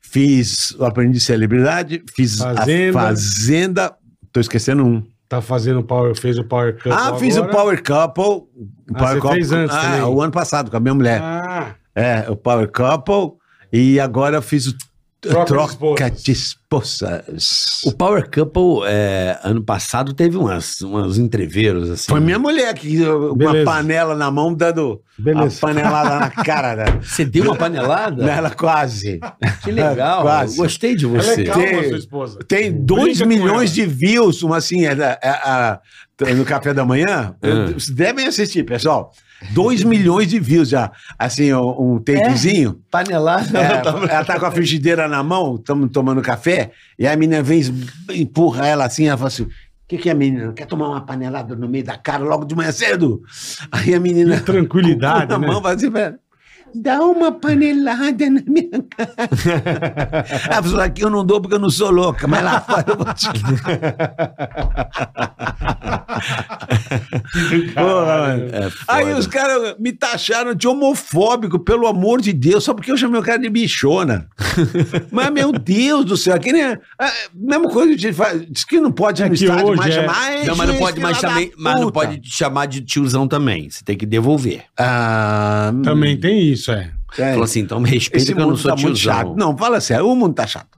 C: fiz o Aprendiz de Celebridade, fiz
B: Fazenda.
C: a Fazenda. Tô esquecendo um.
B: Tá fazendo power, fez o power cut.
C: ah, fiz o Power Couple. o
B: Ah, você fez antes
C: ah,
B: também.
C: o ano passado, com a minha mulher.
B: Ah,
C: É, o Power Couple. E agora eu fiz o
B: Troca de
C: Troca de Esposas.
D: O Power Couple, é, ano passado, teve umas, umas entreveiros, assim.
C: Foi minha mulher que eu-
B: Beleza.
C: uma panela na mão dando
B: Beleza.
C: a panelada na cara dela.
D: Você deu uma panelada?
C: Nela quase.
D: Que legal.
C: Né? Quase.
D: Gostei de
B: ela
D: você.
B: é calma,
C: Tem-
B: sua esposa.
C: Tem
B: Brinca
C: 2
B: com
C: milhões
B: ela.
C: de views, uma assim, é da- é a- t- no café da manhã.
D: É.
C: Vocês Devem assistir, pessoal. 2 milhões de views já. Assim, um um takezinho.
D: Panelada.
C: É, ela tá com a frigideira na mão, estamos tomando café, e a menina vem, e empurra ela assim, ela fala assim: o que, que é, menina? Quer tomar uma panelada no meio da cara logo de manhã cedo? Aí a menina.
B: Que tranquilidade,
C: com a
B: né?
C: mão, fala assim, velho. Dá uma panelada na minha cara. Ela falou, aqui eu não dou porque eu não sou louca, mas lá fora eu vou te Porra, mano. Aí os caras me taxaram de homofóbico, pelo amor de Deus, só porque eu chamei o cara de bichona. Mas, meu Deus do céu, que nem. A a mesma coisa que a gente faz. Diz que não pode
B: É
C: no
B: que
C: estádio
B: hoje
C: mais
B: é.
C: chamar. "Ai,
D: Não, mas não
C: gente,
D: pode mais
C: filha da
D: também, mas não
C: puta."
D: pode te chamar de tiozão também. Você tem que devolver.
C: Ah,
B: Também tem isso, é.
C: é.
D: Falou assim, então me respeita
C: Esse
D: que eu não
C: mundo
D: sou
C: tá
D: tiozão.
C: muito chato. Não, fala sério, o mundo tá chato.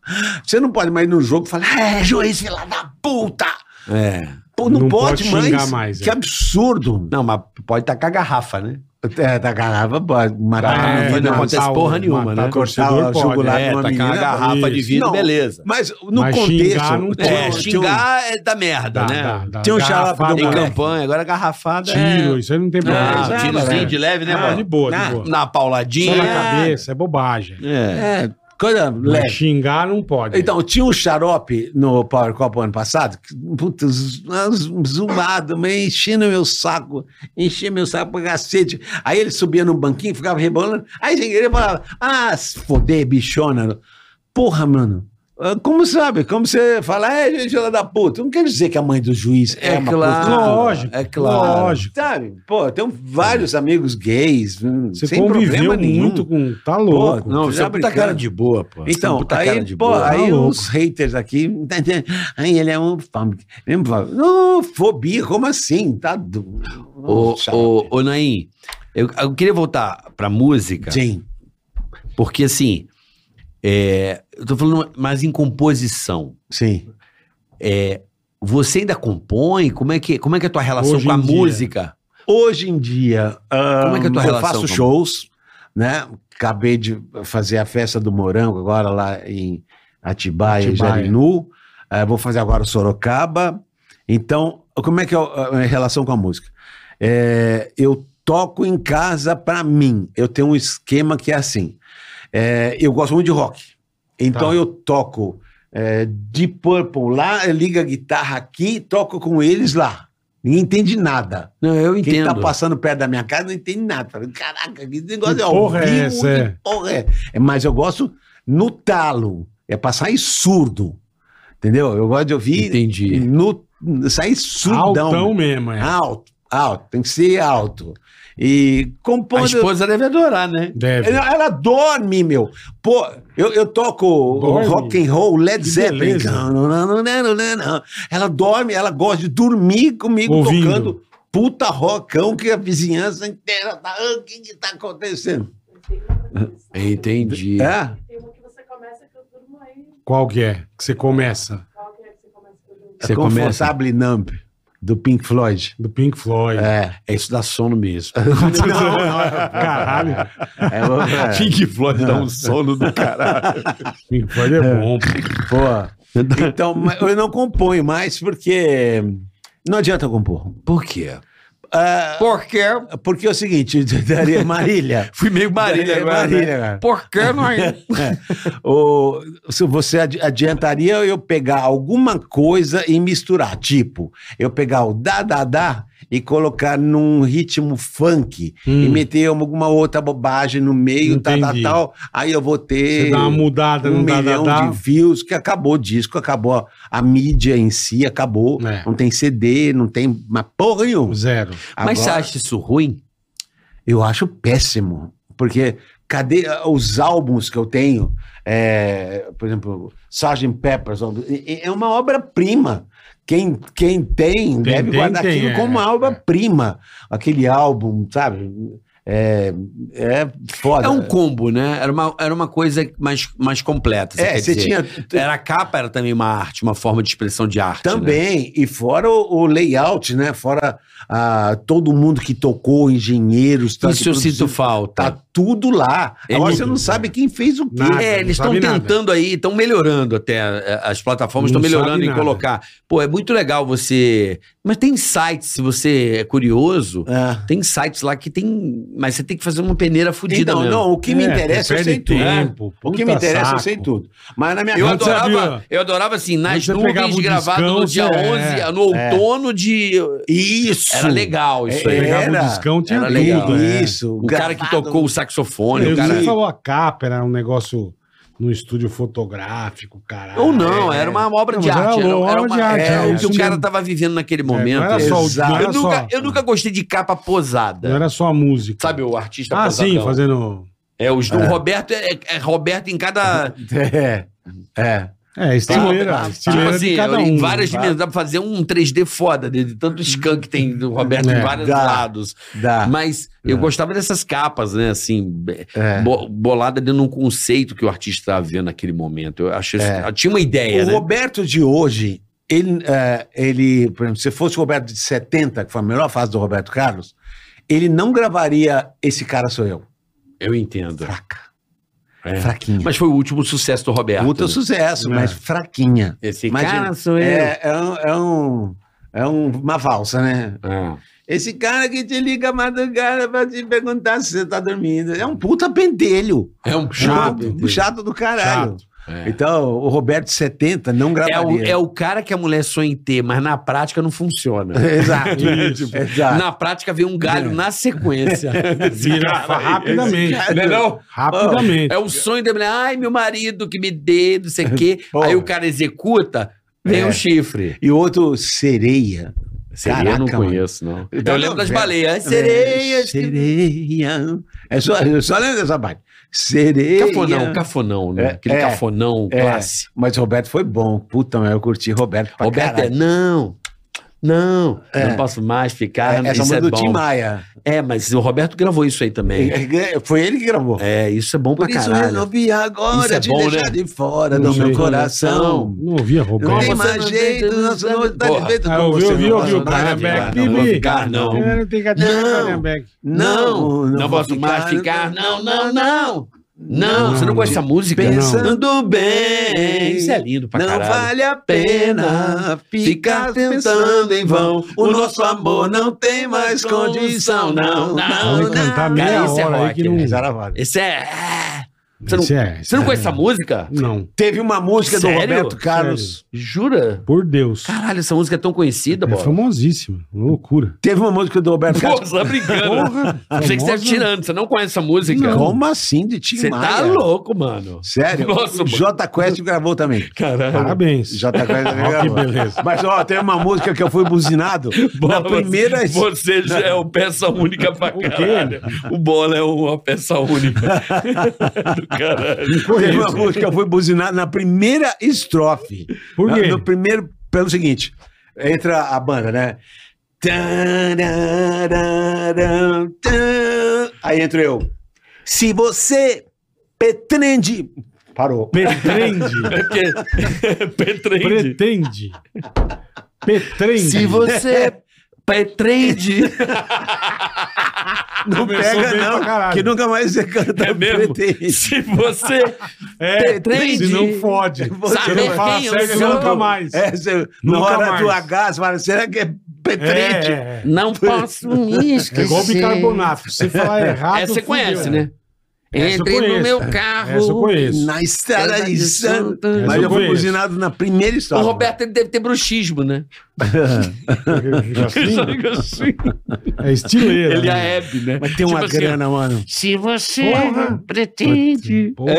C: Você não pode mais ir no jogo e falar, é, juiz, filha da puta!
D: É.
C: Pô, não,
B: Não
C: pode,
B: pode xingar
C: mais.
B: mais,
C: que
B: é.
C: absurdo.
D: Não, mas pode
C: tá
D: tacar garrafa, né?
C: É, da garrafa, pode matar.
D: É,
C: a
D: não
C: menina,
D: acontece
B: matar o-
D: porra nenhuma,
B: matar
D: né?
B: o torcedor
C: Cortar o
B: pode.
C: jugular
B: É.
C: de uma
D: tacar
C: menina,
D: uma garrafa de
B: isso.
D: vidro,
C: Não.
D: beleza.
C: Mas no
B: Mas
C: contexto.
B: xingar não pode.
D: É,
C: tinha um-
D: xingar é da merda,
B: Dá,
D: né?
B: dá, dá.
C: Tinha um
B: Garrafa,
C: xarapa do
D: Tem
B: moleque.
D: campanha, agora garrafada
B: Tiro,
D: é...
B: isso aí não tem
D: Ah,
B: problema.
C: Não,
D: tirozinho
C: é.
D: de leve, né,
B: Ah, de
D: mano?
B: boa, de
C: Ah,
B: boa.
D: Na
B: Só
D: pauladinha.
B: na cabeça, é bobagem.
D: É.
C: É, coisa
B: Mas
C: leve.
B: xingar não pode.
C: Então, tinha um xarope no Power Copa ano passado, que, puta, z- ah, z- zoado, mas enchendo meu saco, enchia meu saco pra cacete. Aí ele subia no banquinho, ficava rebolando, aí sem querer falava, ah, se foder, bichona. Porra, mano, Ah, Como sabe? Como você fala, é, gente, ela é da puta. Não quer dizer que a mãe do juiz é, uma
B: claro,
C: prostituta.
B: lógico,
C: É claro.
B: lógico.
C: Sabe? Pô, tem vários amigos gays. hum,
B: Você
C: sem
B: conviveu
C: problema nenhum.
B: muito com. Tá louco.
C: não, você é um puta cara de
H: boa, pô.
C: Então, aí, pô,
B: boa.
C: aí
B: Tá louco.
C: os haters aqui. Aí ele é um fome. Ele é um fome. Não, fobia, como assim? Tá do.
D: Ô,
C: Chato.
D: um ô, ô Naim, eu, eu queria voltar pra música,
C: Sim.
D: porque assim, é, eu tô falando mais em composição.
C: Sim.
D: Você ainda compõe? Como é que, como é que é a tua relação
B: Hoje
D: com a
B: em dia.
D: música?
C: Hoje em dia,
D: Como é que é a tua
C: eu
D: relação
C: faço
D: com-
C: shows, né? Acabei de fazer a festa do Morango agora lá em
B: Atibaia.
C: Atibaia, e Jarinu. Eh, vou fazer agora o Sorocaba. Então, como é que é a minha relação com a música? Eh, eu toco em casa pra mim. Eu tenho um esquema que é assim. Eh, eu gosto muito de rock. Então
B: Tá.
C: eu toco eh, Deep Purple lá, liga a guitarra aqui, toco com eles lá. Ninguém entende nada.
D: Não, eu
C: Quem tá
D: entendo.
C: passando perto da minha casa não entende nada. Fala, Caraca, que negócio
B: Que
C: é ao
B: porra é
C: vivo,
B: essa, é?"
C: que porra é? É, Mas eu gosto no talo. É pra sair surdo. Entendeu? Eu gosto de ouvir
D: Entendi.
C: no, sair surdão.
B: Altão mesmo, é.
C: Alto, alto. Tem que ser alto. E
D: A
C: compondo...
D: esposa deve adorar, né?
B: Deve.
C: Ela, ela dorme, meu. Pô, eu, eu toco
B: Dorme?
C: rock and roll, Led
B: Que
C: Zeppelin.
B: beleza.
C: Ela dorme, ela gosta de dormir comigo
B: Ouvindo.
C: tocando puta rockão que a vizinhança inteira tá. "Ah, O que que tá acontecendo?
D: Entendi.
C: É?
K: Tem uma que você começa que eu durmo aí.
B: Qual que é? Que você começa?
K: Qual que é que você começa que eu durmo?
C: Você Confortable Numb, do Pink Floyd.
B: Do Pink Floyd.
C: É.
H: É isso dá sono mesmo.
B: Caralho.
C: É, é.
H: Pink Floyd dá um sono do caralho.
B: Pink Floyd é bom.
C: Pô. Então, mas eu não componho mais porque não adianta eu compor.
D: Por quê?
C: Ah,
D: Porque.
C: porque é o seguinte, daria Marília.
D: Fui meio Marília
C: Daria
D: agora. Né?
C: Marília, cara.
D: Porque não é.
C: Ou, se você adi- adiantaria eu pegar alguma coisa e misturar, tipo, eu pegar o dá dá dá e colocar num ritmo funk e
B: Hum.
C: meter alguma outra bobagem no meio, tal, tal,
B: Entendi.
C: tal, aí eu vou
B: Você
C: ter
B: dá uma mudada
C: um
B: no dá, dá,
C: milhão
B: dá.
C: de views que acabou o disco, acabou a, a mídia em si, acabou,
B: É.
C: não tem CD, não tem uma porra nenhuma.
B: Zero.
D: Mas você
C: Agora-
D: acha isso ruim?
C: eu acho péssimo. Porque cadê ah, os álbuns que eu tenho? É, por exemplo, Sgt. Peppers. é- É uma obra-prima. Quem, quem tem, deve
B: tem,
C: guardar
B: tem,
C: aquilo
B: é,
C: como uma
B: é.
C: obra-prima. Aquele álbum, sabe? É, é foda.
D: É um combo, né? Era uma, era uma coisa mais, mais completa. Você
C: É,
D: quer
C: você
D: dizer.
C: tinha
D: Era a capa, era também uma arte, uma forma de expressão de arte. né?
C: também, e fora o, o layout, né? Fora ah, todo mundo que tocou, engenheiros, tal,
D: Então, Isso
C: que
D: eu sinto
C: produziu, Tá
D: falta.
C: tudo lá.
D: É
C: Agora
D: lindo,
C: você não sabe quem fez o quê.
B: Nada,
D: é,
B: não
D: eles estão
B: sabe nada.
D: tentando aí, estão melhorando até. é, As plataformas estão
B: Não sabe
D: melhorando em
B: nada.
D: colocar. Pô, é muito legal você. Mas tem sites, se você é curioso,
C: É.
D: tem sites lá que tem. Mas você tem que fazer uma peneira fodida
C: Então,
D: mesmo.
C: não, o que me
B: É,
C: interessa eu
B: perde
C: sei tudo.
B: tempo,
C: O que
B: puta
C: me interessa eu
B: saco.
C: sei tudo. Mas na minha
D: Eu
B: Antes
D: adorava,
B: havia-
D: eu adorava assim, nas
B: Antes você pegava
D: nuvens,
B: o
D: gravado
B: discão,
D: no dia
B: você-
D: 11,
B: é,
D: no outono de.
C: Isso!
D: Era legal isso
C: É,
D: aí.
B: Pegava
C: Era,
B: um discão, tinha
D: era
B: tudo.
D: legal.
B: é.
C: Isso.
D: O cara que
C: gravado.
D: tocou o saxofone,
B: Eu
D: o cara.
B: Você falou a capa, era um negócio num estúdio fotográfico, caralho.
D: Ou não, era uma obra
B: Não,
D: de
B: mas era
D: arte. Era,
B: uma
D: era
B: obra
D: uma-
B: de arte,
D: é,
B: é,
D: o que
B: isso
D: o cara
B: mesmo.
D: tava vivendo naquele
B: É,
D: momento.
B: não era só, o-
C: Exato.
B: não
D: eu,
B: era
D: nunca,
B: só,
D: eu nunca gostei de capa posada.
B: não era só a música.
D: Sabe o artista
B: ah,
D: posadão?
B: sim, fazendo...
D: É, os do Roberto é, é- é Roberto em cada.
C: É. É.
B: É, estileira.
C: Tá, tá,
B: estileira
D: tipo
B: de
D: assim,
B: cada
D: em
B: um.
D: várias
C: tá?
D: dimensões. Dá pra fazer um 3D foda de de tanto scan que tem do Roberto
B: É,
D: em vários
C: dá.
D: lados.
C: Dá.
D: Mas eu gostava dessas capas, né? Assim, be-
C: É.
D: bo- bolada dentro de um conceito que o artista estava vendo naquele momento. Eu achei isso-
C: É.
D: eu tinha uma ideia,
C: O
D: né?
C: Roberto de hoje, ele, é, ele, por exemplo, se fosse o Roberto de 70, que foi a melhor fase do Roberto Carlos, ele não gravaria Esse Cara Sou Eu.
D: Eu entendo.
C: Fraca.
D: É.
C: Fraquinha.
D: Mas foi o último sucesso do Roberto.
C: Puta
D: né?
C: sucesso,
B: É.
C: mas fraquinha.
D: Esse
C: Imagina,
D: cara sou eu.
C: É, é um, é, um, é um- uma valsa, né?
D: Ah.
C: Esse cara que te liga à madrugada pra te perguntar se você tá dormindo. É um puta pentelho.
D: É um
C: É um- um chato do caralho. Então, o Roberto 70 não
D: É o,
C: gravaria.
D: é o cara que a mulher sonha em ter, mas na prática não funciona.
C: Exato.
B: Isso.
C: Exato.
D: Na prática vem um
C: É.
D: galho na sequência.
B: Vira fa- rapidamente.
D: Não é não?
B: Rapidamente.
D: É o sonho da mulher. Ai, meu marido que me dê, não sei o quê. Aí o cara executa, vem
C: É.
D: um chifre.
C: E o outro, sereia.
H: Seria, eu não
C: Caraca, mano. é.
H: conheço, não.
D: Eu lembro das baleias. Ai,
C: Sereia.
D: Sereias. que-
C: É, Sereia. É só, eu só lembro dessa parte. Sereia.
D: Cafonão, cafonão, né?
C: É,
D: Aquele
C: é,
D: cafonão
C: é.
D: clássico.
C: Mas Roberto foi bom. Puta, mas eu curti Roberto pra
D: Roberto
C: caralho.
D: é, não, não,
C: É.
D: não posso mais ficar.
C: É, essa
D: isso
C: música
D: é
C: do
D: bom.
C: Tim Maia.
D: É, mas o Roberto gravou isso aí também.
C: Foi ele que gravou.
D: É, isso é bom
C: É. Por
D: pra
C: isso
D: caralho.
C: resolvi agora
D: Isso é
C: te
D: bom,
C: deixar
D: né?
C: de fora
B: Não
C: do meu
B: sei.
C: coração.
B: Não ouvia
C: Não tem
B: Roberto.
C: mais
D: não
C: jeito,
D: tem-
C: nosso noivo tá de
D: Porra.
C: feito
B: Ah,
C: com
B: ouviu,
C: você,
B: ouviu,
C: nossa,
B: ouviu.
C: nada de
B: Caramba,
C: nada.
B: Bibi.
D: vou ficar, não.
B: É, não tem gatinho,
C: Não.
B: Calhambeck.
D: Não, não,
C: vou assim,
D: posso mais ficar. Não, não, não. Não, você não gosta dessa música?
C: Pensando
D: bem.
C: bem.
D: Isso é lindo pra
C: Não
D: caralho.
C: vale a pena ficar tentando em vão. O nosso amor não tem mais condição, não. Não,
B: Vamos
C: não.
B: cantar
D: não.
B: meia
D: Isso é
B: hora aí que
D: rock,
B: não.
C: Zaravada.
D: Esse é... é. Você não,
B: Isso é,
D: você não conhece essa música?
B: Não,
C: Teve uma música
D: Sério?
C: do Roberto Carlos.
D: Jura?
B: por Deus.
D: Caralho, essa música é tão conhecida,
B: É
D: bola.
B: famosíssima. Loucura.
C: Teve uma música do Roberto
D: Pô,
C: Carlos.
D: você tá brincando.
B: Porra.
D: Achei que você tá
B: famosa.
D: tirando. Você não conhece essa música?
C: Como assim de Tim
D: Você tá
C: Maia?
D: louco, mano.
C: Sério?
D: Nossa, mano.
C: J Quest gravou também.
D: Caralho.
B: Parabéns.
C: J Quest também
B: Ó, que
C: gravou.
B: beleza.
C: Mas ó, tem uma música que eu fui buzinado na
D: Bola,
C: primeira
D: Você já é uma peça única pra
B: quê?
D: caralho. O Bola é uma peça única. Do caralho.
C: Teve uma música que eu fui buzinado na primeira estrofe.
B: Por
C: Na-
B: quê?
C: No primeiro, pelo seguinte, entra a banda, né? Tarararã, tã. Aí entro eu. Se você pretende... Parou.
B: Pretende.
D: Porque- Petrende.
B: Pretende. Petrende.
D: Se você petrende,
B: É.
C: Não
B: Começou
C: pega
B: bem pra
C: não,
B: caralho.
C: que nunca mais você canta
D: é mesmo?
C: pretende.
D: Se você
B: É,
D: Pretende.
B: se não fode.
D: Saber
B: Se não fala
D: quem eu
B: sério,
D: sou.
B: nunca mais.
C: É, você- na
B: Nunca
C: hora
B: mais.
C: do H, você fala, será que é petrite?
B: É, é.
D: não posso me esquecer.
B: É igual bicarbonato. Se falar errado.
D: Essa você
B: fudeu.
D: conhece, né?
B: Essa eu
D: Entre no
B: conheço. né?
D: meu carro.
B: Essa eu conheço.
C: Na estrada de Santo.
D: Santa-
C: Mas
B: eu
C: eu fui
B: conheço.
C: buzinado na primeira
D: O
C: história.
D: Roberto ele deve ter bruxismo, né?
B: Assim, é estileira.
D: Ele é
B: né?
D: Hebe, né?
C: Mas tem uma
D: Tipo assim,
C: grana, mano.
D: Se você
B: Porra.
D: pretende.
B: Porra,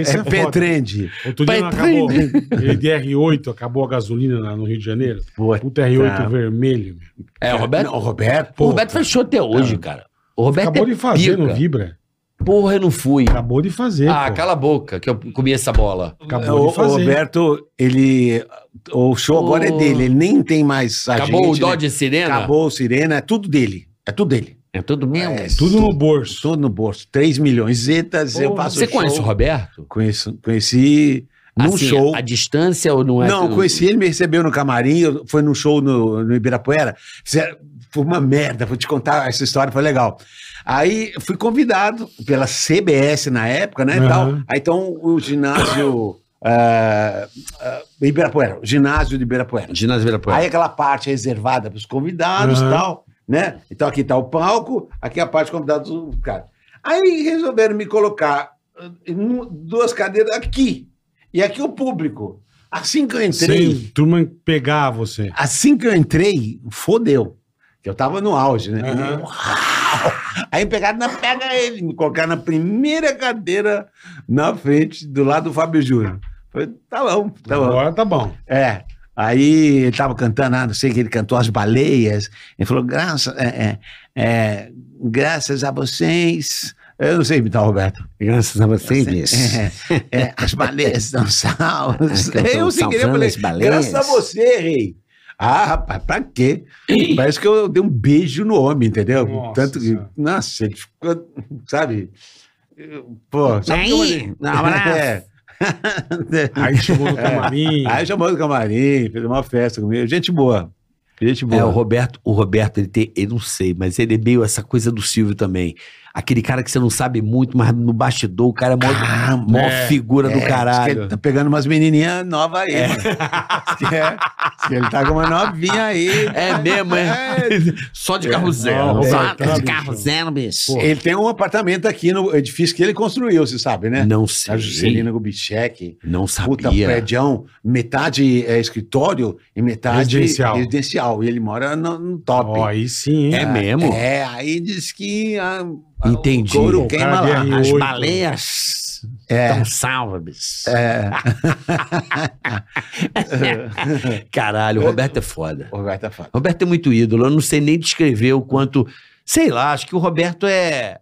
B: esse é, foda.
C: Petrende.
B: Outro dia não acabou. Ele de R8, acabou a gasolina lá no Rio de Janeiro.
C: Boa.
B: Puta R8
C: Tá.
B: vermelho. meu.
D: É, o Roberto.
C: Não, Roberto.
D: o Roberto fechou até hoje, cara. O Roberto
B: Acabou
D: é
B: de fazer,
D: pica.
B: não vibra.
D: Porra, eu não fui.
B: Acabou de fazer.
D: Ah,
B: pô.
D: cala a boca que eu comi essa bola.
B: Acabou
C: é, O, o
B: de fazer.
C: Roberto, ele. O show agora é
D: O-
C: dele, ele nem tem mais a
D: Acabou
C: gente,
D: o
C: né?
D: Dodge Sirena?
C: Acabou o Sirena, é tudo dele. É tudo dele.
D: É tudo mesmo.
C: É,
B: Tudo no bolso.
C: Tudo no bolso. 3 milhões. Zetas, eu
B: Porra.
C: faço
D: Você conhece o
C: show.
D: Roberto?
C: Conheço, conheci num
D: Assim,
C: show.
D: A distância ou não é?
C: Não,
D: tudo?
C: conheci ele, me recebeu no camarim, eu- foi num show no, no Ibirapuera. Fizeram- Foi uma merda, vou te contar essa história, foi legal. Aí fui convidado pela CBS na época, né? e
B: Aham.
C: Tal. Aí então o ginásio ah, ah, Ibirapuera, o ginásio de Ibirapuera.
D: Ginásio Vera Poeta.
C: Aí aquela parte reservada para os convidados e
B: Aham.
C: tal, né? Então aqui tá o palco, aqui a parte de convidados do cara. Aí resolveram me colocar ah, em um- duas cadeiras aqui. E aqui o público. Assim que eu entrei,
B: Sem turma pegar você.
C: assim que eu entrei, fodeu. Que eu tava no auge, né?
B: Aham.
C: Uau! Aí pegaram na pega ele, me colocaram na primeira cadeira na frente, do lado do Fábio Júnior. Falei, tá bom, tá bom.
B: Agora tá bom.
C: É. Aí ele tava cantando, ah, não sei o que ele cantou as baleias. Ele falou, graças, é, é, é, graças a vocês. Eu não sei imitar o Roberto.
H: Graças a
D: Tá
H: vocês.
C: É, é, as baleias são salvas.
H: que eu tô
C: eu sem querer
H: salvando
C: falei,
H: as baleias.
C: graças a você, rei. Ah, rapaz, pra quê? Parece que eu dei um beijo no homem, entendeu?
B: Nossa
C: Tanto que,
B: Senhora.
C: nossa, ele ficou, sabe? Pô, sabe
H: Aí,
C: que eu olhei?
H: um abraço.
C: É.
B: Aí chegou no
D: É.
B: camarim.
C: Aí chamou do camarim, fez uma festa comigo. Gente boa. Gente boa.
D: É, o Roberto, o Roberto, ele tem, eu não sei, mas ele é meio essa coisa do Silvio também. Aquele cara que você não sabe muito, mas no bastidor o cara é mó,
C: Ah,
D: mó figura
C: é,
D: do
C: diz que
D: caralho.
C: ele Tá pegando umas menininhas novas aí. mano. Diz que é. Ele tá com uma novinha aí.
D: É mesmo, é. Só de carro zero.
B: Não,
C: é.
B: tá,
D: Só de
B: bicho.
D: carro zero, bicho.
C: Ele tem um apartamento aqui no edifício que ele construiu, você sabe, né?
D: Não
C: Na
D: sei.
C: Juscelina Kubitschek.
D: Não
C: Puta
D: sabia.
C: prédião, metade é escritório e metade
B: Residencial.
C: residencial. E ele mora no, no top.
B: Ó, aí sim, hein?
D: É mesmo?
C: É, aí diz que a, a-
D: Entendi.
C: o
B: cara
C: couro queima lá.
B: de
D: As
B: oito.
D: baleias
C: É,
D: estão salvas, bicho.
C: é.
D: Caralho, o Roberto é foda.
C: O Roberto é foda.
D: O Roberto é muito ídolo. Eu não sei nem descrever o quanto. Sei lá, acho que o Roberto é.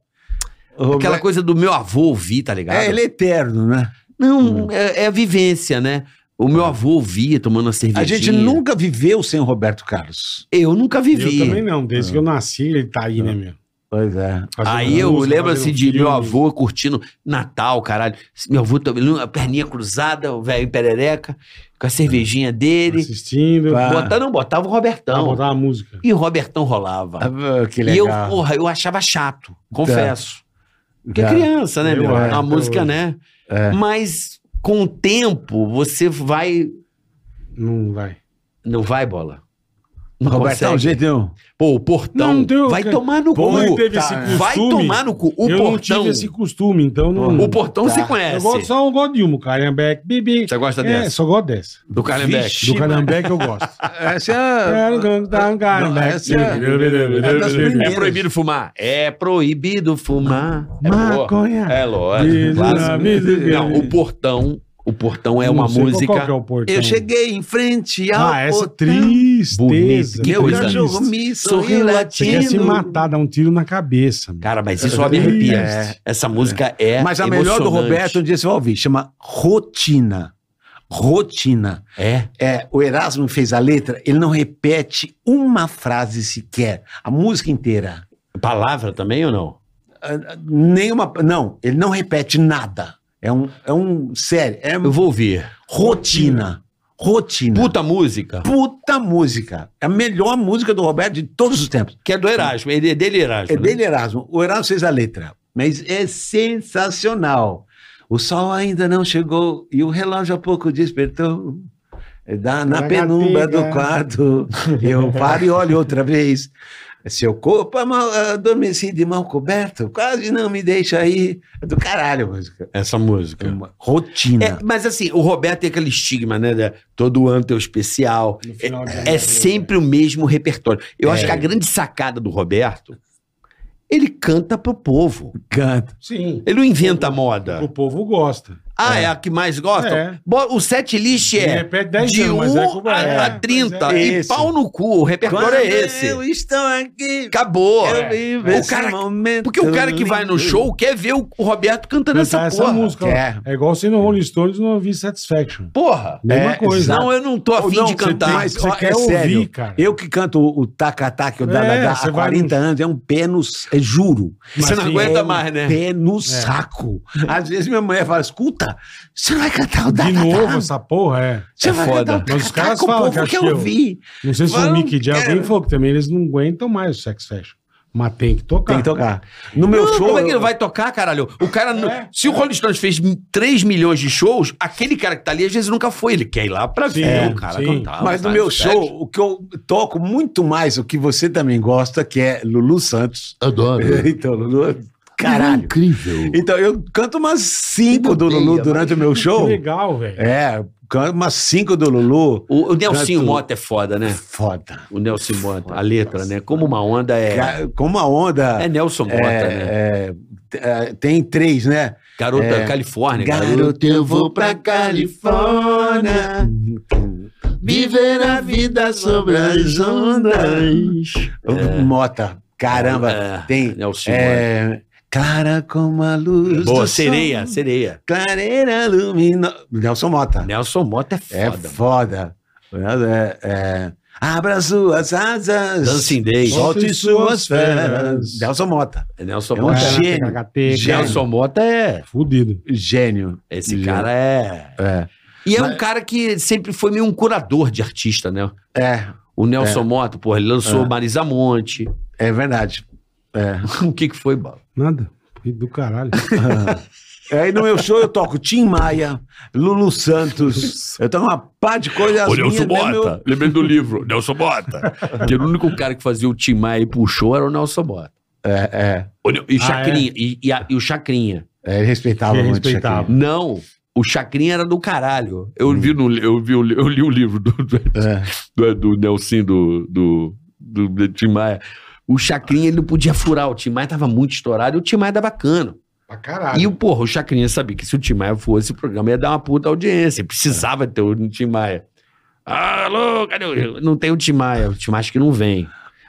D: Aquela coisa do meu avô ouvir, tá ligado?
C: É, ele é eterno, né?
D: Não, é, é a vivência, né? O meu avô ouvia tomando uma
C: É. A
D: cervejinha.
C: gente nunca viveu sem o Roberto Carlos.
D: Eu nunca vivi.
B: Eu também não, desde que eu nasci ele tá aí, né, meu?
C: Pois é.
B: Fazendo
D: Aí eu
B: música,
D: lembro assim
C: um
B: fazendo
D: de meu
B: filme.
D: avô curtindo Natal, caralho. Meu avô também, a perninha cruzada, o velho perereca, com a cervejinha
C: É.
D: dele.
B: Assistindo.
C: Tá.
D: Bota, não, botava o
B: Pra
D: Robertão.
B: botar uma música.
D: E o Robertão rolava.
C: Ah, Que
D: E eu,
C: legal.
D: porra, eu achava chato, confesso. Porque é
C: Tá.
D: criança, né,
B: Eu
D: meu?
B: acho,
D: A
B: eu
D: música,
B: acho.
D: né?
C: É.
D: Mas com o tempo, você vai.
B: Não vai.
D: Não vai, bola? Não
C: Robertão,
D: consegue?
C: jeito nenhum.
D: Pô, o portão.
B: Não, deu-
D: vai tomar no
B: Como
D: cu.
B: teve
C: tá.
B: esse costume.
D: Vai tomar no cu. O
B: eu não
D: portão.
B: tive esse costume, então não.
D: O portão
C: Tá.
D: se
B: eu
D: conhece.
B: gosto só eu gosto de uma, Calhambeck, Bibi.
I: Você gosta
B: É,
I: dessa?
B: só gosto dessa.
D: Do Carlenbeck.
B: Do Calhambeck eu gosto.
C: Essa é a-
B: Era o gangue da Calhambeck.
C: essa é das primeiras.
D: É proibido fumar. É proibido fumar. É boa.
B: Maconha.
D: É lógico.
B: Diz na
D: clássico.
B: mesa que-
D: Não, o portão. O portão é
B: Não
D: uma
B: sei qual- Qual que é
D: música.
B: o portão?
C: Eu cheguei em frente ao
B: Ah, essa
C: portão.
B: tristeza.
D: Bonito, que
B: Que
C: Meu
D: coisa.
C: cachorro
B: triste.
D: Sorriu
C: me sorriu
B: Você quer se
D: latindo.
C: latindo.
B: matar, dar um tiro na cabeça. meu.
D: Cara, mas isso só me arrepia.
C: É.
D: Essa música é.
C: Mas a melhor do
D: emocionante.
C: Roberto, um dia você vai ouvir, chama Rotina. Rotina.
D: É.
C: É, o Erasmo fez a letra, ele não repete uma frase sequer, a música inteira.
D: Palavra também ou não?
C: Ah, ah, Nenhuma. Não, ele não repete nada. É um. É um sério, é
D: Eu vou ouvir.
C: rotina. Rotina. Puta,
D: Puta música.
C: música. É a melhor música do Roberto de todos os tempos.
D: Que é do Erasmo. Ele é dele, Erasmo.
C: É
D: né?
C: dele Erasmo. O Erasmo fez a letra, mas é sensacional. O sol ainda não chegou e o relógio há pouco despertou. Da, na
B: Pra
C: penumbra do
B: gatiga.
C: quarto, eu paro e olho outra vez. Seu corpo ama- adormecido e mal coberto, quase não me deixa aí. É Do caralho, a música.
D: Essa música.
C: É uma rotina.
D: É, mas assim, o Roberto tem aquele estigma, né? da- todo ano tem o especial.
B: No final de-
D: É sempre o mesmo repertório. Eu acho que a grande sacada do Roberto, ele canta pro povo.
C: Canta.
B: Sim.
D: Ele não inventa
B: O
D: moda.
B: povo gosta.
D: Ah, é, a que mais gostam?
B: É.
D: Bo- O set list
B: De
D: é
B: repente, 10
D: de
B: anos,
D: 1
B: mas é como
D: a,
B: é.
D: a 30.
B: Mas
C: é.
D: e
C: Esse.
D: pau no cu. O repertório é esse.
C: Eu estou aqui.
D: Acabou.
C: Eu vivo
D: O
C: esse
D: cara-
C: momento
D: Porque o cara que vai no
C: lindo.
D: show quer ver o o Roberto cantando
B: Cantar
D: essa,
B: essa
D: porra.
B: música. ó.
C: É.
B: É igual se no Rolling Stones não ouvir Satisfaction.
D: Porra.
B: Mesma coisa.
D: Não, eu não tô afim
C: Não,
D: de
C: você
D: cantar.
C: tem-
B: Mas você
C: ó,
B: quer
C: é
B: ouvir,
C: sério.
B: cara.
C: Eu que canto o, o tacatá que eu
B: É,
C: dadadá
B: você
C: há
B: vai
C: 40 anos, é um pé no... É, juro.
B: Mas
D: Você não
B: sim,
D: aguenta
B: é um-
D: mais, né?
C: Pé no saco. Às vezes minha mulher fala, escuta, você não vai cantar o dadadá?
B: De novo, essa porra é.
C: Você
D: É
C: vai
D: foda.
C: cantar o
B: Mas os
C: tacatá
B: caras
C: que o
B: falam que
C: povo quer
B: achou.
C: ouvir.
B: Não sei se
C: Mas
B: o
C: não
B: Mick e alguém falou que também eles não aguentam mais o Satisfaction. Mas tem que tocar.
C: Tem que tocar. No meu
D: Não,
C: show...
D: como é que ele
C: eu-
D: vai tocar, caralho? O cara. não-
B: É.
D: se o Rolling Stones fez 3 milhões de shows, aquele cara que tá ali às vezes nunca foi. Ele quer ir lá pra ver
B: Sim,
D: o cara
B: sim.
D: cantar.
C: Mas no
D: tá,
C: meu
D: respect.
C: show, o que eu toco muito mais, o que você também gosta, que é Lulu Santos. Adoro. então, Lulu... Caralho.
D: Incrível.
C: Então, eu canto umas cinco do Lulu durante o meu
B: Que
C: show.
B: legal, velho.
C: É, canto umas cinco do Lulu.
D: O, o Nelsinho
C: Canto.
D: Mota é foda, né?
C: Foda.
D: O Nelson Mota, a letra, né? Como uma onda é.
C: Ca- Como a onda.
D: É Nelson Mota, né?
C: é, é, é, tem três, né?
D: Garota
C: é.
D: Califórnia. Garota.
C: Garoto, eu vou pra Califórnia viver a vida sobre as ondas. Mota, caramba.
D: É,
C: Tem.
D: Nelson Mota.
C: É, clara como a luz.
D: É Boa,
C: do
D: sereia,
C: sol,
D: sereia.
C: Clareira luminosa. Nelson Mota.
D: Nelson Mota é
C: É
D: foda.
C: foda. É, é, abra suas asas.
D: Dancing Days.
C: Solte suas feras. Nelson Mota.
D: É Nelson
C: É um
D: Mota.
C: gênio. gênio.
D: Nelson Mota é.
B: Fudido.
C: Gênio.
D: Esse
C: Gênio.
D: cara é.
C: É.
D: E é um cara que sempre foi meio um curador de artista, né?
C: É,
D: O Nelson Mota, porra, ele lançou Marisa Monte.
C: é verdade. É.
D: o que que foi, Bala?
B: Nada. Fudido do caralho.
C: Aí É, no meu show eu toco Tim Maia, Lulu Santos. Eu toco uma pá de coisa.
D: Ô,
C: as minhas né,
D: Nelson
C: mesmo eu-
D: Bota. Lembrei do livro, Nelson Bota. Que o único cara que fazia o Tim Maia e puxou era o Nelson Bota.
C: É,
D: Ô, Nel- E o Chacrinha. E, e a- e o Chacrinha.
C: é. é ele respeitava
B: Ele
C: muito.
B: respeitava.
C: Shaquille.
D: Não, o Chacrinha era do caralho. Eu,
C: Hum.
D: vi, no, eu, vi, o li- eu li o livro do, do,
C: É.
D: do, do Nelson do, do, do, do Tim Maia. O Chacrinha ele não podia furar, o Tim Maia tava muito estourado e o Tim Maia dava cano.
B: Pra caralho.
D: E o porra, o Chacrinha sabia que se o Tim Maia fosse, o programa ia dar uma puta audiência. Precisava ter o Tim Maia. Alô, cadê o... Não tem o Tim Maia. O Tim Maia acho que não vem.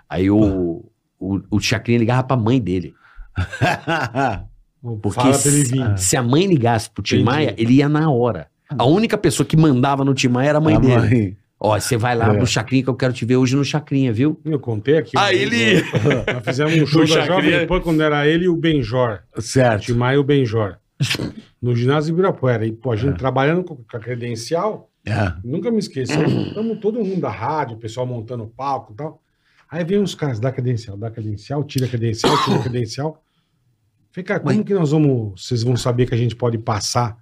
D: Aí o, o, o Chacrinha ligava pra mãe dele. Porque Ah.
B: Fala pra ele vir.
D: se, se a mãe ligasse pro Tim
B: Entendi.
D: Maia, ele ia na hora. A única pessoa que mandava no Tim Maia era a mãe
C: A
D: dele.
C: mãe.
D: Ó, você vai lá
C: É.
D: pro Chacrinha que eu quero te ver hoje no Chacrinha, viu?
B: Eu contei aqui.
D: Ah,
B: um-
D: ele-
B: Nós fizemos um show
D: O
B: da Jovem
D: Chacrinha-
B: Pan quando era ele e o Benjor.
C: Certo.
B: Tim Maia e o Benjor. No ginásio de Ibirapuera. E, pô, a gente trabalhando com com a credencial,
C: É.
B: nunca me esqueço.
I: Uhum.
B: Estamos todo mundo da rádio, o pessoal montando o palco e tal. Aí vem uns caras, dá credencial, dá credencial, tira credencial, tira credencial. Falei, cara, como que nós vamos. Vocês vão saber que a gente pode passar?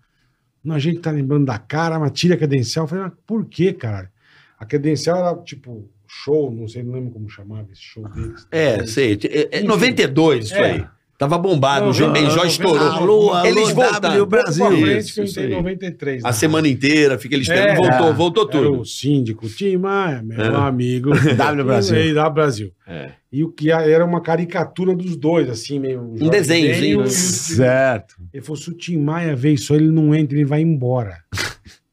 B: Não, a gente tá lembrando da cara, mas tira credencial. Eu Falei, mas por quê, cara? A credencial era tipo show, não sei, não lembro como chamava esse show deles.
I: É, sei. É, é 92 isso
B: É.
I: aí. Tava bombado, o João Benjó estourou.
B: Alô, alô,
I: Eles voltaram.
C: W Brasil.
B: Brasil.
I: Isso,
B: Frente, que eu
I: isso
B: entrei em
I: aí.
B: 93.
I: A
B: né?
I: semana inteira, fica eles
B: É.
I: voltou, voltou
B: Era
I: tudo.
B: o síndico Tim Maia, meu
I: É.
B: amigo.
C: W Brasil.
B: E, W Brasil.
D: É.
B: E o que a- era uma caricatura dos dois, assim, meio. Um
I: desenhozinho, né?
C: Certo.
B: Ele falou: se o Tim Maia veio só, ele não entra, ele vai embora.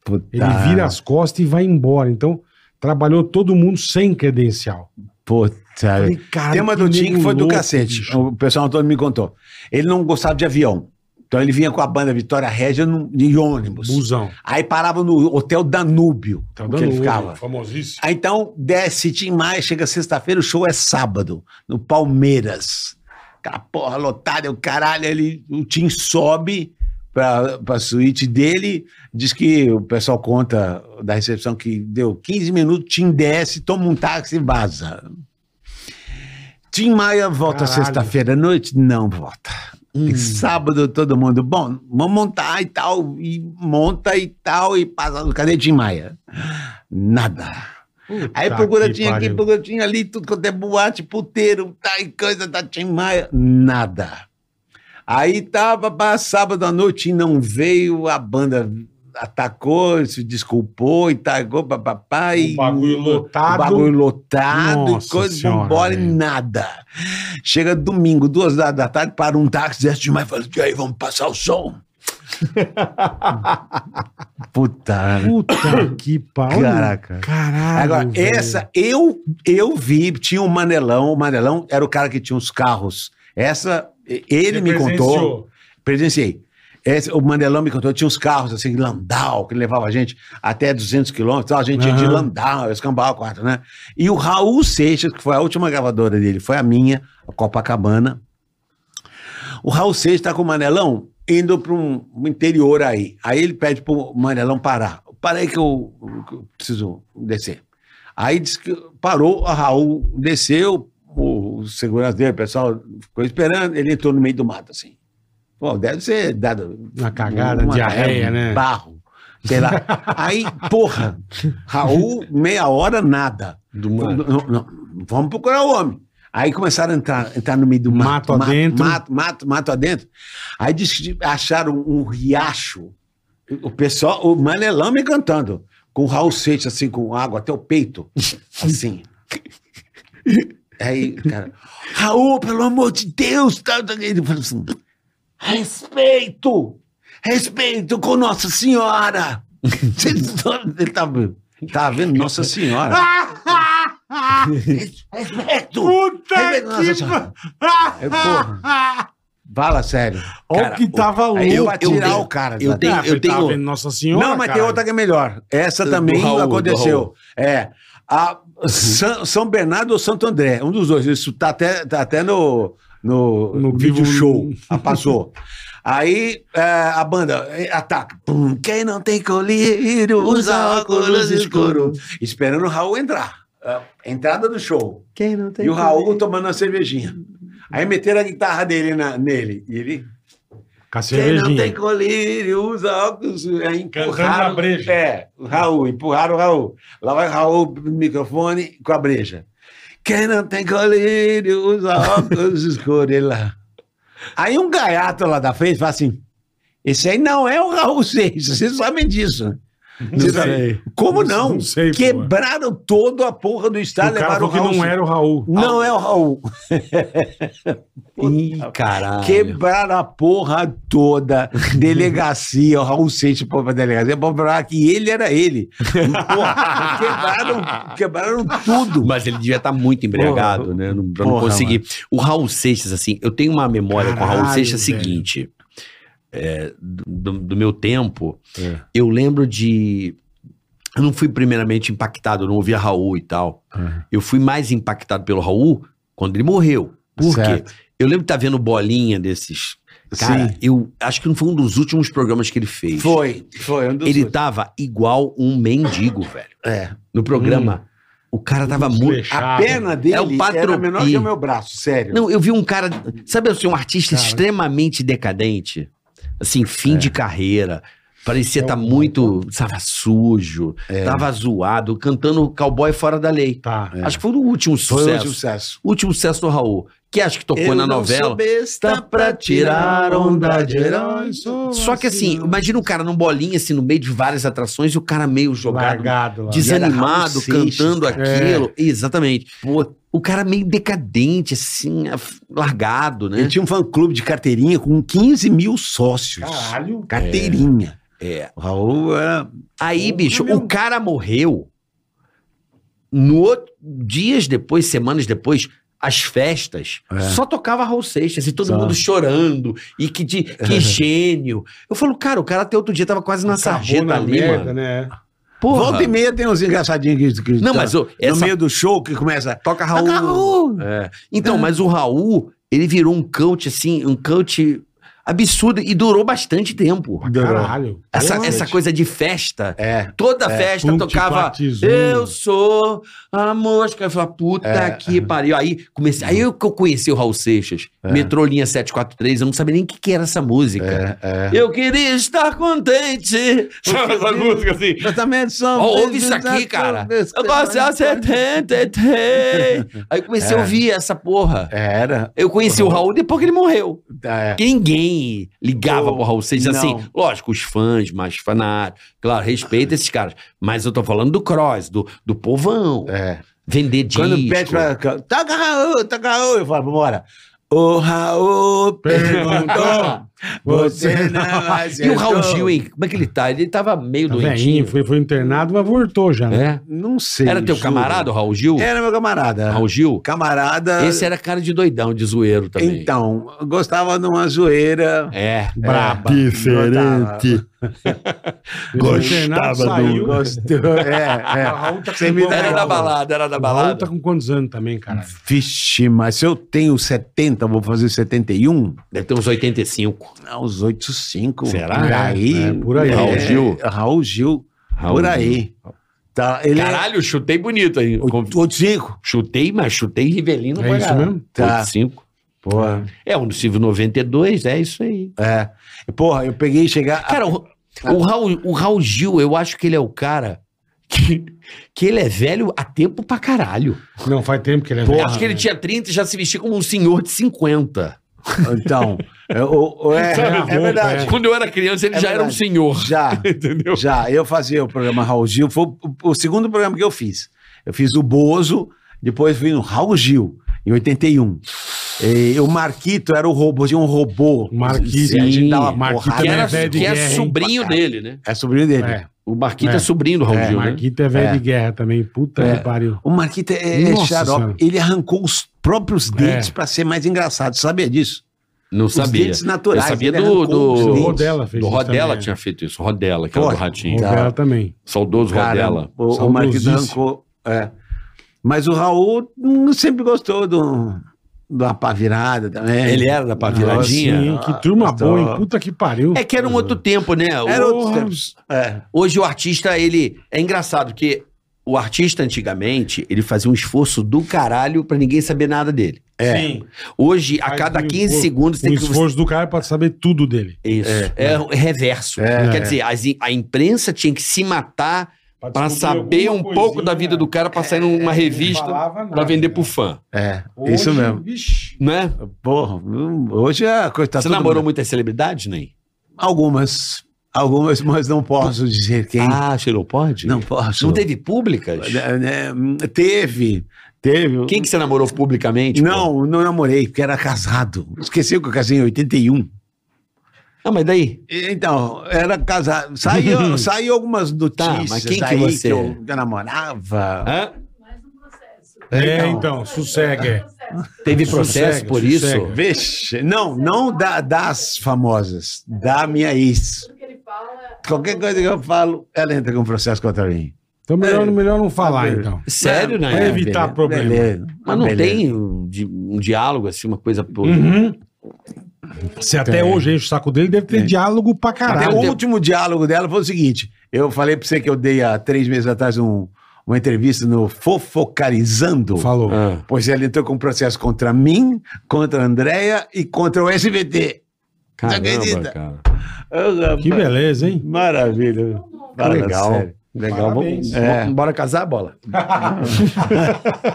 C: Puta.
B: Ele vira as costas e vai embora. Então, trabalhou todo mundo sem credencial.
C: Puta. O
B: cara,
C: tema É. do Tim que
B: nego
C: foi do
B: louco,
C: cacete.
B: bicho.
C: O pessoal todo me contou. Ele não gostava de avião. Então ele vinha com a banda Vitória Régia num- de ônibus.
B: Busão.
C: Aí parava no Hotel Danúbio,
B: Tá
C: que ele ficava.
B: Famosíssimo.
C: Aí então desce Tim Maia, chega sexta-feira, o show é sábado, no Palmeiras. Aquela porra lotada, é o caralho, ele, o Tim sobe pra, pra suíte dele, diz que o pessoal conta da recepção que deu 15 minutos, o Tim desce, toma um táxi e vaza. Tim Maia volta
B: Caralho.
C: sexta-feira à noite? Não volta. E Sábado todo mundo, bom, vamos montar e tal, e monta e tal, e passa, cadê Tim Maia? Nada. Aí procura tinha aqui, procura tinha ali, tudo quanto é boate, puteiro, tá e coisa da Tim Maia, nada. Aí tava pá, sábado à noite e não veio, a banda atacou, se desculpou e tá, tacou, papapá.
B: O
C: e
B: Um bagulho lotado.
C: o bagulho lotado,
B: Nossa
C: e coisa,
B: Senhora,
C: vambora e
B: velho.
C: nada. Chega domingo, duas horas da tarde, para um táxi, desce demais e fala, e aí, vamos passar o som. Puta,
B: Puta que pariu.
C: Caraca.
B: Caralho.
C: Agora,
B: velho.
C: essa eu eu vi, tinha o Manelão, o Manelão era o cara que tinha os carros. Essa e- ele me contou,
B: presenciou.
C: presenciei. Esse, o Manelão me contou, tinha uns carros assim, Landau, que levava a gente até 200 quilômetros, tal, a gente ia de
B: Aham.
C: Landau, Escambau, quatro, né? E o Raul Seixas, que foi a última gravadora dele, foi a minha, a Copacabana. O Raul Seixas tá com o Manelão indo para um um interior aí. Aí ele pede pro Manelão parar. Para aí que eu, que eu preciso descer. Aí diz que parou, o Raul desceu, o, o segurança dele, o pessoal ficou esperando, ele entrou no meio do mato, assim. Bom, deve ser dado.
B: Uma cagada,
C: uma
B: diarreia,
C: um
B: né?
C: Barro. Sei lá. Aí, porra, Raul, meia hora, nada.
D: Do
C: Não, não, não. Vamos procurar o homem. Aí começaram a entrar, entrar no meio do mato.
B: Mato adentro.
C: Mato, mato, mato adentro. Aí diz que acharam um riacho. O pessoal, o Manelão me cantando. Com o Raul Seixas, assim, com água até o peito. Assim. Aí, cara, Raul, pelo amor de Deus, tá, tá, ele falou assim, respeito, respeito com Nossa Senhora. ele tava, tava vendo Nossa Senhora. Respeito!
B: Puta
C: Respeito, Nossa Senhora. Eu, porra. Fala sério.
B: Olha
D: Cara,
B: o que tava louco.
C: Aí eu,
D: eu
C: pra tirar
D: tenho-
C: o cara.
D: eu
C: da-
D: tenho-
B: Ah, eu
D: tenho-
B: tenho... Nossa Senhora,
C: Não, mas
B: caralho.
C: tem outra que é melhor. Essa também
D: Raul, do
C: aconteceu.
D: Raul.
C: É. a São, São Bernardo ou Santo André, um dos dois. Isso tá até, tá até no, no,
B: No
C: vídeo
B: vivo-
C: show. Ah, Passou. Aí é, a banda é, ataca. Pum, quem não tem colírio usa óculos escuros. Esperando o Raul entrar. Ah, Entrada do show.
F: Quem não tem
C: E o Raul tomando uma cervejinha. Aí meteram a guitarra dele na- nele. E ele.
B: Com a
D: Quem não tem
B: cervejinha.
D: colírio, usa óculos. É,
B: Cantando na
D: empurraram.
B: breja.
D: É, o Raul, empurraram o Raul. Lá vai o Raul, microfone com a breja. Quem não tem colírio, usa óculos escuros. Ele lá.
C: Aí um gaiato lá da frente fala assim: esse aí não é o Raul Seixas, vocês sabem disso. Vocês sabem- Como não?
B: Não sei, pô.
C: Quebraram toda a porra do
B: O
C: estado,
B: cara falou
C: levaram o
B: que
C: Raul.
B: não era o Raul.
C: Não é o Raul.
D: Ih, caralho.
C: Quebraram a porra toda. Delegacia, o Raul Seixas foi pra delegacia pra provar que ele era ele. Porra, quebraram, quebraram tudo.
D: Mas ele devia estar muito embriagado, né? Não, pra não
C: Porra,
D: conseguir. O Raul Seixas, assim, eu tenho uma memória com o Raul
B: Caralho,
D: Seixas
B: velho.
D: seguinte. é, do, do meu tempo,
C: é.
D: eu lembro de. Eu não fui primeiramente impactado, eu não ouvia Raul e tal. Eu fui mais impactado pelo Raul quando ele morreu. Por quê? Eu lembro de estar vendo bolinha desses. Cara, eu acho que não foi um dos últimos programas que ele fez.
C: Foi, foi. Um dos
D: Ele
C: outros.
D: tava igual um mendigo, velho.
C: É.
D: No programa, o cara tava muito.
C: A perna dele
D: tá É o patro-
C: era menor
D: Ih.
C: que o meu braço, sério.
D: Não, eu vi um cara, sabe assim, um artista extremamente decadente, assim, fim de carreira, parecia estar muito, tava sujo, tava zoado, cantando Cowboy Fora da Lei.
B: Tá.
D: Acho que É. foi o último
C: foi
D: sucesso, o
C: um
D: último,
C: sucesso.
D: sucesso do Raul, que acho que tocou na novela. Tá
C: besta
D: Só que assim, imagina o cara num bolinha, assim, no meio de várias atrações, e o cara meio jogado,
B: Largado lá.
D: desanimado,
C: E era Raul Seixas, É.
D: cantando
B: cara.
D: aquilo. Exatamente. o cara meio decadente, assim, af- largado, né?
C: Ele tinha um fã-clube de carteirinha com 15 mil sócios.
B: Caralho.
C: Carteirinha.
D: É.
C: O Raul era...
D: Aí, bicho,
B: meu.
D: o cara morreu. No outro- dias depois, semanas depois, as festas
C: É.
D: só tocava Raul Seixas e todo mundo chorando e que, de-
C: É.
D: que gênio. Eu falo, cara, o cara até outro dia tava quase na
B: Acabou
D: sarjeta
B: na
D: ali,
B: merda,
D: mano. Ah,
B: né?
D: Porra.
C: Volta e meia tem uns engraçadinhos que, que
D: Não, mas ô,
C: no
D: essa
C: meio do show que começa...
D: toca Raul.
C: Toca Raul!
D: É. Então, mas o Raul, ele virou um coach assim, um coach absurdo e durou bastante tempo.
B: Caralho.
D: Essa,
B: Porra,
D: essa
B: gente.
D: coisa de festa,
C: É.
D: toda festa
B: Pum,
D: tocava
B: tiquatizum.
D: Eu sou a mosca. Eu falei, puta que pariu. Aí, comecei, aí eu, que eu conheci o Raul Seixas, Metrolinha 743, eu não sabia nem o que, que era essa música. Eu queria estar contente. Sabe essa música assim?
C: Exatamente. são-
D: Ó, ouve isso aqui, cara. Eu gosto de 73. Aí eu comecei a ouvir essa porra.
C: É. Era. Uhum.
D: Eu conheci o Raul depois que ele morreu.
C: É.
D: Que ninguém ligava
C: Oh,
D: pro Raul Seixas
C: não.
D: assim. Lógico, os fãs mais fanáticos. Claro, respeita esses caras. Mas eu tô falando do cross, do, do povão.
C: É.
D: Vender disco.
C: Quando pede pra... Toca Raul, toca Raul. Eu falo, bora. Ô, Raul perguntou, você não
D: E
C: aceitou.
D: o Raul Gil, hein? Como é que ele tá? Ele tava meio
B: Tá
D: doentinho.
B: velhinho, foi, foi internado, mas voltou já, né?
D: É?
C: Não sei.
D: Era teu
C: juro.
D: camarada, o Raul Gil?
C: Era meu camarada.
D: Raul Gil?
C: Camarada.
D: Esse era cara de doidão, de zoeiro também.
C: Então, gostava de uma zoeira.
D: É.
B: Braba.
C: Diferente.
B: Ele foi internado, saiu.
C: Gostou. É,
B: O
C: é.
B: Raul tá com
C: Você me
B: quantos-
D: Era da balada, era da
B: O Raul tá
D: balada.
B: com quantos anos também, cara?
C: Vixe, mas se eu tenho 70, vou fazer 71,
D: Deve ter uns 85.
C: aos 85.
D: Será?
C: Por aí.
B: É, por aí.
C: Raul
D: Raul
C: Gil.
D: Gil.
C: Raul Gil, por aí. Tá, ele é
D: Caralho, chutei bonito aí. Com-
C: 85.
D: Chutei, mas chutei Rivelino.
B: É isso mesmo?
C: Tá.
D: 85.
C: Porra.
D: É, o Silvio 92, é isso aí.
C: É. Porra, eu peguei e chegar.
D: Cara, o, o Raul, o Raul Gil, eu acho que ele é o cara que, que ele é velho há tempo pra caralho.
B: Não, faz tempo que ele é
D: Eu
B: velho.
D: acho que ele tinha 30 e já se vestia como um senhor de 50.
C: Então, é, o- o- é-
B: Sabe,
C: é
B: roupa,
C: verdade.
B: é.
D: Quando eu era criança, ele
C: É
D: já era um
C: verdade.
D: senhor.
C: Já. Entendeu? Já. Eu fazia o programa Raul Gil. Foi o, o segundo programa que eu fiz. Eu fiz o Bozo, depois fui no Raul Gil, em 81. E o Marquito era o robô, tinha um robô.
B: Marquito.
C: E a gente dava
B: Marquito
C: porrada.
D: Que,
C: né,
B: também
D: era,
B: é velho de
D: que é
B: guerra, hein?
D: sobrinho dele, né?
C: É sobrinho dele.
B: É,
D: O Marquito é,
B: É.
D: sobrinho do Raul
B: é,
D: Gil, né?
B: Marquito é velho de guerra também. Puta
C: É.
B: que pariu.
C: O Marquito é, é
B: Nossa
C: xarope.
B: Senhora.
C: Ele arrancou os próprios dentes
B: É.
C: pra ser mais engraçado. Sabia disso?
D: Não
C: Os
D: sabia.
C: dentes naturais.
D: Eu sabia
C: ele
D: do-
C: arrancou
D: do-
C: os
B: O
C: dentes.
B: Rodela fez
D: Do
B: isso
D: Rodela
B: também,
D: tinha feito isso. Rodela, que era do
C: Foi.
B: é.
D: Ratinho.
C: Rodela.
B: Rodela também.
D: Saudoso
C: Cara,
D: Rodela.
C: O, o
B: Saudosíssimo.
C: Marquito arrancou. é. Mas o Raul hum, sempre gostou do, da pá virada também.
D: Ele era da paviradinha?
B: Ah, Sim, que turma boa, hein? Puta que pariu.
D: Ah, É que era um outro tempo, né? O-
C: Era outros
B: Porra.
C: tempos. É.
D: Hoje o artista, ele. É engraçado que o artista antigamente, ele fazia um esforço do caralho pra ninguém saber nada dele.
B: É. Sim.
D: Hoje, a
B: Faz
D: cada
B: um
D: 15
B: esforço-
D: segundos,
B: O
D: tem que você
B: esforço do cara é pra saber tudo dele.
D: Isso. É, é reverso.
B: É.
D: Quer dizer, as- a imprensa tinha que se matar para
B: descobrir
D: saber um
B: alguma
D: pouco
B: coisinha,
D: da vida do cara para sair numa
B: não
D: revista
B: falava nada,
D: para vender
B: né?
D: pro fã,
C: É,
B: Hoje,
C: isso mesmo.
B: Vixi,
D: né?
C: Porra, hum, hoje é coitado.
D: Você namorou muitas celebridades, Ney?
C: Algumas. Algumas, mas não posso dizer quem.
D: Ah, cheirou pode?
C: não posso.
D: Não teve públicas?
C: É, é, Teve. Teve.
D: Quem que você namorou publicamente? pô?
C: Não, não namorei, porque era casado. Esqueci que eu casei em 81.
D: Ah, mas daí?
C: Então, era casado. Saiu, saiu algumas notícias
D: Tá, mas quem que
C: aí
D: você-
C: que eu eu namorava.
D: Hã?
K: Mais um processo. é um
B: É, então, sossegue.
D: Teve
B: Sossega,
D: processo por
B: sossega.
D: isso?
C: Vixe, não, não da- das famosas, da minha ex.
K: Tudo que ele fala. é um
C: Qualquer coisa que eu falo, ela entra com um processo contra mim.
B: Então melhor,
C: É.
B: melhor não falar,
C: Saber.
B: então.
D: Sério,
B: Pra
D: né?
B: evitar problema.
C: Beleza.
D: Mas não
C: Ah, Beleza.
D: tem um, di- um diálogo, assim, uma coisa... Por...
B: Uhum.
D: Uhum.
B: Se até hoje enche o saco dele, deve ter
C: Ah, Tem.
B: diálogo pra
C: Até o
B: caralho.
C: último diálogo dela foi o seguinte: eu falei pra você que eu dei há três meses atrás um- uma entrevista no Fofocarizando.
B: Falou.
D: Ah.
C: Pois ela entrou com um processo contra mim, contra a Andréia e contra o SBT. acredita?
D: Caramba, cara.
B: Que beleza, hein?
C: Maravilha. Fala
H: Legal.
C: é sério.
H: Legal,
B: Parabéns.
H: vamos, é. bora casar a bola.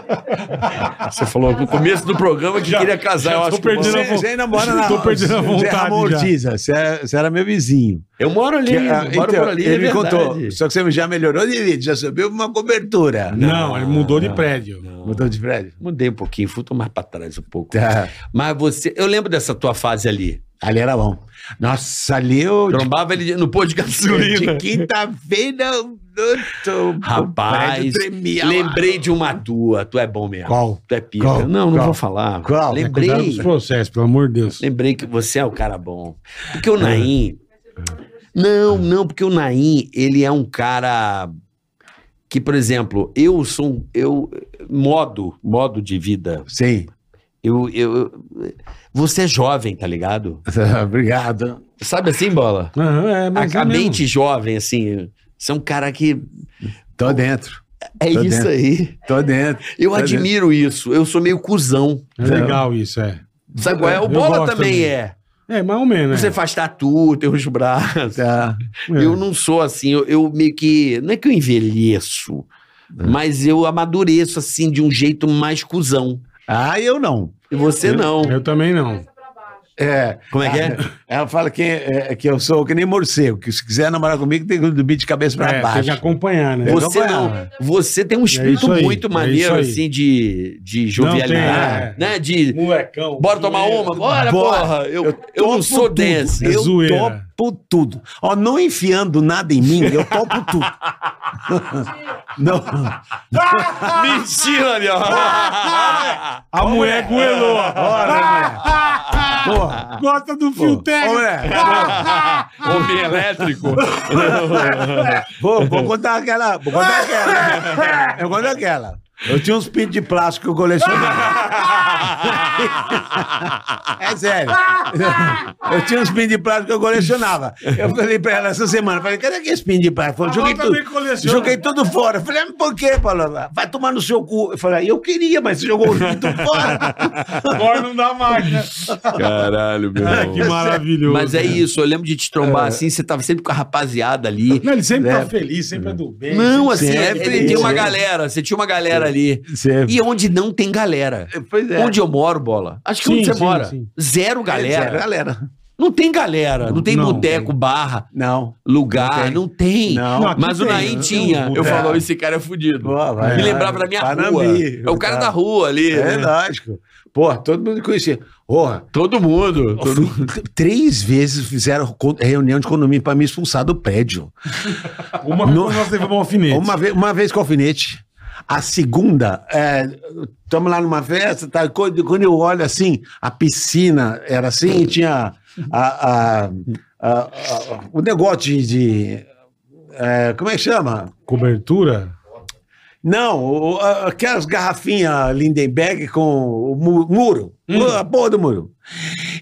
D: Você falou no começo do programa que queria casar. Eu
B: já
D: acho
B: tô
D: que
B: perdendo
D: você-
B: a
C: Você, você ainda mora na
B: Tô perdendo a
C: Zé
B: vontade
C: Ramon
B: já.
C: Ortiz, ó, você, é- você era meu vizinho.
D: Eu moro ali,
C: Que,
D: eu
C: ah,
D: moro
C: então,
D: por ali, é
C: ele me
D: verdade.
C: contou. Só que você já melhorou de vida, já subiu uma cobertura.
B: Não, ele mudou de prédio.
C: Mudou de prédio?
D: Mudei um pouquinho, fui tomar pra trás um pouco.
C: Tá.
D: Mas você, eu lembro dessa tua fase ali.
C: Ali era bom. Nossa, ali eu.
D: Trombava ele no pôr de gasolina.
C: De quinta-feira, eu- eu-
D: Rapaz,
C: o um prédio tremia.
D: Lembrei de uma tua, tu é bom mesmo.
B: Qual?
D: Tu é pica.
C: Qual?
D: Não, não
C: Qual?
D: vou falar.
C: Qual?
D: Lembrei.
B: Cuidado com os processos, pelo amor de Deus.
D: Lembrei que você é o cara bom. Porque o Naim. Não, não, porque o Naim, ele é um cara que, por exemplo, eu sou um. Eu, modo, modo de vida.
C: Sim.
D: Eu, eu, eu- você é jovem, tá ligado?
C: Obrigado.
D: Sabe assim, bola?
B: Aham, é, mas
D: a,
B: é
D: a
B: mesmo.
D: mente jovem, assim. Você é um cara que.
C: Tô dentro.
D: É
C: Tô
D: isso
C: dentro.
D: aí.
C: Tô dentro.
D: Eu
C: Tô
D: admiro isso. Eu sou meio cuzão.
B: É legal isso, é.
D: Sabe qual é? O
B: Eu
D: bola
B: gosto
D: também,
B: também.
D: é.
B: É, mais ou menos.
D: Você
B: né?
D: faz tatu, tem os braços.
C: Tá.
B: É.
D: Eu não sou assim, eu, eu meio que. Não é que eu envelheço, mas eu amadureço assim de um jeito mais cuzão.
C: Ah, eu não.
D: E você não.
B: Eu também não.
C: É.
D: Como é que é?
C: Ela fala que, é, que eu sou que nem morcego, que se quiser namorar comigo tem que dormir de cabeça pra
B: É, tem que
C: baixo.
B: acompanhar, né?
D: Você
C: é.
D: não. Você tem um espírito
B: isso aí,
D: muito
B: é
D: maneiro,
B: isso aí.
D: assim, de, de jovialidade.
B: tem, é.
D: Né? De.
B: Molecão.
D: Bora tomar uma? Bora,
C: Bora.
D: porra! Eu, eu, não
C: topo
D: sou
C: tudo.
D: dance.
B: É
C: Eu
B: zoeira.
C: topo tudo. Ó, não enfiando nada em mim, eu topo tudo. não.
D: Mentira, meu!
B: A mulher Ah, goelou.
C: É, Bora,
B: Pô, gosta do fio
C: mulher. Ô,
B: técnico.
C: mulher.
D: Homem elétrico.
C: Vou, vou contar aquela. Vou contar aquela. Eu conto aquela. Eu tinha uns pintos de plástico que eu colecionava. É sério. Eu tinha uns pins de plástico que eu colecionava. Eu falei pra ela essa semana, falei, cadê aqueles pins de plástico? Eu joguei
B: também
C: tudo,
B: coleciona.
C: joguei tudo fora. Eu falei, "Ah, por quê, Paula? Vai tomar no seu cu. Eu falei, "Ah, eu queria, mas você jogou tudo fora.
B: Agora não dá mais, né?
D: Caralho, meu
B: Que maravilhoso.
D: Mas é isso, eu lembro de te trombar assim, você tava sempre com a rapaziada ali.
B: Não, ele sempre tá feliz, sempre é do bem.
D: Não,
B: sempre-
D: assim,
C: Sempre,
D: ele tinha uma
C: sempre.
D: galera, você tinha uma galera ali. E onde não tem galera.
C: Pois é.
D: Onde eu moro, bola? Acho que
B: Sim,
D: onde você
B: sim,
D: mora.
B: sim.
D: Zero galera.
C: Sério, galera.
D: Não tem galera. Não tem
B: Não,
D: boteco, barra,
C: Não.
D: lugar. Não tem.
C: Não.
B: Não, aqui
D: Mas o
B: tem,
D: Nain
B: né?
D: tinha.
B: Tem um
D: Eu
C: lugar.
D: falo, esse cara é fudido.
C: Boa, vai,
D: Me
C: vai.
D: lembrava da minha
C: Panambi.
D: rua. É o cara da rua ali. né?
C: É lógico. Porra, todo mundo conhecia. Porra,
D: Todo mundo.
C: eu fui- três vezes fizeram con- reunião de condomínio pra me expulsar do prédio.
B: Uma
C: Não.
B: nós levamos um alfinete.
C: Uma vez, uma vez com alfinete. A segunda, estamos lá numa festa, tá, quando, quando eu olho assim, a piscina era assim, e tinha a- a- a- a- o negócio de. de, é, como é que chama?
B: Cobertura?
C: Não, o- a- aquelas garrafinhas Lindenberg com o mu- muro,
B: Hum.
C: o- a porra do muro.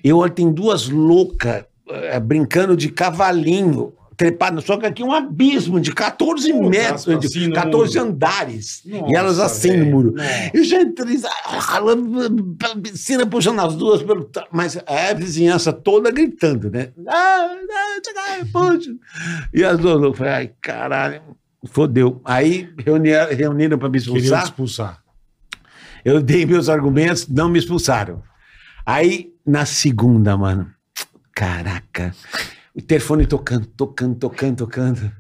C: Eu olho, tem duas loucas eh, brincando de cavalinho. trepado, só que aqui é um abismo de 14
B: Puta,
C: metros, de
B: assim, no
C: 14
B: muro.
C: andares.
B: Nossa,
C: e elas assim
B: velho.
C: no muro.
B: Nossa.
C: Eu já entrei ah, ralando pela piscina, puxando as duas, pelo, ta- mas é a vizinhança toda gritando, né? Ah, ah, tira, puxa. E as duas, eu falei, ai, caralho, fodeu. Aí reuniram, reuniram para me
B: Queriam te
C: expulsar.
B: expulsar.
C: Eu dei meus argumentos, não me expulsaram. Aí, na segunda, mano, caraca, o telefone tocando, tocando, tocando, tocando.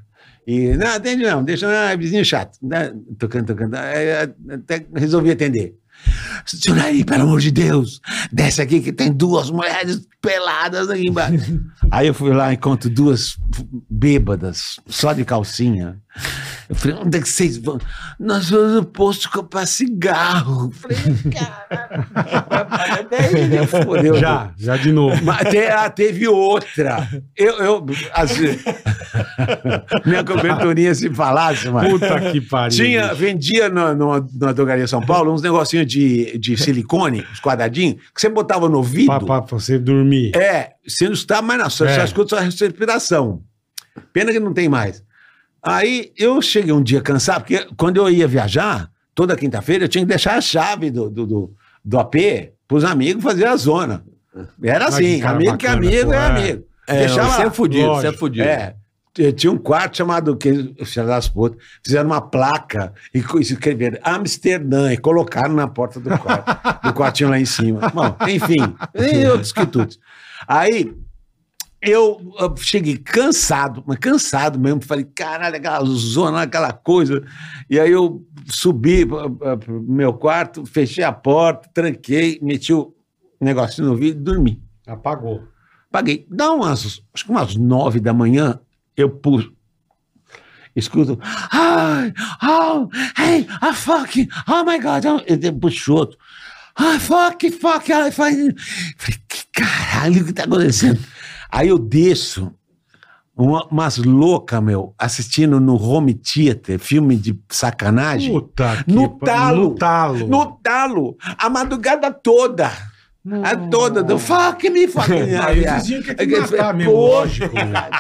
C: E, não, atende não, deixa, não, é vizinho chato. né? Tocando, tocando, aí, até resolvi atender. Tsunari, pelo amor de Deus, desce aqui que tem duas mulheres peladas aqui embaixo. Aí eu fui lá, encontro duas bêbadas, só de calcinha. Eu falei, onde é que vocês vão? Nós vamos no posto comprar cigarro. Eu falei, caralho. Até ele fodeu.
B: Já, já de novo.
C: Mas te- ah, teve outra. Eu, eu às vezes- minha coberturinha se falasse, mano.
B: Puta que pariu.
C: Tinha, vendia na, numa, numa drogaria São Paulo uns negocinhos de, de silicone, uns quadradinhos, que você botava no ouvido.
B: Pra, pra- pra você dormir.
C: É, você não está mais na sua,
B: É.
C: só escuta sua respiração. Pena que não tem mais. Aí eu cheguei um dia cansado, porque quando eu ia viajar, toda quinta-feira eu tinha que deixar a chave do, do, do, do AP pros amigos fazer a zona. Era
B: Mas
C: assim,
B: que cara
C: amigo que é
B: bacana,
C: amigo
B: pô,
C: é
B: é.
C: amigo.
I: É,
C: Deixava
I: você
C: lá.
I: é fudido, você é
B: Lógico,
I: fudido.
C: É. Eu tinha um quarto chamado que filha das putas, fizeram uma placa e co- escreveram Amsterdã e colocaram na porta do quarto, do quartinho lá em cima. Bom, enfim, e outros quitutes. Aí eu, eu cheguei cansado, mas cansado mesmo. Falei, caralho, aquela zona, aquela coisa. E aí eu subi pra- pra- pro meu quarto, fechei a porta, tranquei, meti o negocinho no vidro e dormi.
B: Apagou.
C: Paguei. Dá umas, acho que umas nove da manhã, eu pus. Escuto. Ai, oh, hey, ah, fuck, oh my god, oh, eu dei um puxoto. Ah, fuck, fuck, ela faz. Falei, que caralho que tá acontecendo? Aí eu desço, uma, umas loucas, meu, assistindo no home theater, filme de sacanagem.
B: Puta que
C: No
B: pa-
C: talo.
B: No talo.
C: No talo, a madrugada toda. A toda do fuck me, fuck me.
B: Aí o vizinho quer te
C: Eu
B: matar
C: falei,
B: mesmo,
C: pô,
B: lógico. né?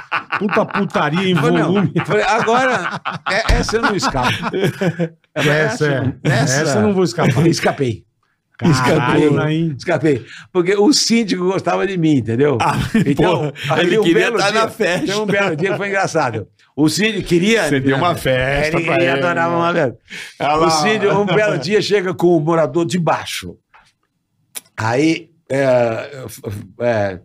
B: Puta putaria em
C: Falei, Ah, não.
B: volume.
C: Falei, agora, é- essa eu não escapo.
B: Essa, é. essa, eu não vou escapar.
C: Escapei,
B: Caralho,
C: Escapei.
B: hein?
C: escapei. Porque o síndico gostava de mim, entendeu? então, ele queria estar
D: tá
C: na festa. Tem um belo dia que foi engraçado. O síndico queria.
F: Você deu uma
C: Ele,
F: festa pra
C: ele
F: ele.
C: adorava uma vez.
F: Olha lá.
C: O um Cílio, um belo dia, chega com o morador de baixo. Aí, é, f- f- é,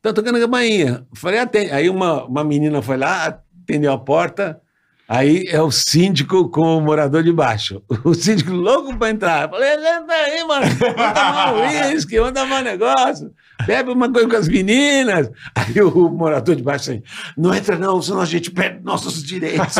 C: tá tocando a campainha. Falei, atende. Aí uma, uma menina foi lá, atendeu a porta. Aí é o síndico com o morador de baixo. O síndico louco pra entrar. Falei, entra aí, mano. Manda tomar um uísque, manda tomar um negócio. Bebe uma coisa com as meninas. Aí o morador de baixo assim, não entra não, senão a gente perde nossos direitos.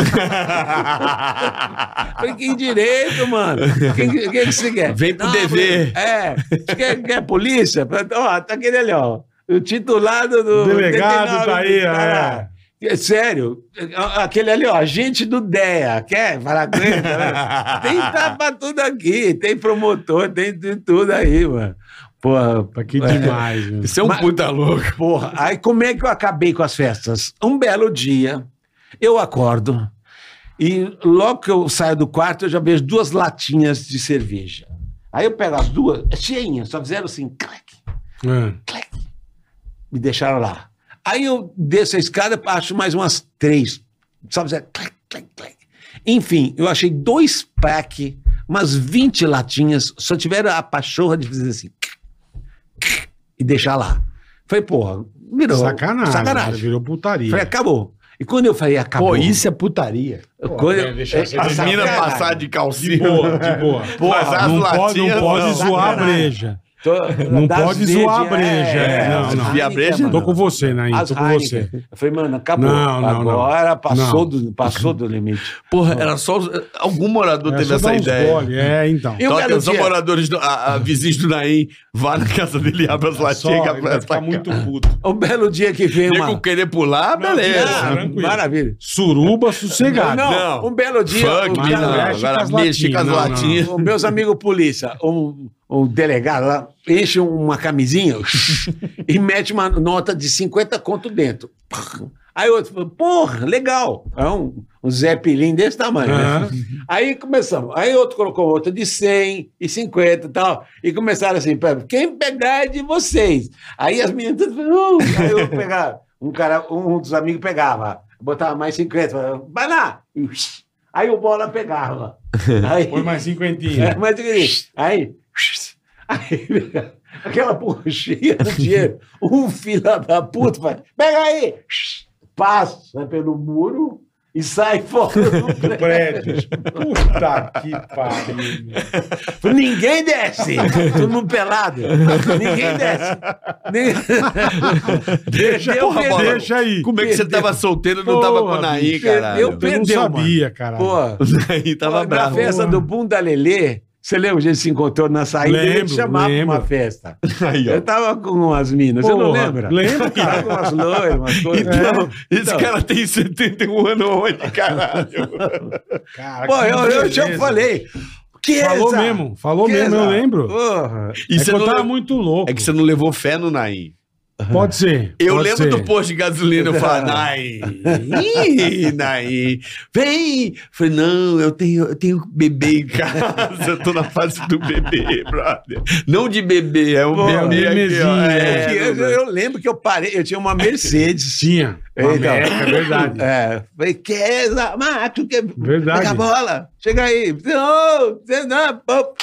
C: Falei, que direito, mano? O que, que, que você quer?
I: Vem pro
C: falei,
I: dever.
C: É. Você quer, quer polícia? Falei, Ó, tá aquele ali, ó. O titulado do.
B: O delegado
C: 89
B: tá aí,
C: tá lá.
B: é.
C: É Sério, a- aquele ali, ó, agente do DEA, quer? Fala com ele, né? Tem tapa tudo aqui, tem promotor, tem de tudo aí, mano. Porra,
B: Puta, Que demais, meu.
I: Você é um puta louco.
C: Porra, aí como é que eu acabei com as festas? Um belo dia, eu acordo e logo que eu saio do quarto, eu já vejo duas latinhas de cerveja. Aí eu pego as duas, cheinhas, só fizeram assim, clac,
B: É.
C: me deixaram lá. Aí eu desço a escada, acho mais umas três, só fizeram clac, clac, clac. Enfim, eu achei dois packs, umas 20 latinhas, só tiveram a pachorra de fazer assim, e deixar lá. Falei, porra, virou
B: Sacanagem. né,
C: sacanagem.
B: Virou putaria.
C: Falei, acabou. E quando eu falei, acabou.
F: Pô, isso é putaria.
C: Eu- quando eu-
B: velho, deixa
C: é-
B: você
F: As
B: Sacanagem.
F: minas passar de
B: De
F: calcinha.
B: boa, de boa.
F: Porra,
B: Não, pode, não pode zoar a
C: Sacanagem.
B: breja.
C: tô-
B: Não
C: das
B: pode
C: vezes,
B: zoar a breja, é, não,
C: as
B: não.
C: Heineken,
F: E a breja,
C: mano.
B: Tô com você, Nain.
C: As
B: Tô com
C: Heineken.
B: você.
C: Eu falei, mano, acabou.
B: Não, não,
C: Agora Passou,
B: Não.
C: do, passou do limite.
I: Porra, era só. Algum morador
B: É,
I: teve
B: só dá
I: essa
B: uns
I: ideia.
B: gole, É, então.
C: E o
I: Então,
C: belo
I: atenção,
C: dia?
I: moradores, do, a, a vizinhos do Naim, vá na casa dele, abre as
B: Só,
I: latinhas,
B: ele
I: abre
B: vai
I: as
B: ficar muito puto.
C: Um belo dia que veio
I: Nego
C: uma...
I: querer pular, beleza.
C: Ah,
B: tranquilo.
C: maravilha.
B: Suruba sossegado.
C: Não,
I: Não.
C: um belo dia...
I: Funk,
C: um
B: mas
I: não.
C: belo-
B: é Chicas
I: Agora mexe com as
B: Latinhas, não, não.
I: latinhas.
C: Os meus amigos polícia, um, um delegado lá, enche uma camisinha e mete uma nota de 50 conto dentro. Aí outro falou, porra, legal. É um, um Zé Pilim desse tamanho, né? Aí começamos. Aí outro colocou outra de 100 e 50 e tal. E começaram assim, "Pé, quem pegar é de vocês. Aí as meninas todas falaram, "Uh", aí eu pegava. Um, cara, um dos amigos pegava, botava mais 50, falava, vai lá. E, "Ush". Aí o bola pegava. Aí,
B: Foi mais cinquentinha.
C: é, mas ele- aí, aí, aquela porra cheia de dinheiro, um filho da puta vai, pega aí, passa pelo muro e sai fora do
B: Do
C: prédio.
B: prédio. Puta que pariu.
C: Ninguém desce, todo mundo pelado, ninguém desce. Nem-
B: Deixa,
C: Perdeu,
B: porra,
C: perdeu.
B: deixa aí.
D: Como é que você tava solteiro e não tava com
B: Porra,
D: o Naí,
B: bicho,
D: caralho?
B: Eu não
C: Perdeu, mano.
B: sabia, cara.
C: Pô,
D: Naí tava
C: na
D: bravo.
C: festa do Bunda Lelê, você lembra que a gente se encontrou na saída? ele
B: Lembro,
C: te chamava pra uma
B: lembro.
C: festa. eu tava com umas minas, você não
B: Porra,
C: lembra?
B: Lembro, cara.
C: Tava com umas loiras, umas coisas.
B: Então,
D: Esse cara tem 71 anos hoje, caralho.
B: Cara,
C: Pô,
B: que
C: eu, eu
B: é. beleza.
C: já falei. Que
B: Falou mesmo, falou mesmo, eu lembro.
C: Porra.
D: E
B: É
D: você
B: que eu
D: não
B: tava
D: levou-
B: muito louco.
D: É que você não levou fé no Naí.
B: Pode ser.
D: Eu
B: pode
D: lembro
B: ser.
D: do posto de gasolina, eu falei, Naí, ih, Naí, vem. Eu falei, não, eu tenho, eu tenho bebê em casa, eu tô na fase do bebê, brother. Não de bebê, é o
C: Pô,
D: bebê aqui, ó.
B: bebezinho.
D: É,
C: Que
B: né?
C: eu, eu lembro que eu parei, eu tinha uma Mercedes.
B: Tinha.
C: Então.
B: América, é verdade.
C: É, falei, que exa, mato, que...
B: Verdade.
C: Pega a bola, chega aí. Não, você não, pô.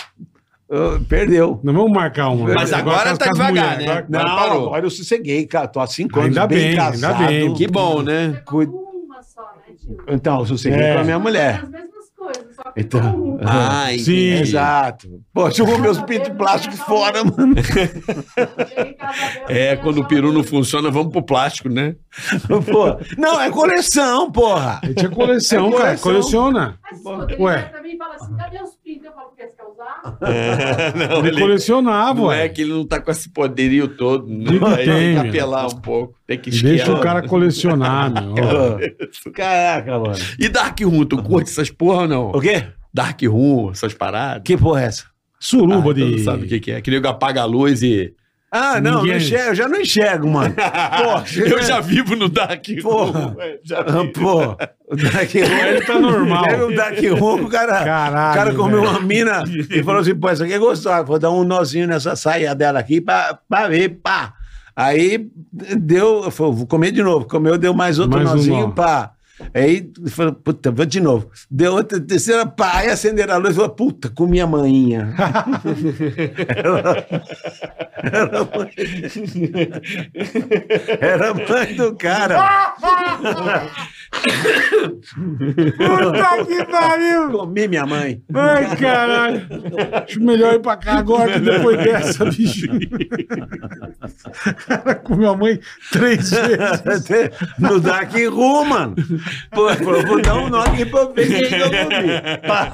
C: Oh, perdeu.
B: Não vamos marcar uma.
D: Mas agora
B: com as-
D: tá
B: com as
D: devagar,
B: mulheres,
D: né?
B: agora-
C: Não,
D: Mas parou.
C: agora eu sosseguei, cara, tô há cinco anos
B: Ainda
C: bem,
B: bem, ainda
C: casado.
B: bem.
D: que bom, né?
K: Você
C: cuida-
K: falou uma só, né, tio?
C: Então, eu sosseguei
B: É.
C: com a minha mulher.
K: As mesmas coisas, só que
C: Então.
K: com uma.
D: Ai, é,
B: Sim.
C: Exato. Pô, jogou meus pintos plásticos fora, mano.
K: Cheguei em casa, eu
D: É,
K: falei,
D: quando o
K: "Só
D: peru não
K: uma".
D: funciona, vamos pro plástico, né?
C: Pô, não, é coleção, porra.
B: Ele tinha coleção,
C: É
B: cara.
C: coleção.
B: Coleciona.
K: Mas quando ele
B: Ué.
K: vai pra mim e fala assim, cadê os pintos? Eu falo, porque você quer usar?
D: Não,
B: Ele né, colecionava,
D: não é
B: ué.
D: que ele não tá com esse poderio todo, né?
B: Ele
D: Aí tem
B: tem,
D: que
B: meu.
D: apelar um pouco, tem que esquiar.
B: Deixa o cara colecionar, meu.
C: É,
B: Ó.
C: Pô, Caraca, mano.
D: E Dark Room, tu curte essas porra ou não?
C: O quê?
D: Dark Room, essas paradas?
C: Que porra é essa?
B: Suruba
D: Ah, então
B: de.
D: não sabe o que, que é. Que nego apaga a luz e.
C: Ah, não,
B: Ninguém-
C: não enxergo, eu já não enxergo, mano. Porra,
D: eu já vivo no Dark Room.
C: Porra.
D: ué, já
C: Ah,
D: vi.
C: Pô, o Dark Room.
B: Ele tá normal.
C: Pega um Dark Room, o cara.
B: Caralho.
C: O cara comeu
B: velho.
C: uma mina e falou assim: pô, essa aqui é gostosa, vou dar um nozinho nessa saia dela aqui pra, pra ver, pá. Aí deu, eu falei, vou comer de novo. Comeu, deu mais outro
B: Mais um
C: nozinho,
B: nó.
C: pá. Aí falou, puta, vou de novo. Deu outra, terceira, pá. Aí acenderam a luz e falou, puta, comi a manhinha. era, era, mãe, era mãe do
B: Ah!
C: cara.
B: Puta que pariu!
C: Comi minha mãe.
B: Ai, caralho. Acho melhor ir pra cá agora que depois dessa, bicho. cara comeu a mãe três vezes.
C: no Dark Room, mano. Pô, pô, vou dar um nó aqui pra ver quem que eu comi. Pá.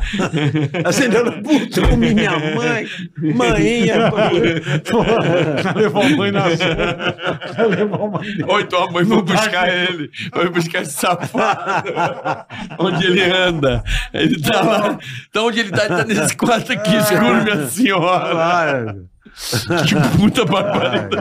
C: Acendendo, puta, comi minha mãe, manhinha. pô.
B: Porra, levou a mãe na sua. levou a mãe
D: Ou então a mãe foi buscar ele. Foi buscar esse safado. onde ele anda. Ele tá lá. Então onde ele tá, ele tá nesse quarto aqui escuro, minha senhora.
C: Claro.
D: Que puta barbaridade.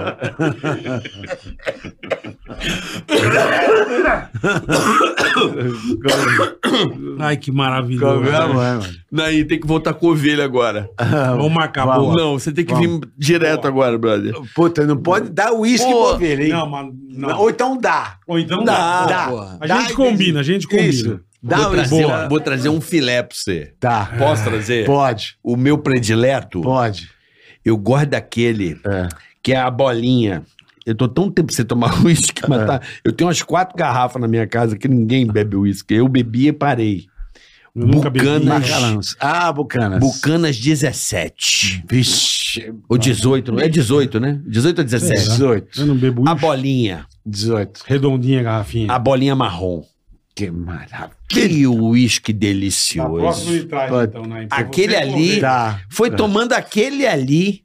B: Ai, que maravilhoso.
C: Comi a mãe, né, mano.
D: Naí, tem que voltar com ovelha agora.
B: Vamos marcar,
C: Vamos.
B: boa.
D: Não, você tem que vir direto agora, brother.
C: Puta, não pode dar uísque pra
D: Pô,
C: ovelha, hein?
B: Não, mas não.
C: Ou então dá.
B: Ou então dá.
C: Dá, dá.
B: A
C: Dá
B: gente
C: e-
B: combina, a gente combina.
C: Isso. Dá
D: Vou trazer,
B: boa.
D: um, vou trazer um filé pra você.
C: Tá.
D: Posso trazer?
C: Pode,
D: O meu predileto,
C: pode.
D: eu gosto daquele que é a bolinha. Eu tô tão tempo sem tomar uísque,
C: É.
D: mas tá. Eu tenho umas quatro garrafas na minha casa que ninguém bebe uísque. Eu bebi e parei.
B: Eu nunca bebi.
D: Bucanas.
C: Bacanas. Ah, Bucanas.
D: Bucanas 17.
C: Vixe.
D: Ou 18, não é 18, né? 18 ou 17?
C: 18.
B: Eu não bebo
D: A
B: uísque.
D: bolinha.
C: 18.
B: Redondinha, garrafinha.
D: A bolinha marrom.
C: Que maravilha.
D: Que uísque
B: Tá, próximo
D: delicioso.
B: ele traz,
C: Pode.
B: então, né? Então
D: Aquele
B: você
D: ali.
B: comer.
C: Tá.
D: Foi tomando aquele ali.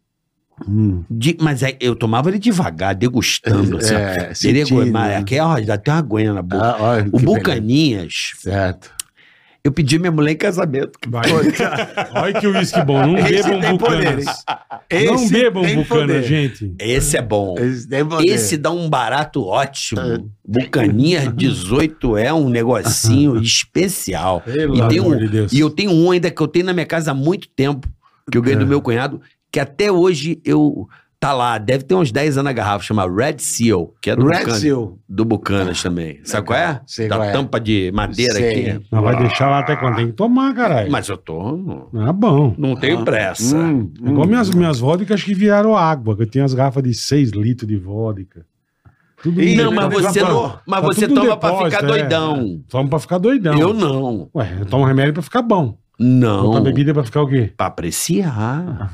C: Hum.
D: De- mas aí eu tomava ele devagar, degustando. Assim,
C: É,
D: ó.
C: sentindo,
D: Ele é goi- mas
C: né?
D: aqui ó, dá até uma aguinha na boca.
C: Ah, olha,
D: o
C: que beleza.
D: Bucaninhas,
C: Certo.
D: Eu pedi minha mulher em casamento.
B: Vai. Olha que uísque bom. Não
C: Esse
B: bebam
C: tem
B: bucanas.
C: poderes.
B: Não
C: Esse
B: bebam
C: tem
B: bucanas,
C: poder.
B: gente.
D: Esse é bom.
C: um Esse tem poder.
D: Esse dá um barato
C: É.
D: ótimo. Bucaninha 18 é um negocinho especial.
B: Pelo
D: E, tem
B: amor
D: um-
B: de Deus.
D: e eu tenho um ainda que eu tenho na minha casa há muito tempo, que eu
C: É.
D: ganhei do meu cunhado, que até hoje eu. Tá lá, deve ter uns 10 anos a garrafa, chama Red Seal, que é do,
C: Red
D: Bucanas,
C: Seal.
D: do Bucanas também. Sabe qual é?
C: Sei
D: da
C: qual é.
D: tampa de madeira
C: Sei.
D: aqui. É.
B: Não vai deixar lá até quando tem que tomar, caralho.
D: Mas eu tô.
B: Ah, bom.
D: Não tenho pressa.
C: Hum,
B: É Igual minhas, minhas vodkas acho que viraram água, que eu tenho as garrafas de 6 litros de vodka. Tudo
C: Ih,
D: Não,
B: no-
D: mas
C: Tá
D: você,
C: tudo-
D: não, mas
B: tá
D: você
B: tudo
D: toma pra
B: depósito,
D: ficar
B: é.
D: doidão.
B: Toma pra ficar doidão.
D: Eu não.
B: Ué, eu tomo remédio pra ficar bom.
D: Não.
B: Toma bebida Ah, pra ficar o quê?
D: Pra apreciar.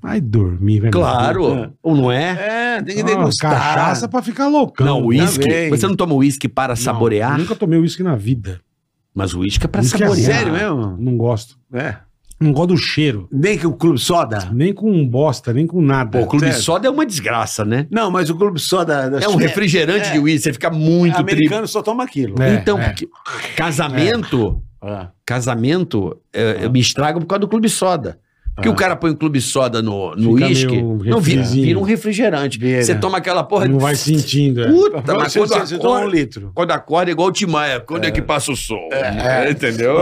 B: Vai dormir, velho.
D: Claro. Ah, Ou não é?
C: É, tem que
B: Não,
C: degustar.
B: cachaça pra ficar loucão.
D: Não,
C: bem.
D: uísque. Você não toma uísque para
B: Não,
D: saborear?
B: Nunca tomei uísque na vida.
D: Mas uísque é pra
B: Uísque é
D: saborear.
C: Sério mesmo?
B: Não gosto.
C: É.
B: Não gosto do cheiro.
C: Nem que o Clube Soda.
B: Nem com bosta, nem com nada.
D: Pô, o clube
C: Sério.
D: soda é uma desgraça, né?
C: Não, mas o Clube Soda... das-
D: É um refrigerante
C: é.
D: de uísque, você fica muito triste.
C: americano só toma aquilo.
B: É,
D: então,
B: é.
D: porque casamento,
C: É.
D: casamento, é, eu me estrago por causa do clube soda. Porque
C: Ah.
D: o cara põe o clube soda no no
B: Fica
D: uísque,
B: meio
D: não vira,
B: refrizinho.
D: vira um refrigerante.
C: Vira.
D: Você toma aquela porra
B: Não
D: de-
B: vai sentindo. é.
D: Puta, mas
C: Você,
D: quando
C: Tá, você, você toma um
D: acorda,
C: litro.
D: quando acorda é igual o Timaya, quando é. que passa o sol? Entendeu?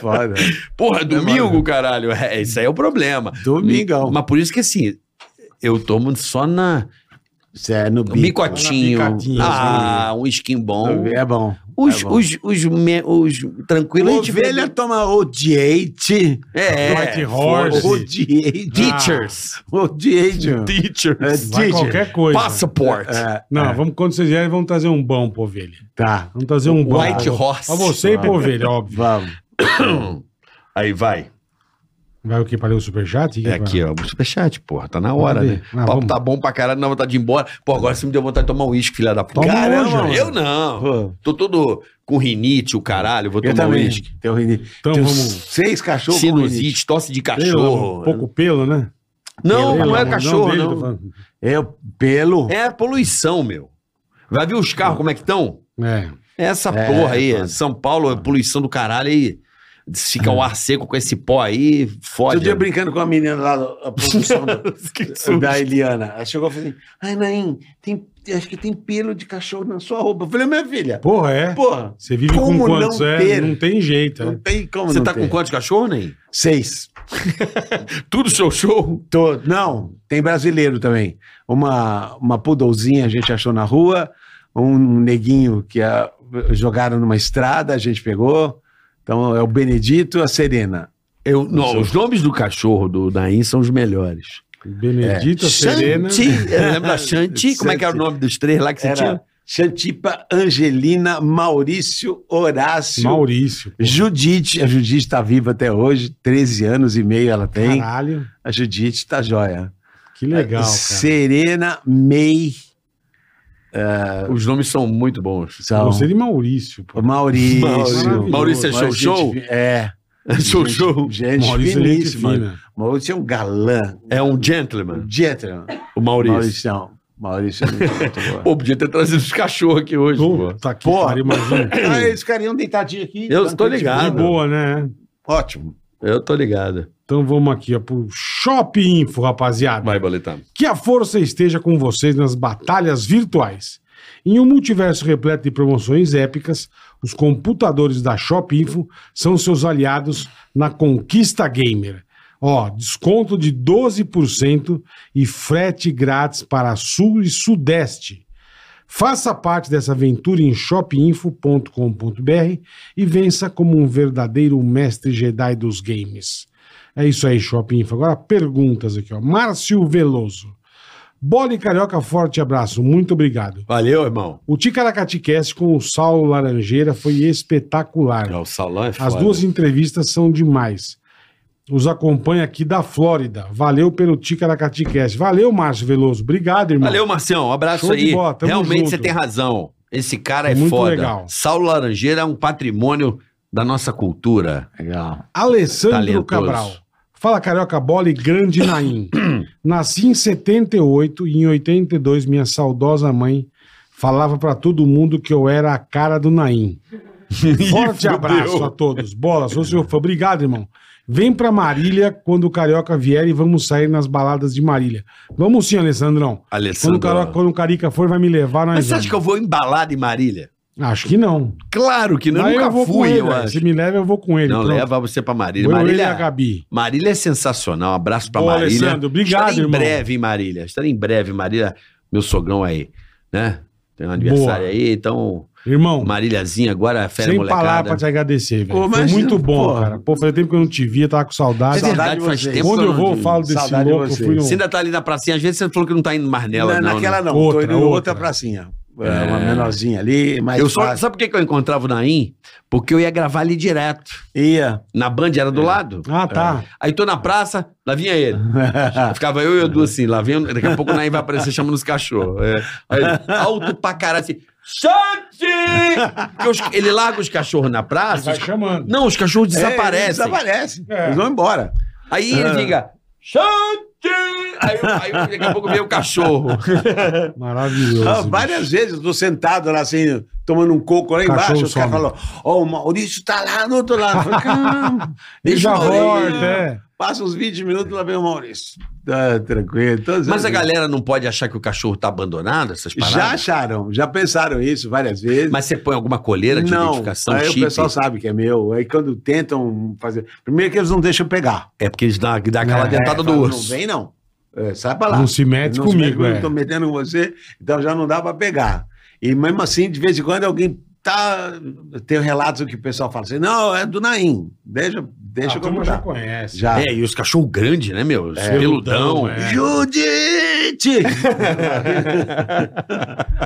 C: Foda.
D: Porra, domingo, caralho. É, isso aí é o problema.
C: Domingão.
D: Mas por isso que assim, eu tomo só na
C: Você é no
D: no
C: bico.
D: bicotinho.
B: Na picadinha,
D: ah, um skin bom.
C: É bom.
D: Os,
C: é bom.
D: os, os, me- os tranquilos. a gente vê-
C: Ovelha toma odiate.
D: É.
B: White Horse.
C: Odiate.
D: Teachers.
C: Odiate. É,
D: Teachers.
B: Vai
C: teacher.
B: qualquer coisa.
D: Passport.
C: É,
B: Não, vamos quando vocês vierem, vamos trazer um bom pro ovelha.
C: tá.
B: Vamos trazer um bom.
D: White
B: pra-
D: Horse.
B: Pra você e
D: Ah.
B: pro ovelha, óbvio.
C: Vamos.
D: Aí vai.
B: Vai o que para ler o superchat?
D: É aqui, ó. O superchat, porra. Tá na hora,
B: Cadê?
D: né?
B: Ah,
D: o papo
B: vamos.
D: tá bom pra caralho, não dá vontade de ir embora. Pô, agora você me deu vontade de tomar um uísque, filha da puta.
B: Toma
D: Caramba,
B: hoje, mano.
D: eu não. Tô todo com rinite, o caralho. Vou
C: Eu
D: tomar um
C: também.
D: uísque.
C: Tenho rinite.
B: Então
C: Tenho
B: vamos.
C: seis cachorros com rinite.
D: Sinusite, tosse de
B: Pelo,
D: cachorro.
B: pouco pelo, né?
D: Não,
B: Pelo,
D: não é
B: não
D: cachorro,
B: dele,
D: não.
B: tô falando.
C: Eu, pelo.
D: É a poluição, meu. Vai ver os carros como é que estão?
B: É.
D: É essa
C: É,
D: porra aí.
C: foda.
D: São Paulo é poluição do caralho aí. Fica o ar seco com esse pó aí,
C: Outro
D: fode.
C: dia brincando com a menina lá, a produção da, da Eliana. Ela chegou e falou assim: Ai, Nain, tem, acho que tem pelo de cachorro na sua roupa. Eu falei, minha filha,
B: Porra, é.
C: porra,
B: Você vive
C: Como
B: com quantos?
C: não
B: é,
C: ter?
B: não tem jeito.
C: não
B: É.
C: tem como
D: Você
C: não
D: tá
C: ter.
D: com quantos cachorros, Ney?
C: Seis.
D: Tudo seu show.
C: Tô- não, tem brasileiro também. Uma, uma pudolzinha a gente achou na rua, um neguinho que ah, jogaram numa estrada, a gente pegou. Então é o Benedito e a Serena.
D: Eu, não, os nomes do cachorro do Nain são os melhores. É.
B: Benedita, Serena.
D: Shanti. Eu lembro da Shanti. Como é que era o nome dos três lá que você
C: Era
D: tinha?
C: Xantipa, Angelina, Maurício, Horácio.
B: Maurício.
C: Judite, a Judite está viva até hoje, 13 anos e meio ela tem.
B: Caralho.
C: A Judite tá joia.
B: Que
D: É
B: legal, cara.
C: Serena May,
B: é.
D: Os nomes são muito bons.
C: são
B: Você de Maurício, pô.
C: Maurício.
B: Maurício.
D: Maurício é show,
C: gente
D: show?
C: fi- É.
D: Seu
C: Gente-
D: show.
C: Gente
B: Maurício é gente
C: finíssima.
B: fina.
C: Maurício é um galã.
D: É um gentleman,
C: Um gentleman.
D: o Maurício.
C: Maurício. Maurício é muito bom.
D: Pô, podia ter trazido os cachorros aqui hoje, pô.
B: Puta que
C: Porra.
B: pariu, imagina.
C: Ah, eles ficariam deitadinhos aqui.
D: Eu tô
C: tranquilo.
B: Que
D: ligado.
B: boa, né?
C: Ótimo.
D: Eu tô ligado.
B: Então vamos aqui ó, pro Shop Info, rapaziada.
D: Vai, Boletão.
B: Que a força esteja com vocês nas batalhas virtuais. Em um multiverso repleto de promoções épicas, os computadores da Shop Info são seus aliados na conquista gamer. Ó, desconto de 12% e frete grátis para Sul e Sudeste. Faça parte dessa aventura em shopinfo.com.br e vença como um verdadeiro mestre Jedi dos games. É isso aí, Shopping Info. Agora perguntas aqui, ó. Márcio Veloso. Bola e Carioca, forte abraço. Muito obrigado.
D: Valeu, irmão.
B: O Ticaracatecast com o Saulo Laranjeira foi espetacular.
D: O salão é
B: As duas entrevistas são demais. Os acompanha aqui da Flórida. Valeu pelo Ticaracatecast. Valeu, Márcio Veloso. Obrigado, irmão.
D: Valeu, Marcião. Um abraço
B: Show de
D: aí.
B: bola, tamo
D: Realmente
B: junto.
D: você tem razão. Esse cara é
B: Muito
D: foda.
B: legal.
D: Saulo Laranjeira é um patrimônio da nossa cultura.
C: Legal.
B: Alessandro
D: Talentoso.
B: Cabral. Fala, Carioca Bola e grande Naim. Nasci em 78 e em 82 minha saudosa mãe falava pra todo mundo que eu era a cara do Naim. Forte abraço a todos. Bola, sou o senhor. Fã. Obrigado, irmão. Vem pra Marília quando o Carioca vier e vamos sair nas baladas de Marília. Vamos sim, Alessandrão. Quando o, Carioca, quando o Carica for, vai me levar. Nós
D: é Mas você acha que eu vou embalado em Marília?
B: eu... Acho que não.
D: Claro que não,
B: Mas
D: eu
B: eu
D: nunca
B: vou com
D: fui,
B: ele.
D: eu
B: velho.
D: acho.
B: Se me leva, eu vou com ele.
D: Não,
B: pronto.
D: leva você pra Marília.
B: Vou eu, ele e a
D: Marília,
B: Gabi.
D: Marília é sensacional. Um abraço pra
B: Boa,
D: Marília.
B: Alessandro. Obrigado,
D: Estarei em
B: irmão.
D: breve em Marília. Estarei em breve em Marília. Meu sogrão aí, né? Tem um aniversário aí, então...
B: Irmão,
D: Maríliazinha agora, fera
B: sem palavras
D: molecada.
B: pra te agradecer, velho.
D: Pô,
B: Foi
D: imagina,
B: muito bom,
D: porra.
B: cara. Pô, fazia tempo que eu não te via, tava com saudade.
D: É verdade,
L: de
D: faz
L: vocês.
D: tempo.
B: Onde eu vou, eu falo desse
C: Saudade de
B: louco. Eu fui
C: vocês.
B: no...
D: Você ainda tá ali na pracinha, às vezes você falou que não tá indo mais nela,
C: Na-
D: não. né?
C: naquela não,
B: Outra,
C: tô indo em outra
B: outra.
C: pracinha. É, Uma menorzinha ali, mais
D: Eu só,
C: fácil.
D: sabe por que que eu encontrava o Naim? Porque eu ia gravar ali direto.
C: Ia.
D: Na Band era do lado.
B: Ah, tá.
C: é.
D: Aí tô na praça, lá vinha ele. Ficava eu e o Edu assim, lá vem. Daqui a pouco o Naim vai aparecer chamando os cachorros. É. Aí, alto pra caralho assim. Chante! Porque os- ele larga os cachorros na praça.
B: Vai
D: os-
B: chamando.
D: Não, os cachorros
C: É, Ah. eles
D: desaparecem.
C: Desaparece.
B: É.
C: Eles vão embora.
D: Aí ele fica. Chante! Aí, eu- aí eu- daqui a pouco vem o cachorro.
B: Maravilhoso.
C: Ah,
B: bicho.
C: várias vezes eu tô sentado lá assim, tomando um coco lá
B: Cachorro
C: embaixo. Os caras
B: some.
C: falam: Ó, o Maurício tá lá no outro lado. Eu falo, "Caramba,
B: Ele
C: deixa
B: já
C: o Maurício."
B: volta, é.
C: Passa uns 20 minutos lá vem o Maurício. Tá tranquilo. todas
D: Mas
C: as
D: a
C: vezes.
D: galera não pode achar que o cachorro tá abandonado, essas paradas?
C: Já acharam, já pensaram isso várias vezes.
D: Mas você põe alguma coleira de
C: não,
D: identificação,
C: aí
D: chip?
C: o pessoal sabe que é meu. Aí quando tentam fazer. Primeiro que eles não deixam eu pegar.
D: É porque eles dão, dão aquela
B: É,
D: dentada do
C: Falam,
D: urso.
C: Não vem, não. É, sai pra lá.
B: Não se mete
C: Não se mete
B: comigo, é.
C: Tô metendo com você, então já não dá pra pegar. E mesmo assim, de vez em quando alguém tá. Tem relatos que o pessoal fala assim: não, é do Naim. Deixa, deixa
B: Ah, a
C: eu como
B: turma já
C: tá.
B: conhece.
C: Já.
D: É, e os cachorros grandes, né, meu? Os peludão.
B: peludão, é.
C: Judite!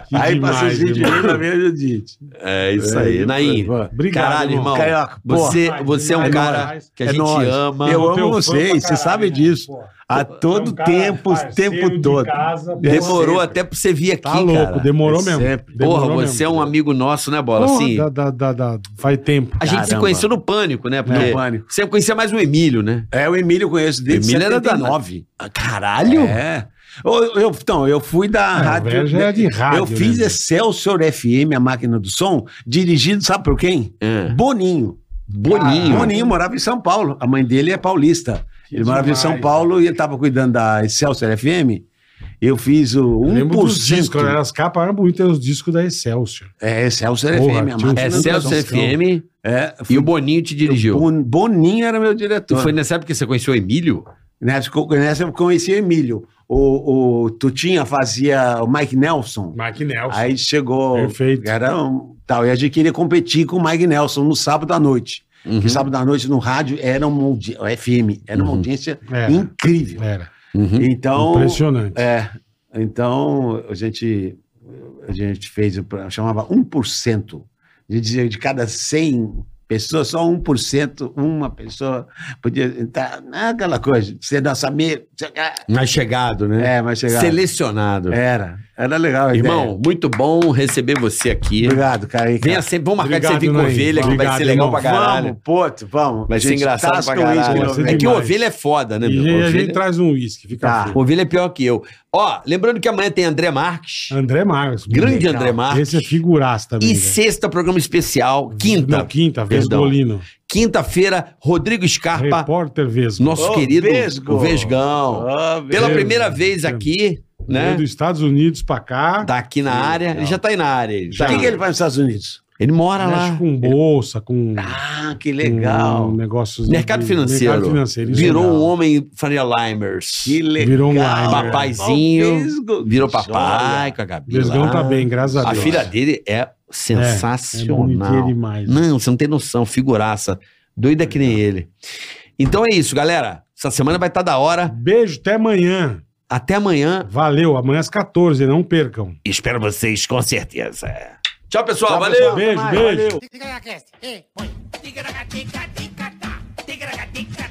B: Que
C: aí passa os
B: demais,
C: vídeos
B: irmão.
C: pra ver a Judite.
D: É, isso aí. Naim,
B: Obrigado,
D: caralho, irmão.
C: Carioca, porra,
D: você, você é um
B: é
D: cara
B: nóis.
D: que a
C: É
D: gente
C: nóis.
D: ama.
C: Eu
B: Teu fã
C: amo
B: pra
C: vocês,
B: caralho,
C: você sabe
B: né,
C: disso.
B: porra.
C: a todo
B: É um cara
C: tempo, o
B: parceiro
C: tempo
B: de
C: todo.
B: casa, porra.
D: Demorou
C: sempre.
D: até pra você vir aqui,
B: Tá louco,
D: cara. É
B: demorou mesmo.
C: sempre.
B: Demorou
D: Porra,
B: mesmo.
D: você é um amigo nosso, né, Bola?
B: Porra,
D: assim,
B: da- da- da- da- Faz tempo.
D: a gente se
C: Caramba.
D: conheceu no Pânico, né? Porque
C: No Pânico.
D: você conhecia mais o Emílio, né?
C: É, o Emílio eu conheço desde
D: Emílio era
C: 79.
D: Ah, Caralho!
C: É. Eu, eu- então, eu fui da rádio.
B: velho já era de rádio,
C: eu
B: né,
C: fiz
B: velho?
C: Excelsior FM, a máquina do som, dirigido, sabe por quem?
D: É.
C: Boninho. Ah,
D: Boninho.
C: Boninho morava em São Paulo. A mãe dele é paulista.
B: Que
C: ele morava em São
B: demais,
C: Paulo e ele estava cuidando da Excelsior FM. Eu fiz o
D: é
B: Eu
D: um
B: lembro dos
C: 1%.
B: discos, né? as capas eram bonitas, os discos da Excelsior.
C: É, Excelsior
B: Porra,
C: FM, a
B: tio.
C: máquina
D: É
C: do
D: Celso
C: som.
D: FM
C: É,
D: e o Boninho te dirigiu.
C: Bon- Boninho era meu
D: E
C: diretor.
D: foi nessa época que você conheceu o Emílio?
C: Nessa co- nessa eu conheci o Emílio. O, o Tutinha fazia o Mike Nelson.
B: Mike Nelson.
C: Aí chegou.
B: Perfeito.
C: Era um, tal. E a gente queria competir com o Mike Nelson no sábado à noite.
B: Uhum.
C: Porque sábado à noite no rádio era uma audi- o FM, era
B: Uhum.
C: uma audiência
B: Era.
C: incrível.
B: Era. Um
C: Então.
B: Impressionante.
C: É. Então a gente, a gente fez, o pro- chamava 1%. A gente dizia de cada 100 pessoas, só 1%, uma pessoa podia entrar naquela coisa, ser nossa amiga.
D: Mais chegado, né?
C: É, mas chegava.
D: Selecionado.
C: Era, era legal. a
D: Irmão,
C: ideia.
D: muito bom receber você aqui.
C: é. obrigado, Caica.
D: Venha sempre, vamos marcar
B: Obrigado,
D: de você vir com
B: Nain.
D: ovelha, que vai
B: Obrigado,
D: ser legal
B: irmão.
D: pra assim, caralho.
C: Vamos, Poto, vamos.
D: Vai
C: A
D: ser
C: gente
D: engraçado
C: tasca
D: pra
C: um uísque
D: caralho.
C: no-
B: Vai ser
D: É que
B: demais.
D: ovelha é foda, né,
B: E
D: meu?
B: a gente
D: Ovelha,
B: traz um uísque, fica
C: Tá.
B: frio.
D: ovelha é pior que eu. Ó, lembrando que amanhã tem André Marques,
B: André Marques.
D: grande
B: moleque.
D: André Marques.
B: Esse é figuraça também.
D: E
B: velho.
D: sexta, programa especial, quinta.
B: Não, quinta,
D: Perdão.
B: Vesgolino.
D: Quinta-feira, Rodrigo Scarpa,
B: Repórter Vesgo.
D: nosso
C: Ô,
D: querido
C: Vesgo.
D: o Vesgão.
C: Ah,
D: Pela
B: Vesgo.
D: primeira vez aqui,
B: Veio
D: né?
B: É Dos Estados Unidos pra cá.
D: Tá aqui na área. Ele já tá aí na área. ele já-
C: O que, que ele faz nos Estados Unidos?
D: Ele mora
B: Mexe
D: lá.
B: com bolsa, com.
C: Ah, que
B: Com
C: legal.
B: negócios
D: Mercado
B: de-
D: financeiro.
B: Hum, Mercado financeiro. isso é
D: Virou
B: mesmo.
D: um homem Faria Limers.
C: Que legal.
B: Virou um liner.
D: Papaizinho,
C: Vesgo.
D: Virou papai com a Gabi.
B: Vesgão
D: lá.
B: tá bem, graças a
D: A
B: Deus.
D: filha dele é
B: é bonitinha
D: sensacional.
B: demais.
D: não, você não tem noção, figuraça. Doida que nem ele. Então é isso, galera. Essa semana vai estar da hora.
B: Beijo, até amanhã.
D: Até amanhã.
B: Valeu, amanhã às 14, não percam.
D: Espero vocês com certeza. Tchau, pessoal. Valeu.
B: Beijo, beijo.
A: Ticaracast, ei, põe. Ticaracatica, ticatá. Ticaracatica,